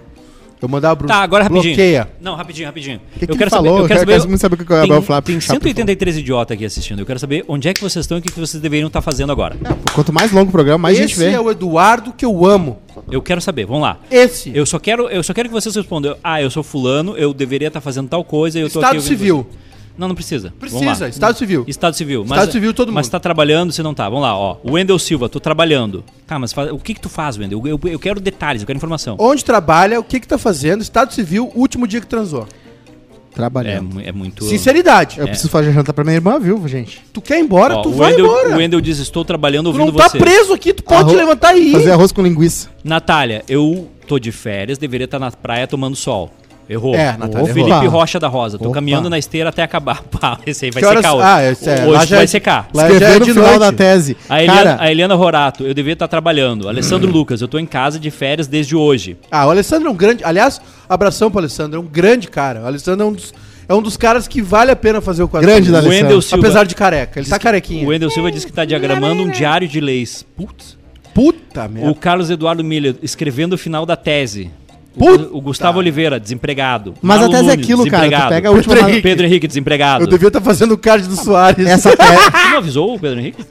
Eu mandava o Bruno. Tá, agora rapidinho. Bloqueia. Não, rapidinho, rapidinho. que eu ele quero falou? saber, eu Eu quero quero saber, muito saber o que é o tem, Abel Flávio tem chapa 183 idiota aqui assistindo. Eu quero saber onde é que vocês estão e o que que vocês deveriam estar fazendo agora. Quanto mais longo o programa, mais Esse gente vê. é o Eduardo que eu amo. Eu quero saber, vamos lá. Esse. Eu só quero, eu só quero que vocês respondam. Ah, eu sou fulano, eu deveria estar fazendo tal coisa, eu tô Estado aqui ouvindo civil. você. Não, não precisa. Vamos Precisa, lá. Estado Civil. Estado civil. Estado civil, todo Mas mundo. tá trabalhando, você não tá. Vamos lá, ó. Wendel Silva, tô trabalhando. Tá, mas faz- o que que tu faz, Wendel? Eu, eu- eu quero detalhes, eu quero informação. Onde trabalha, o que que tá fazendo, Estado Civil, último dia que transou. É, Trabalhando. mu- é muito... Sinceridade. Eu preciso fazer janta pra minha irmã, viu, gente? Tu quer ir embora, Ó, tu o vai Wendel, embora. O Wendel diz, estou trabalhando Tu não ouvindo tá você. preso aqui, tu pode Arro- te levantar e ir. Fazer arroz com linguiça. Natália, eu tô de férias, deveria estar na praia tomando sol. Errou. É, Natália, O errou. Felipe Opa. Rocha da Rosa, tô Opa. caminhando na esteira até acabar. Pá, esse aí vai Que horas- secar hoje. Ah, esse é, lá hoje já vai é- secar. lá já é Escrever no de final noite. é- da tese. A Eliana, Cara, Hum. a Eliana Rorato, eu deveria estar trabalhando. Alessandro Lucas, eu tô em casa de férias desde hoje. Tá Ah, o Alessandro é um grande. Aliás, abração pro Alessandro, é um grande cara. O Alessandro é um dos, é um dos caras que vale a pena fazer o quadro. Grande da Alessandro. Wendel Silva. Apesar de careca, ele Diz tá que- carequinha. O Wendel Silva disse que tá diagramando um diário de leis. Putz. Puta É. merda. O Carlos Eduardo Miller, escrevendo o final da tese. O- O Gustavo Oliveira, desempregado. Mas a Malu tese é Nunes, aquilo, cara, tu desempregado. pega a última- Pedro, Pedro Henrique. Pedro Henrique, desempregado. Eu devia estar fazendo o card Tá do Soares. Essa é tese Você não avisou o Pedro Henrique?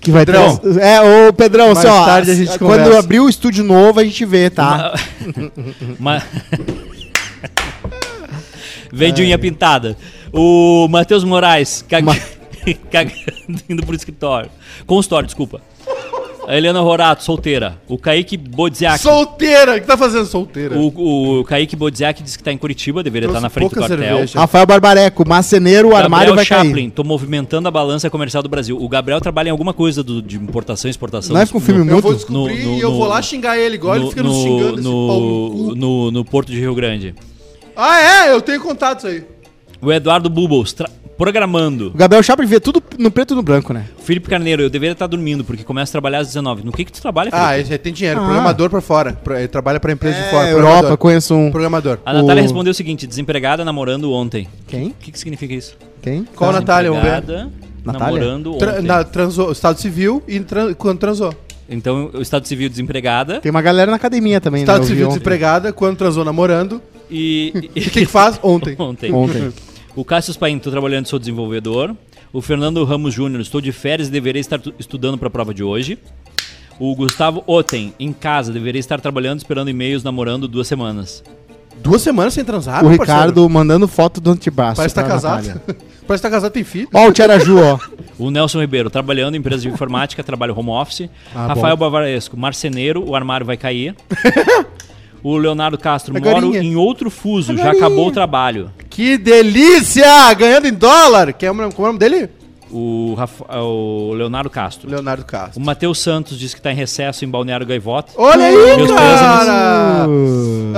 que vai Pedrão. ter. É, ô Pedrão, Mais assim, ó. tarde a gente quando conversa. abrir o estúdio novo, a gente vê, tá? Mas... Vem de unha pintada. O Matheus Moraes cag... cagando indo pro escritório. Consultório, desculpa. A Helena Rorato, solteira. O Kaique Bodziak. Solteira! O que tá fazendo solteira? O, o Kaique Bodziak disse que tá em Curitiba, deveria estar Trouxe na frente do pouca quartel. cerveja. Rafael Barbareco, marceneiro, o armário Gabriel vai Chaplin, cair. tô movimentando a balança comercial do Brasil. O Gabriel trabalha em alguma coisa do- de importação e exportação. Não é com filme Eu mudo? vou descobrir e eu vou lá xingar ele, igual ele fica nos xingando esse pau no no, no- no Porto de Rio Grande. Ah, é? Eu tenho contatos aí. O Eduardo Bubbles, tra- programando. O Gabriel Chaplin vê tudo no preto e no branco, né? Felipe Carneiro, eu deveria estar dormindo, porque começa a trabalhar às 19. No que que tu trabalha, Felipe? Ah, ele tem dinheiro. Ah. Programador pra fora. Pro- Ele trabalha pra empresa de É, fora. Europa, programador. conheço um. Programador. A Natália o- respondeu o seguinte, desempregada namorando ontem. Quem? O que que significa isso? Quem? Qual Natália? Vamos ver. Desempregada Natália? namorando ontem. Tra- na- transou, estado civil e tran- quando transou. Então, o Estado Civil desempregada Tem uma galera na academia também, né? Estado Eu vi civil ontem. desempregada, quando transou namorando. e... E o que, que faz? Ontem. Ontem. Ontem. O Cássio Spain, tô trabalhando, sou desenvolvedor. O Fernando Ramos Júnior, estou de férias e deveria estar tu- estudando para a prova de hoje. O Gustavo Oten, em casa, deveria estar trabalhando, esperando e-mails, namorando duas semanas. Duas semanas sem transar, o meu Ricardo mandando foto do antebraço. Parece que tá pra casado. Natália. Parece que tá casado, tem filho. Ó, o Tiaraju, ó. O Nelson Ribeiro, trabalhando em empresa de informática, trabalho home office. Ah, Rafael bom. Bavaresco, marceneiro, o armário vai cair. o Leonardo Castro, moro Agorinha. em outro fuso, já Agorinha. acabou o trabalho. Que delícia! Ganhando em dólar. Quem é o nome, como é o nome dele? O, Rafa- o Leonardo Castro. Leonardo Castro. O Matheus Santos disse que tá em recesso em Balneário Gaivota. Olha aí, Meus cara!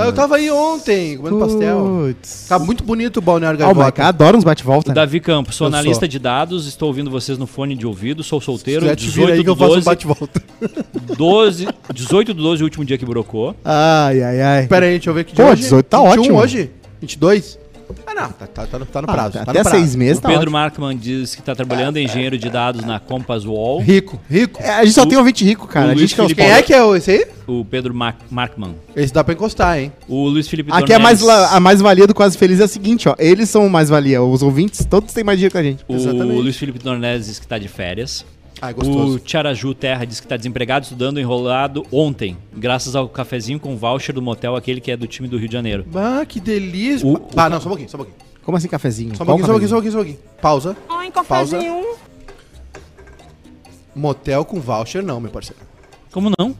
Eu tava aí ontem, comendo pastel. Tá muito bonito o Balneário Ah, o Gaivota. Maicá adora uns bate-volta. O né? Davi Campos, sou Eu analista sou. de dados, estou ouvindo vocês no fone de ouvido, sou solteiro, Se tu te 18 vira aí que do eu faço um 12, bate-volta. 12, 18 do 12, o último dia que brocou. Ai, ai, ai. Pera aí, deixa eu ver que Pô, 18 tá 21 ótimo. hoje? 22? Ah, não, tá, tá, tá no, tá no Ah, prazo. tá tá no até prazo. seis meses o tá Pedro ótimo. Markman diz que está trabalhando em engenheiro de dados na Compass Wall. Rico, rico. É, a gente só tem ouvinte rico, cara. A Luiz gente quer os- Felipe Quem é Alves. que é o- esse aí? O Pedro Mar- Markman. Esse dá pra encostar, hein? O Luiz Felipe Aqui é mais, Dornelles. la- a mais-valia do Quase Feliz é a seguinte, ó. Eles são o mais-valia. Os ouvintes, todos têm mais dinheiro que a gente. O Luiz Felipe Dornelles diz que está de férias. Ah, é o gostoso. Tiaraju Terra diz que está desempregado, estudando enrolado ontem, graças ao cafezinho com voucher do motel, aquele que é do time do Rio de Janeiro. Ah, que delícia. Ah, não, só um pouquinho, só um pouquinho. Como assim, cafezinho? Só um Qual pouquinho, só um cafezinho? pouquinho, só um pouquinho, só um pouquinho. Pausa. Ai, Pausa. cafezinho. Motel com voucher não, meu parceiro. Como não?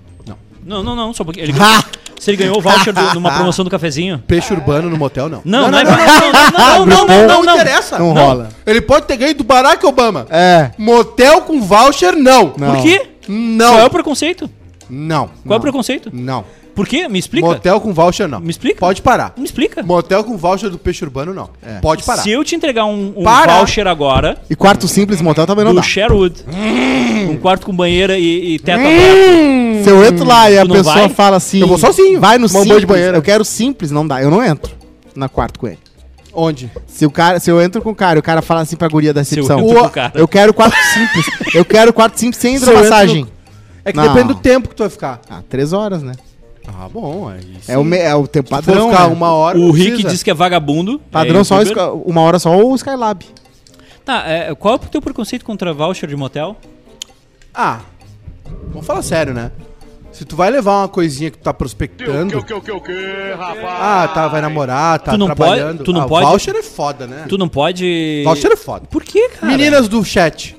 Não, não, não, só porque ele ganhou, se ele ganhou o voucher do- numa promoção do cafezinho. Peixe urbano no motel, não. Não, não, não, não, não, não, não, não, não, não. interessa. Não rola. Ele pode ter ganho do Barack Obama. É. Motel com voucher, não. Por quê? Não. Qual é o preconceito? Não. Qual é o preconceito? Não. Por quê? Me explica. Motel com voucher, não. Me explica. Pode parar. Me explica. Motel com voucher do peixe urbano, não. Pode parar. Se eu te entregar um, um Para. voucher agora, E quarto simples, motel também não do dá. Sherwood, um quarto com banheira e, e teto Se eu entro lá e a Tu não pessoa vai? fala assim... Eu vou sozinho. Vai no Tomar um simples. banho de banheiro. Eu quero simples, não dá. Eu não entro na quarto com ele. Onde? Se, o cara, se eu entro com o cara e o cara fala assim pra guria da recepção... entro com o cara. Eu quero quarto simples. Eu quero quarto simples sem Se eu hidromassagem. entro no- É que depende do tempo que tu vai ficar. Ah, três horas, né? Ah, bom. Aí É o, me- é o tempo Se for padrão. ficar né? uma hora, O Rick diz que é vagabundo. Padrão é só o youtuber. Sky- uma hora só o Skylab. Tá, é, qual é o teu preconceito contra voucher de motel? Ah, vamos falar sério, né? Se tu vai levar uma coisinha que tu tá prospectando. Ah, tá, vai namorar, tá tu não trabalhando. pode, tu não Ah, pode. Voucher é foda, né? Tu não pode. Voucher é foda. Por que, cara? Meninas do chat,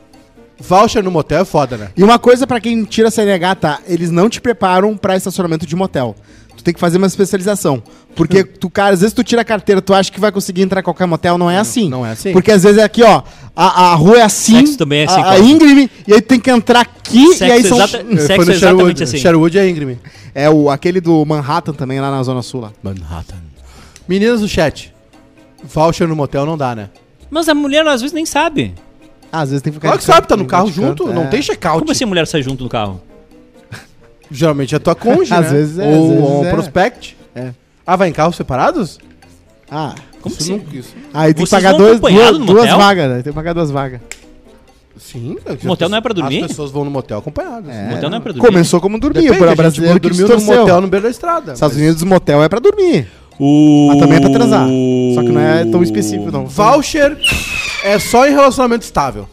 voucher no motel é foda, né? E uma coisa pra quem tira CNH, tá? Eles não te preparam pra estacionamento de motel. Tu tem que fazer uma especialização. Porque Hum. tu, cara, às vezes tu tira a carteira, tu acha que vai conseguir entrar em qualquer motel, não é assim. Não é assim. Porque às vezes é aqui, ó, a, a rua é assim, Sexo também é assim, a, a cara. íngreme, e aí tu tem que entrar aqui, Sexo e aí são... exata- Foi sexo no exatamente Sherwood. assim. Sherwood é íngreme. É o, aquele do Manhattan também, lá na Zona Sul. Lá. Manhattan. Meninas do chat, voucher no motel não dá, né? Mas a mulher às vezes nem sabe. Ah, às vezes tem que ficar... Claro que sabe, tá no carro canto, junto, é. não tem check-out. Como assim a mulher sai junto no carro? Geralmente é tua cônjuge, Às né? vezes é, às Ou, vezes ou é. prospect. É. Ah, vai em carros separados? Ah, como assim? Não, isso. Aí tem que Vocês pagar vão dois, acompanhado duas, no duas motel? vagas, né? Tem que pagar duas vagas. Sim. Motel não é pra dormir? As pessoas vão no motel acompanhadas. Motel não é pra dormir? Começou como dormir, Depende, o a gente brasileiro que dormiu no distorceu. motel no beira da estrada, Estados mas- Unidos, motel é pra dormir. Mas também é pra transar. Só que não é tão específico, não. Voucher é só em relacionamento estável.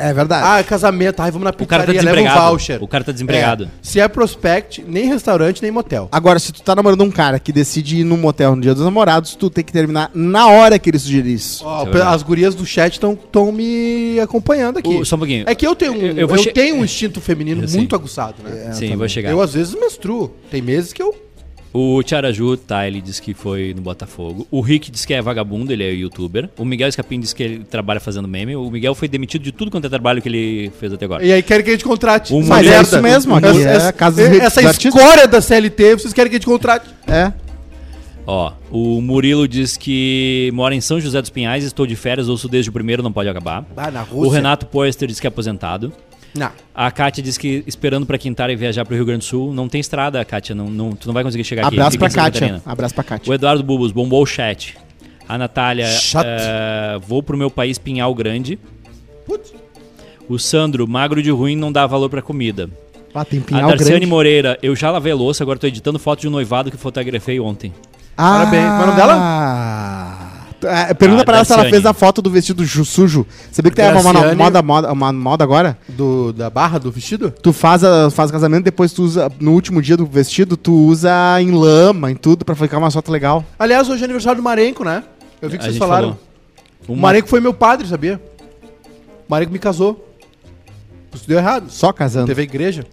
É verdade. Ah, casamento, ai, vamos na cara tá pizzaria, leva um desempregado. voucher. O cara tá desempregado. É, se é prospect, nem restaurante, nem motel. Agora, se tu tá namorando um cara que decide ir num motel no dia dos namorados, tu tem que terminar na hora que ele sugerir isso. é Ó, as gurias do chat estão me acompanhando aqui. Ô, só um pouquinho. É que eu tenho um, eu, Eu- eu vou che- tenho um instinto feminino Eu sei. muito aguçado, né? eu Sim, eu vou também. chegar. Eu às vezes menstruo. Tem meses que eu O Tiaraju, tá, ele diz que foi no Botafogo. O Rick diz que é vagabundo, ele é youtuber. O Miguel Escapim diz que ele trabalha fazendo meme. O Miguel foi demitido de tudo quanto é trabalho que ele fez até agora. E aí querem que a gente contrate. Uma Mas merda. é isso mesmo, aqui Uma- é essa- a casa essa Essa escória da CLT, vocês querem que a gente contrate. É. Ó, o Murilo diz que mora em São José dos Pinhais, estou de férias, ouço desde o primeiro, não pode acabar. Ah, na o Rússia. Renato Poester diz que é aposentado. Não. A Kátia diz que esperando pra quintar e viajar pro Rio Grande do Sul, não tem estrada, Kátia, não, não- tu não vai conseguir chegar aqui. Abraço fica em pra Santa Kátia. Catarina. Abraço pra Kátia. O Eduardo Bubos bombou o chat. A Natália, Chat. eh, vou pro meu país Pinhal Grande. O Sandro, magro de ruim, não dá valor pra comida. Ah, tem a pinhal Darciane grande. Moreira, eu já lavei a louça, agora tô editando foto de um noivado que fotografei ontem. Ah, Parabéns. Qual é o nome dela? Pergunta Ah, pra ela se ela Darciane. fez a foto do vestido ju- sujo. Sabia que tem uma moda, Darciane. moda, moda, uma moda agora? Do, da barra do vestido? Tu faz, a, faz o casamento, depois tu usa, no último dia do vestido, tu usa em lama, em tudo, pra ficar uma foto legal. Aliás, hoje é aniversário do Marenco, né? Eu vi que A vocês gente falaram. falou. O Uma- Marenco foi meu padre, sabia? O Marenco me casou. Isso deu errado. Só casando. Teve a igreja.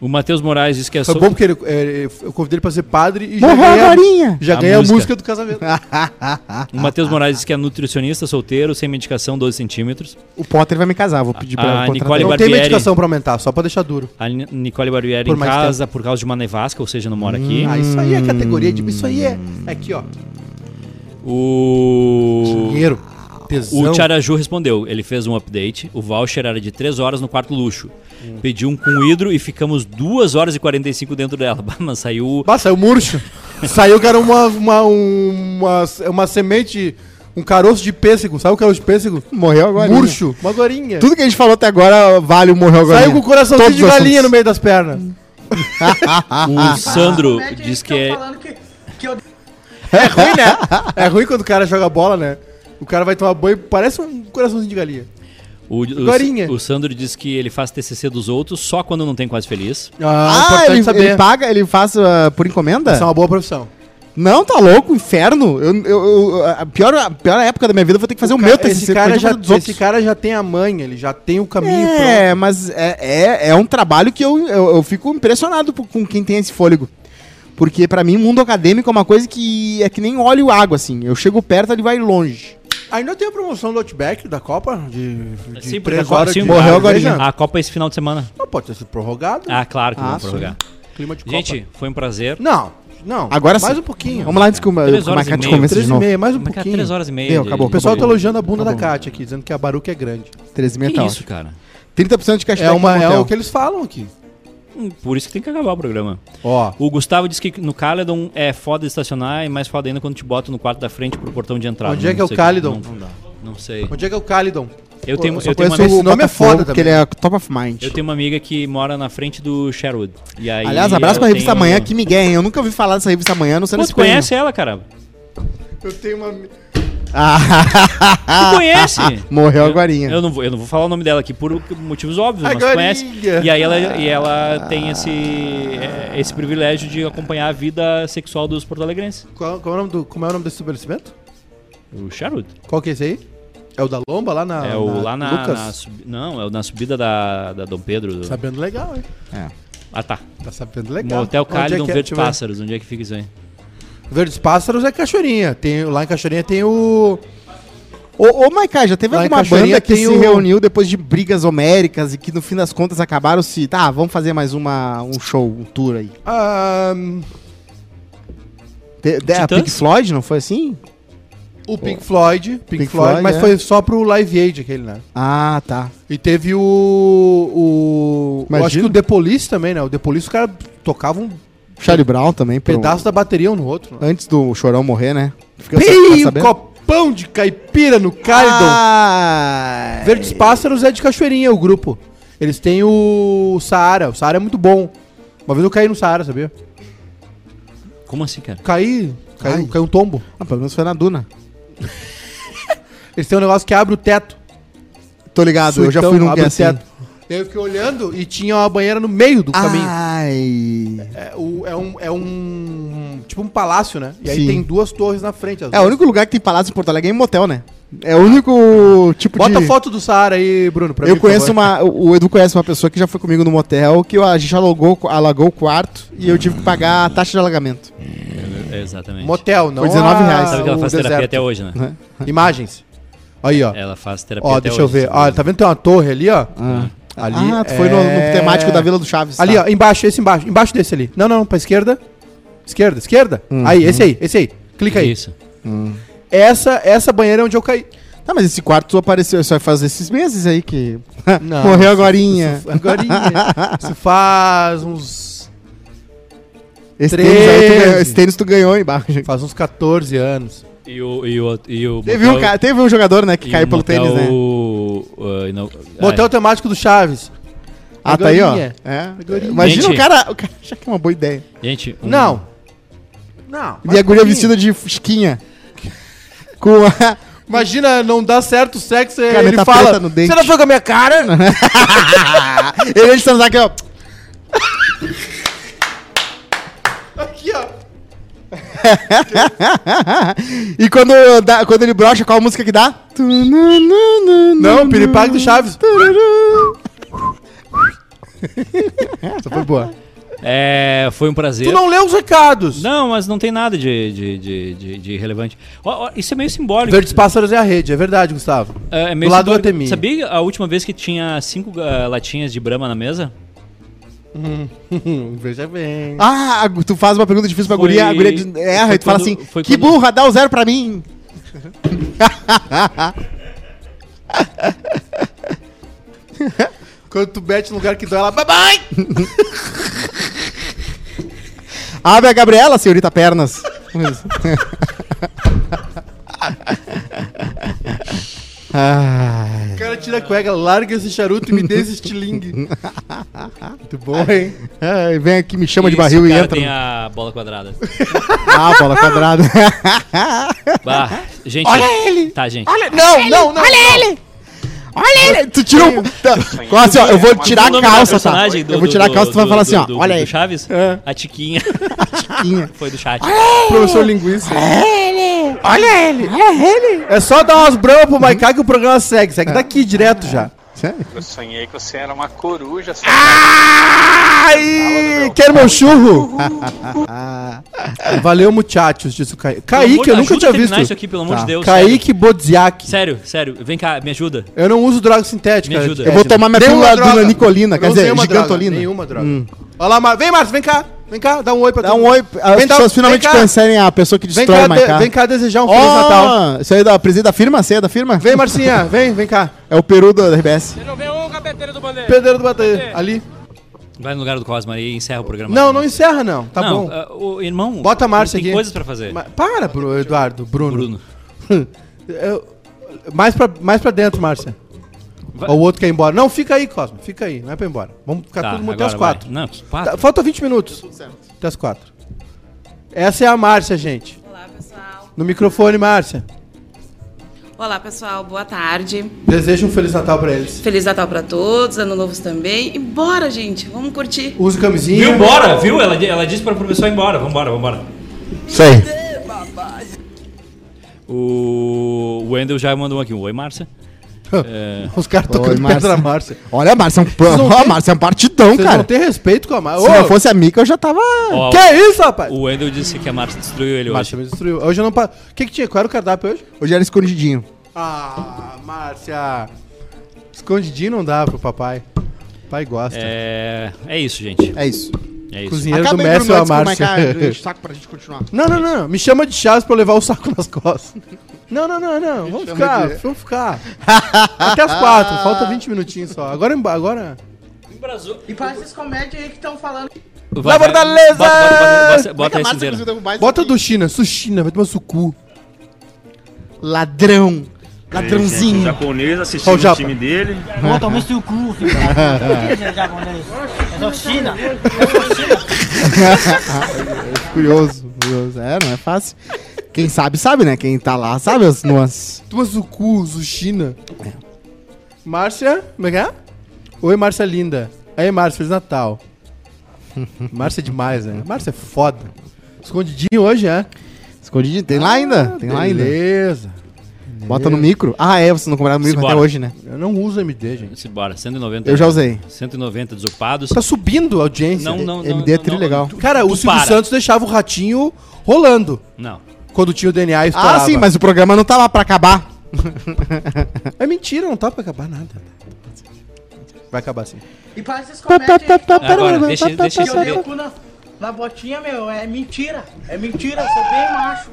O Matheus Moraes disse que é Foi só- bom porque ele, é, eu convidei ele pra ser padre e já Morreu ganhei, agorinha. a, já A ganhei a música. música do casamento. O Matheus Moraes disse que é nutricionista, solteiro, sem medicação, 12 centímetros. O Potter vai me casar, vou pedir pra A ela contratar. Nicole Não Não Barbieri. tem medicação pra aumentar, só pra deixar duro. A Ni- Nicole Barbieri Por em mais casa por causa de uma nevasca, ou seja, não mora aqui. Ah, isso aí é categoria de. Isso aí é. é Aqui, ó. O. Dinheiro, tesão. O Tiaraju respondeu. Ele fez um update. O voucher era de 3 horas no quarto luxo. Hum. Pediu um com hidro e ficamos 2 horas e 45 dentro dela. Bah, Mas saiu. Bah, saiu murcho. saiu, cara, uma, uma, uma, uma semente. Um caroço de pêssego. Saiu o caroço de pêssego? Morreu agora. né? Murcho. Uma gorinha. Tudo que a gente falou até agora vale o morreu agora. Saiu com o coraçãozinho Todos de os galinha no assuntos. meio das pernas. Ah, O Sandro diz que é. É ruim, né? É ruim quando o cara joga bola, né? O cara vai tomar banho, parece um coraçãozinho de galinha. O, o, Gorinha. o Sandro diz que ele faz TCC dos outros só quando não tem quase feliz. Ah, é importante ele, saber. ele paga, ele faz ah, por encomenda? Essa é uma boa profissão. Não, tá louco, inferno. Eu, eu- eu- a, pior, a pior época da minha vida eu vou ter que fazer o, meu tá Ca- esse, TCC, porque cara eu vou já, fazer dos outros. esse cara já tem a manha, ele já tem o caminho É, mas é, é, é um trabalho que eu, eu, eu fico impressionado por- com quem tem esse fôlego. Porque pra mim o mundo acadêmico é uma coisa que é que nem óleo e água, assim. Eu chego perto, ele vai longe. Ainda tem a promoção do Outback da Copa? De, de Sim, porque É a três Copa, horas sim, de morreu a- agora. A Copa é esse final de semana. Não pode ter sido prorrogado. Ah, claro que Ah, vamos sim. prorrogar. Clima de Copa. Gente, foi um prazer. Não, não. Agora Mais sim. um pouquinho. Vamos lá antes que o, Três que o horas e Macate meia. comece de Três e novo. meia, mais um Mas, cara, pouquinho. três horas e meia Deu, de- acabou, O pessoal tá acabou. elogiando a bunda Tá da bom. Kátia aqui, dizendo que a Baruca é grande. Três e meia Então. Que tá isso, ótimo. cara? 30% de É, cashback uma, no é hotel. um o que eles falam aqui. Hum, Por isso que tem que acabar o programa. Ó. O Gustavo disse que no Caledon é foda estacionar e mais foda ainda quando te bota no quarto da frente pro portão de entrada. Onde Não é que é o sei- Caledon? Não, não sei. Onde é que é o Calidon? Eu tenho, Só eu, tenho uma, conheço esse o nome é Botafogo, foda porque ele também. é top of mind. eu tenho uma amiga que mora na frente do Sherwood. E aí Aliás, abraço eu pra revista tenho- Amanhã, que Miguel, hein? Eu nunca ouvi falar dessa revista Amanhã, tá não sei Pô, tu conhece ela, cara? Eu tenho uma. Ah. Tu conhece? Ah, Morreu Eu- agora. Eu não, vou, eu não vou falar o nome dela aqui por motivos óbvios, mas tu Agorinha. conhece. E aí ela, Ah. e ela tem esse, é, esse privilégio de acompanhar a vida sexual dos porto-alegrenses. Qual, qual é o nome do, como é o nome desse estabelecimento? O charuto. Qual que é esse aí? É o da Lomba lá na. é o lá na, Lucas? na subi- Não, é o na subida da, da Dom Pedro. do- Sabendo legal, hein? Ah, tá. Tá sabendo legal. Motel Onde é Calidon que é? Verde Deixa eu ver. Pássaros. Onde é que fica isso aí? Verdes Pássaros é Cachoeirinha. Tem, lá em Cachoeirinha tem o. Ô, ô Maiká, já teve Lá em alguma Cachoeirinha banda que tem se o- reuniu depois de brigas homéricas e que no fim das contas acabaram se. Tá, vamos fazer mais uma, um show, um tour aí. Ah, Te- de- a Titãs? Pink Floyd, não foi assim? o Pink Floyd. Pink, Pink Floyd, Floyd, mas é. foi só pro Live Aid aquele, né? Ah, tá. E teve o. o eu acho Imagina. que o The Police também, né? O The Police, o cara tocava um Charlie Brown também, por um- pedaço da bateria um no outro. Né? Antes do Chorão morrer, né? Fica Pei, tá um sabendo? copão de caipira no Calidon. Ah, Ai. Verdes Pássaros é de Cachoeirinha, o grupo. Eles têm o Saara. O Saara é muito bom. Uma vez eu caí no Saara, sabia? Como assim, cara? Caí. Ai. Caiu, caiu um tombo. Ah, pelo menos foi na Duna. Eles têm um negócio que abre o teto. Tô ligado, eu já Suitão, fui num que abre é o assim. Ah. teto. Daí Eu fiquei olhando e tinha uma banheira no meio do caminho. Ai. É, o- é um, é um- Tipo um palácio, né? E aí Sim. tem duas torres na frente. as É o duas. único lugar que tem palácio em Porto Alegre é em motel, né? É o único tipo de. Bota a foto do Saara aí, Bruno, pra eu mim, por conheço favor. uma. O o Edu conhece uma pessoa que já foi comigo no motel que a gente alugou, alagou o quarto e eu tive que pagar a taxa de alagamento. É, exatamente. Motel, não. Foi 19 a- reais. Sabe que ela o faz terapia deserto. até hoje, né? Né? Imagens. Aí, ó. Ela faz terapia Ó, até deixa eu hoje, ver. sabe? Ó, tá vendo? Tem uma torre ali, ó. Ali. é ah, tu foi no, no temático da Vila do Chaves. Ali, tá. ó, embaixo, esse embaixo, embaixo desse ali. Não, não, pra esquerda. Esquerda, esquerda. Aí, esse Uhum. aí, esse aí. Clica aí. Isso. Essa, essa banheira é onde eu caí. Tá, mas esse quarto tu apareceu só faz esses meses aí que. Não. Morreu agorinha. Agora, isso faz uns. Esse tênis, aí tu Treze. ganhou, esse tênis tu ganhou embaixo. Faz uns 14 anos. E o, e o, e o Teve um, motel- ca- teve um jogador, né, que e caiu o pelo motel, tênis, né? uh, não- Motel temático do Chaves. Ah, tá aí, ó. Agorinha. É. Agorinha. Imagina Gente. o cara. O cara acha que é uma boa ideia. Ai, gente, um- Não. Hum. Não. e a guria vestida de fusquinha. Com a. Imagina, não dá certo o sexo e Caneta ele fala. preta no dente." Você não foi com a minha cara? Ele antes de transar aqui, ó. Aqui, ó. e quando, dá- quando ele brocha, qual a música que dá? Não, piripaque do Chaves. Só foi boa. É, foi um prazer. Tu não leu os recados. Não, mas não tem nada de, de, de, de- de relevante. Ó, ó, isso é meio simbólico. Verdes Pássaros é a rede, é verdade, Gustavo. É, é Do meio lado do simbólico. Atemir. Sabia a última vez que tinha cinco ah, latinhas de Brahma na mesa? Hum, um Veja bem. Ah, a gu- tu faz uma pergunta difícil pra Foi- guria, a guria diz- erra foi e tu fala quando- assim, foi que quando- burra, dá o zero pra mim. Quando tu bate no lugar que dói, ela... Babai! Abre a Gabriela, senhorita pernas. Ai. O cara tira a cueca, larga esse charuto e me dê esse estilingue. Muito bom, hein? Ai, É, vem aqui, me chama de Isso, barril e cara, entra. Tem no- a bola quadrada. Ah, bola quadrada. Bah, gente, Olha ele! Tá, gente. Olha, não, não, não. Olha ele! Olha ele! Tu tirou. Tá. Fala assim, ó, eu vou tirar Qual a o um nome da calça, tá? personagem do- Eu vou do- tirar a do- calça, tu vai do- falar do- assim, ó. do- Olha do aí. Chaves? A Tiquinha. Foi do chat. Professor linguista. Ele! Olha ele! Olha ele! É só dar umas bramas pro Maiká que o programa segue. Segue daqui direto já. Eu sonhei que você era uma coruja. Ah! Ai! Quer meu churro? Valeu, muchachos, disse o Kaique. Pelo amor Kaique, de- eu nunca ajuda tinha a terminar visto. Tá. isso aqui, pelo amor de Deus, Kaique Bodziak. Sério, sério. Vem cá, me ajuda. Eu não uso droga sintética. Me ajuda. é. gente. Eu vou tomar minha É, Nenhuma pílula droga. Dunanicolina, Eu quer não usei dizer, uma droga, gigantolina. Nenhuma droga. Hum. Olha lá, Mar- vem, Márcio, vem cá. Vem cá, dá um oi pra Dá um oi. As Vem cá, pessoas finalmente vem cá. conhecem a pessoa que Vem destrói cá, o Maiká. de- vem cá desejar um Ó, Feliz Natal. Isso aí é da presidente da firma, ceia da firma? Vem, Marcinha, vem, vem cá. É o peru da RBS. um Pedreiro do Bater, ali. Vai no lugar do Cosma e encerra o programa. Não, não encerra não, tá Não, bom. ah, o irmão, Bota a Márcia tem aqui. coisas pra fazer. Ma- Para, Bru- Eduardo, Bruno. Eu- mais, pra, mais pra dentro, Márcia. Vai- Ó, O outro quer ir embora. Não, fica aí, Cosmo. Fica aí, não é pra ir embora. Vamos ficar Tá, todo mundo até as agora vai. quatro. Não, que quatro? Tá, falta 20 minutos. Até as quatro. Essa é a Márcia, gente. Olá, pessoal. No microfone, Márcia. Olá, pessoal. Boa tarde. Desejo um Feliz Natal pra eles. Feliz Natal pra todos, Ano Novo também. E bora, gente. Vamos curtir. Usa camisinha. Viu? Bora, viu? Ela, di- ela disse pra professor ir embora. Vambora, vambora. Isso aí. O o Wendel já mandou aqui. um Oi, Márcia. É, Os caras Oi, tocando pedra Márcia. na Márcia. Olha, a Márcia é um, Vocês não ó, a têm- Márcia é um partidão, Vocês cara. não têm respeito com a Márcia. Se Ô, não fosse a Mica, eu já tava. ó, Que isso, rapaz? O Wendel disse que a Márcia destruiu ele Márcia hoje. me destruiu. Hoje eu não... pa- O que que tinha? Qual era o cardápio hoje? Hoje era escondidinho. Ah, Márcia. Escondidinho não dá pro papai. Pai gosta. É, é isso, gente. É isso. É isso. Cozinheiro Acaba do aí, Messi Bruno, ou a antes que o Maiká Márcia. enche o saco pra gente continuar. Não, não, não. Me chama de Chaves pra eu levar o saco nas costas. Não, não, não, não. Vamos chama ficar, de- vamos ficar. Até as quatro. Falta 20 minutinhos só. Agora... emba- agora... E para essas comédias aí que estão falando. Vai, Na Fortaleza! Bota, bota, bota, bota, Como é que bota a esse Márcia inteiro. conseguiu derrubar isso Bota aqui? do China. Sushina. Vai tomar sucu. Ladrão. O Ladrãozinho. japonês Ó, o assistindo o, japa. time dele. Vou tomar seu cu, filho da puta. Que que É curioso, curioso. É, não é fácil. Quem sabe, sabe, né? Quem tá lá sabe as nuances. Toma sucu, Sushina. Márcia, como é que é? Oi, Márcia linda. Aí, Márcia, Feliz Natal. Márcia é demais, né? Márcia é foda. Escondidinho hoje, é? Escondidinho, tem lá ainda? Tem lá ainda. Beleza. Bota no micro. Ah, é, vocês não compraram no micro Simbora. até hoje, né? Eu não uso É. MD, gente. Simbora, 190. Eu já usei. 190 desocupados. Tá subindo a audiência. Não, não, não. MD é não, tri não. legal. Cara, o Tu Silvio para. Santos tá deixava o ratinho rolando. Não. Quando tinha o DNA estourava. Ah, sim, mas o programa não tá lá pra acabar. É mentira, não tá pra acabar nada. Vai acabar assim. E para essas comédias aí que estão Agora, deixa- deixa que eu dei esse- o cu na, na botinha, meu. É mentira. É mentira. Eu sou bem macho.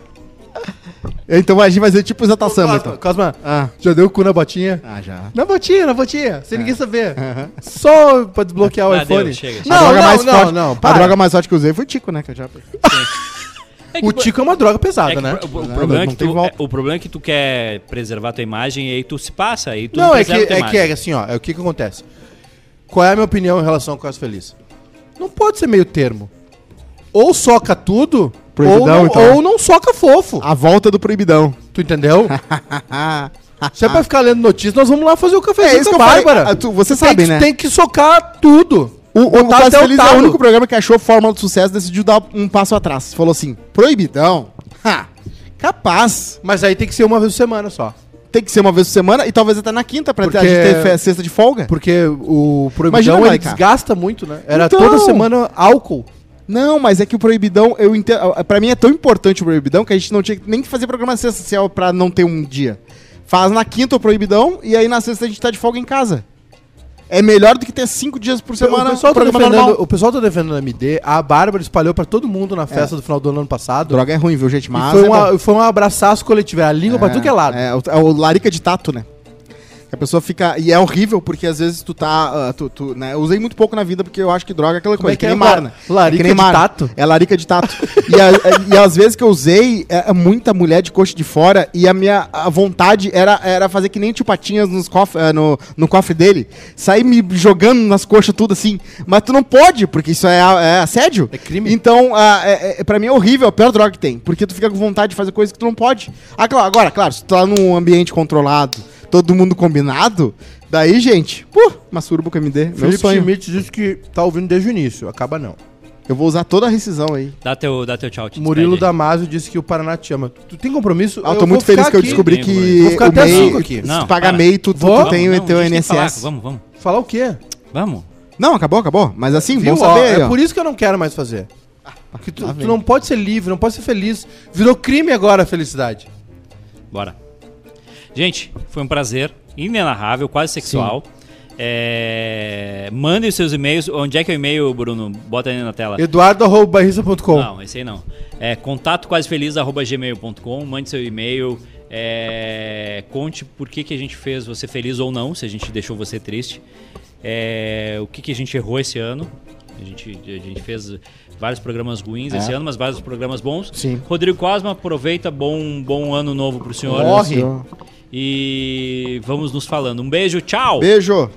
Então a gente vai fazer tipo o Zata Samba, Cosma, então. Cosma, Ah. já deu o cu na botinha? Ah, já. Na botinha, na botinha, sem ninguém saber. Só pra desbloquear o Ah, iPhone. deu, chega, a Não, droga não, mais não, forte, não, A para. droga mais forte que eu usei foi Tico, né? Que eu já... É que po- O Tico é uma droga é pesada, que né? pro- o, Não, problema é não que tem tu, volta. é- o problema é que tu quer preservar tua imagem e aí tu se passa. Aí tu Não, é que, preserva tua é que imagem. é assim, ó. É o que que acontece. Qual é a minha opinião em relação ao Quase Feliz? Não pode ser meio termo. Ou soca tudo, ou Proibidão, não, então. Ah. ou não soca fofo. A volta do proibidão. Tu entendeu? Se é pra ficar lendo notícias, nós vamos lá fazer o cafezinho É isso com a que eu falei. Bárbara. Ah, tu- você Tem sabe, que- né? Tem que socar tudo. O, o, Botar Quase até o Feliz é o talo. único programa que achou a fórmula do sucesso e decidiu dar um passo atrás. Falou assim, proibidão? Ha, capaz. Mas aí tem que ser uma vez por semana só. Tem que ser uma vez por semana e talvez até na quinta pra ter- a gente ter fe- sexta de folga. Porque o Imagina, proibidão ele Maica. desgasta muito, né? Era Então. toda semana álcool. Não, mas é que o proibidão, eu entendo. Pra mim é tão importante o proibidão que a gente não tinha que nem que fazer programa sexta se é pra não ter um dia. Faz na quinta o proibidão e aí na sexta a gente tá de folga em casa. É melhor do que ter cinco dias por semana o, pessoal tá defendendo, o pessoal tá defendendo a MD, a Bárbara espalhou pra todo mundo na festa do final do ano passado. É. Droga é ruim, viu, gente? E Mas. foi, é uma- bom. foi um abraçaço coletivo, era a língua pra É, tudo que é lado. É, o, é o larica de tato, né? Que a pessoa fica. E é horrível, porque às vezes tu tá. ah, tu, tu, né? Eu usei muito pouco na vida, porque eu acho que droga é aquela Como coisa. é que é, mar, la- né? larica que nem de tato? É larica de tato. e, a- é, e as vezes que eu usei, é, é muita mulher de coxa de fora, e a minha a vontade era, era fazer que nem o tio Patinhas nos cof- eh, no, no cofre dele. Sair me jogando nas coxas, tudo assim. Mas tu não pode, porque isso é, a- é assédio. É crime. Então, ah, é, é- pra mim é horrível, é a pior droga que tem. Porque tu fica com vontade de fazer coisas que tu não pode. Ah, claro, agora, claro, se tu tá num ambiente controlado, todo mundo combinado, daí, gente, pô, masturbo com MD, meu Felipe sonho. Schmidt disse que tá ouvindo desde o início, acaba não. Eu vou usar toda a rescisão aí. Dá teu, dá teu tchau, te Murilo despede aí. Damasio disse que o Paraná te ama. Tu tem compromisso? Ah, eu tô vou muito ficar feliz que eu aqui. descobri que Vou ficar o até MEI- 5 aqui. Não, Se tu pagar MEI, tu- tu- tu Vou? tem o é teu a gente tem INSS. que falar, vamos, vamos. Falar o quê? Vamos. Não, acabou, acabou. Mas assim, Viu? vamos saber. Ó, Ah, tá aí, é ó. por isso que eu não quero mais fazer. Que tu, tu vem. não pode ser livre, não pode ser feliz. Virou crime agora a felicidade. Bora. Gente, foi um prazer inenarrável, quase sexual. É... Mandem os seus e-mails. Onde é que é o e-mail, Bruno? Bota aí na tela. Eduardo.barrista.com Não, esse aí não. É contato gmail.com, mande seu e-mail, é, conte por que, que a gente fez você feliz ou não, se a gente deixou você triste, é, o que, que a gente errou esse ano. A gente, a gente fez vários programas ruins É. esse ano, mas vários programas bons. Sim. Rodrigo Cosma, aproveita, bom, bom ano novo pro senhor. Morre. E vamos nos falando. Um beijo, tchau! Beijo.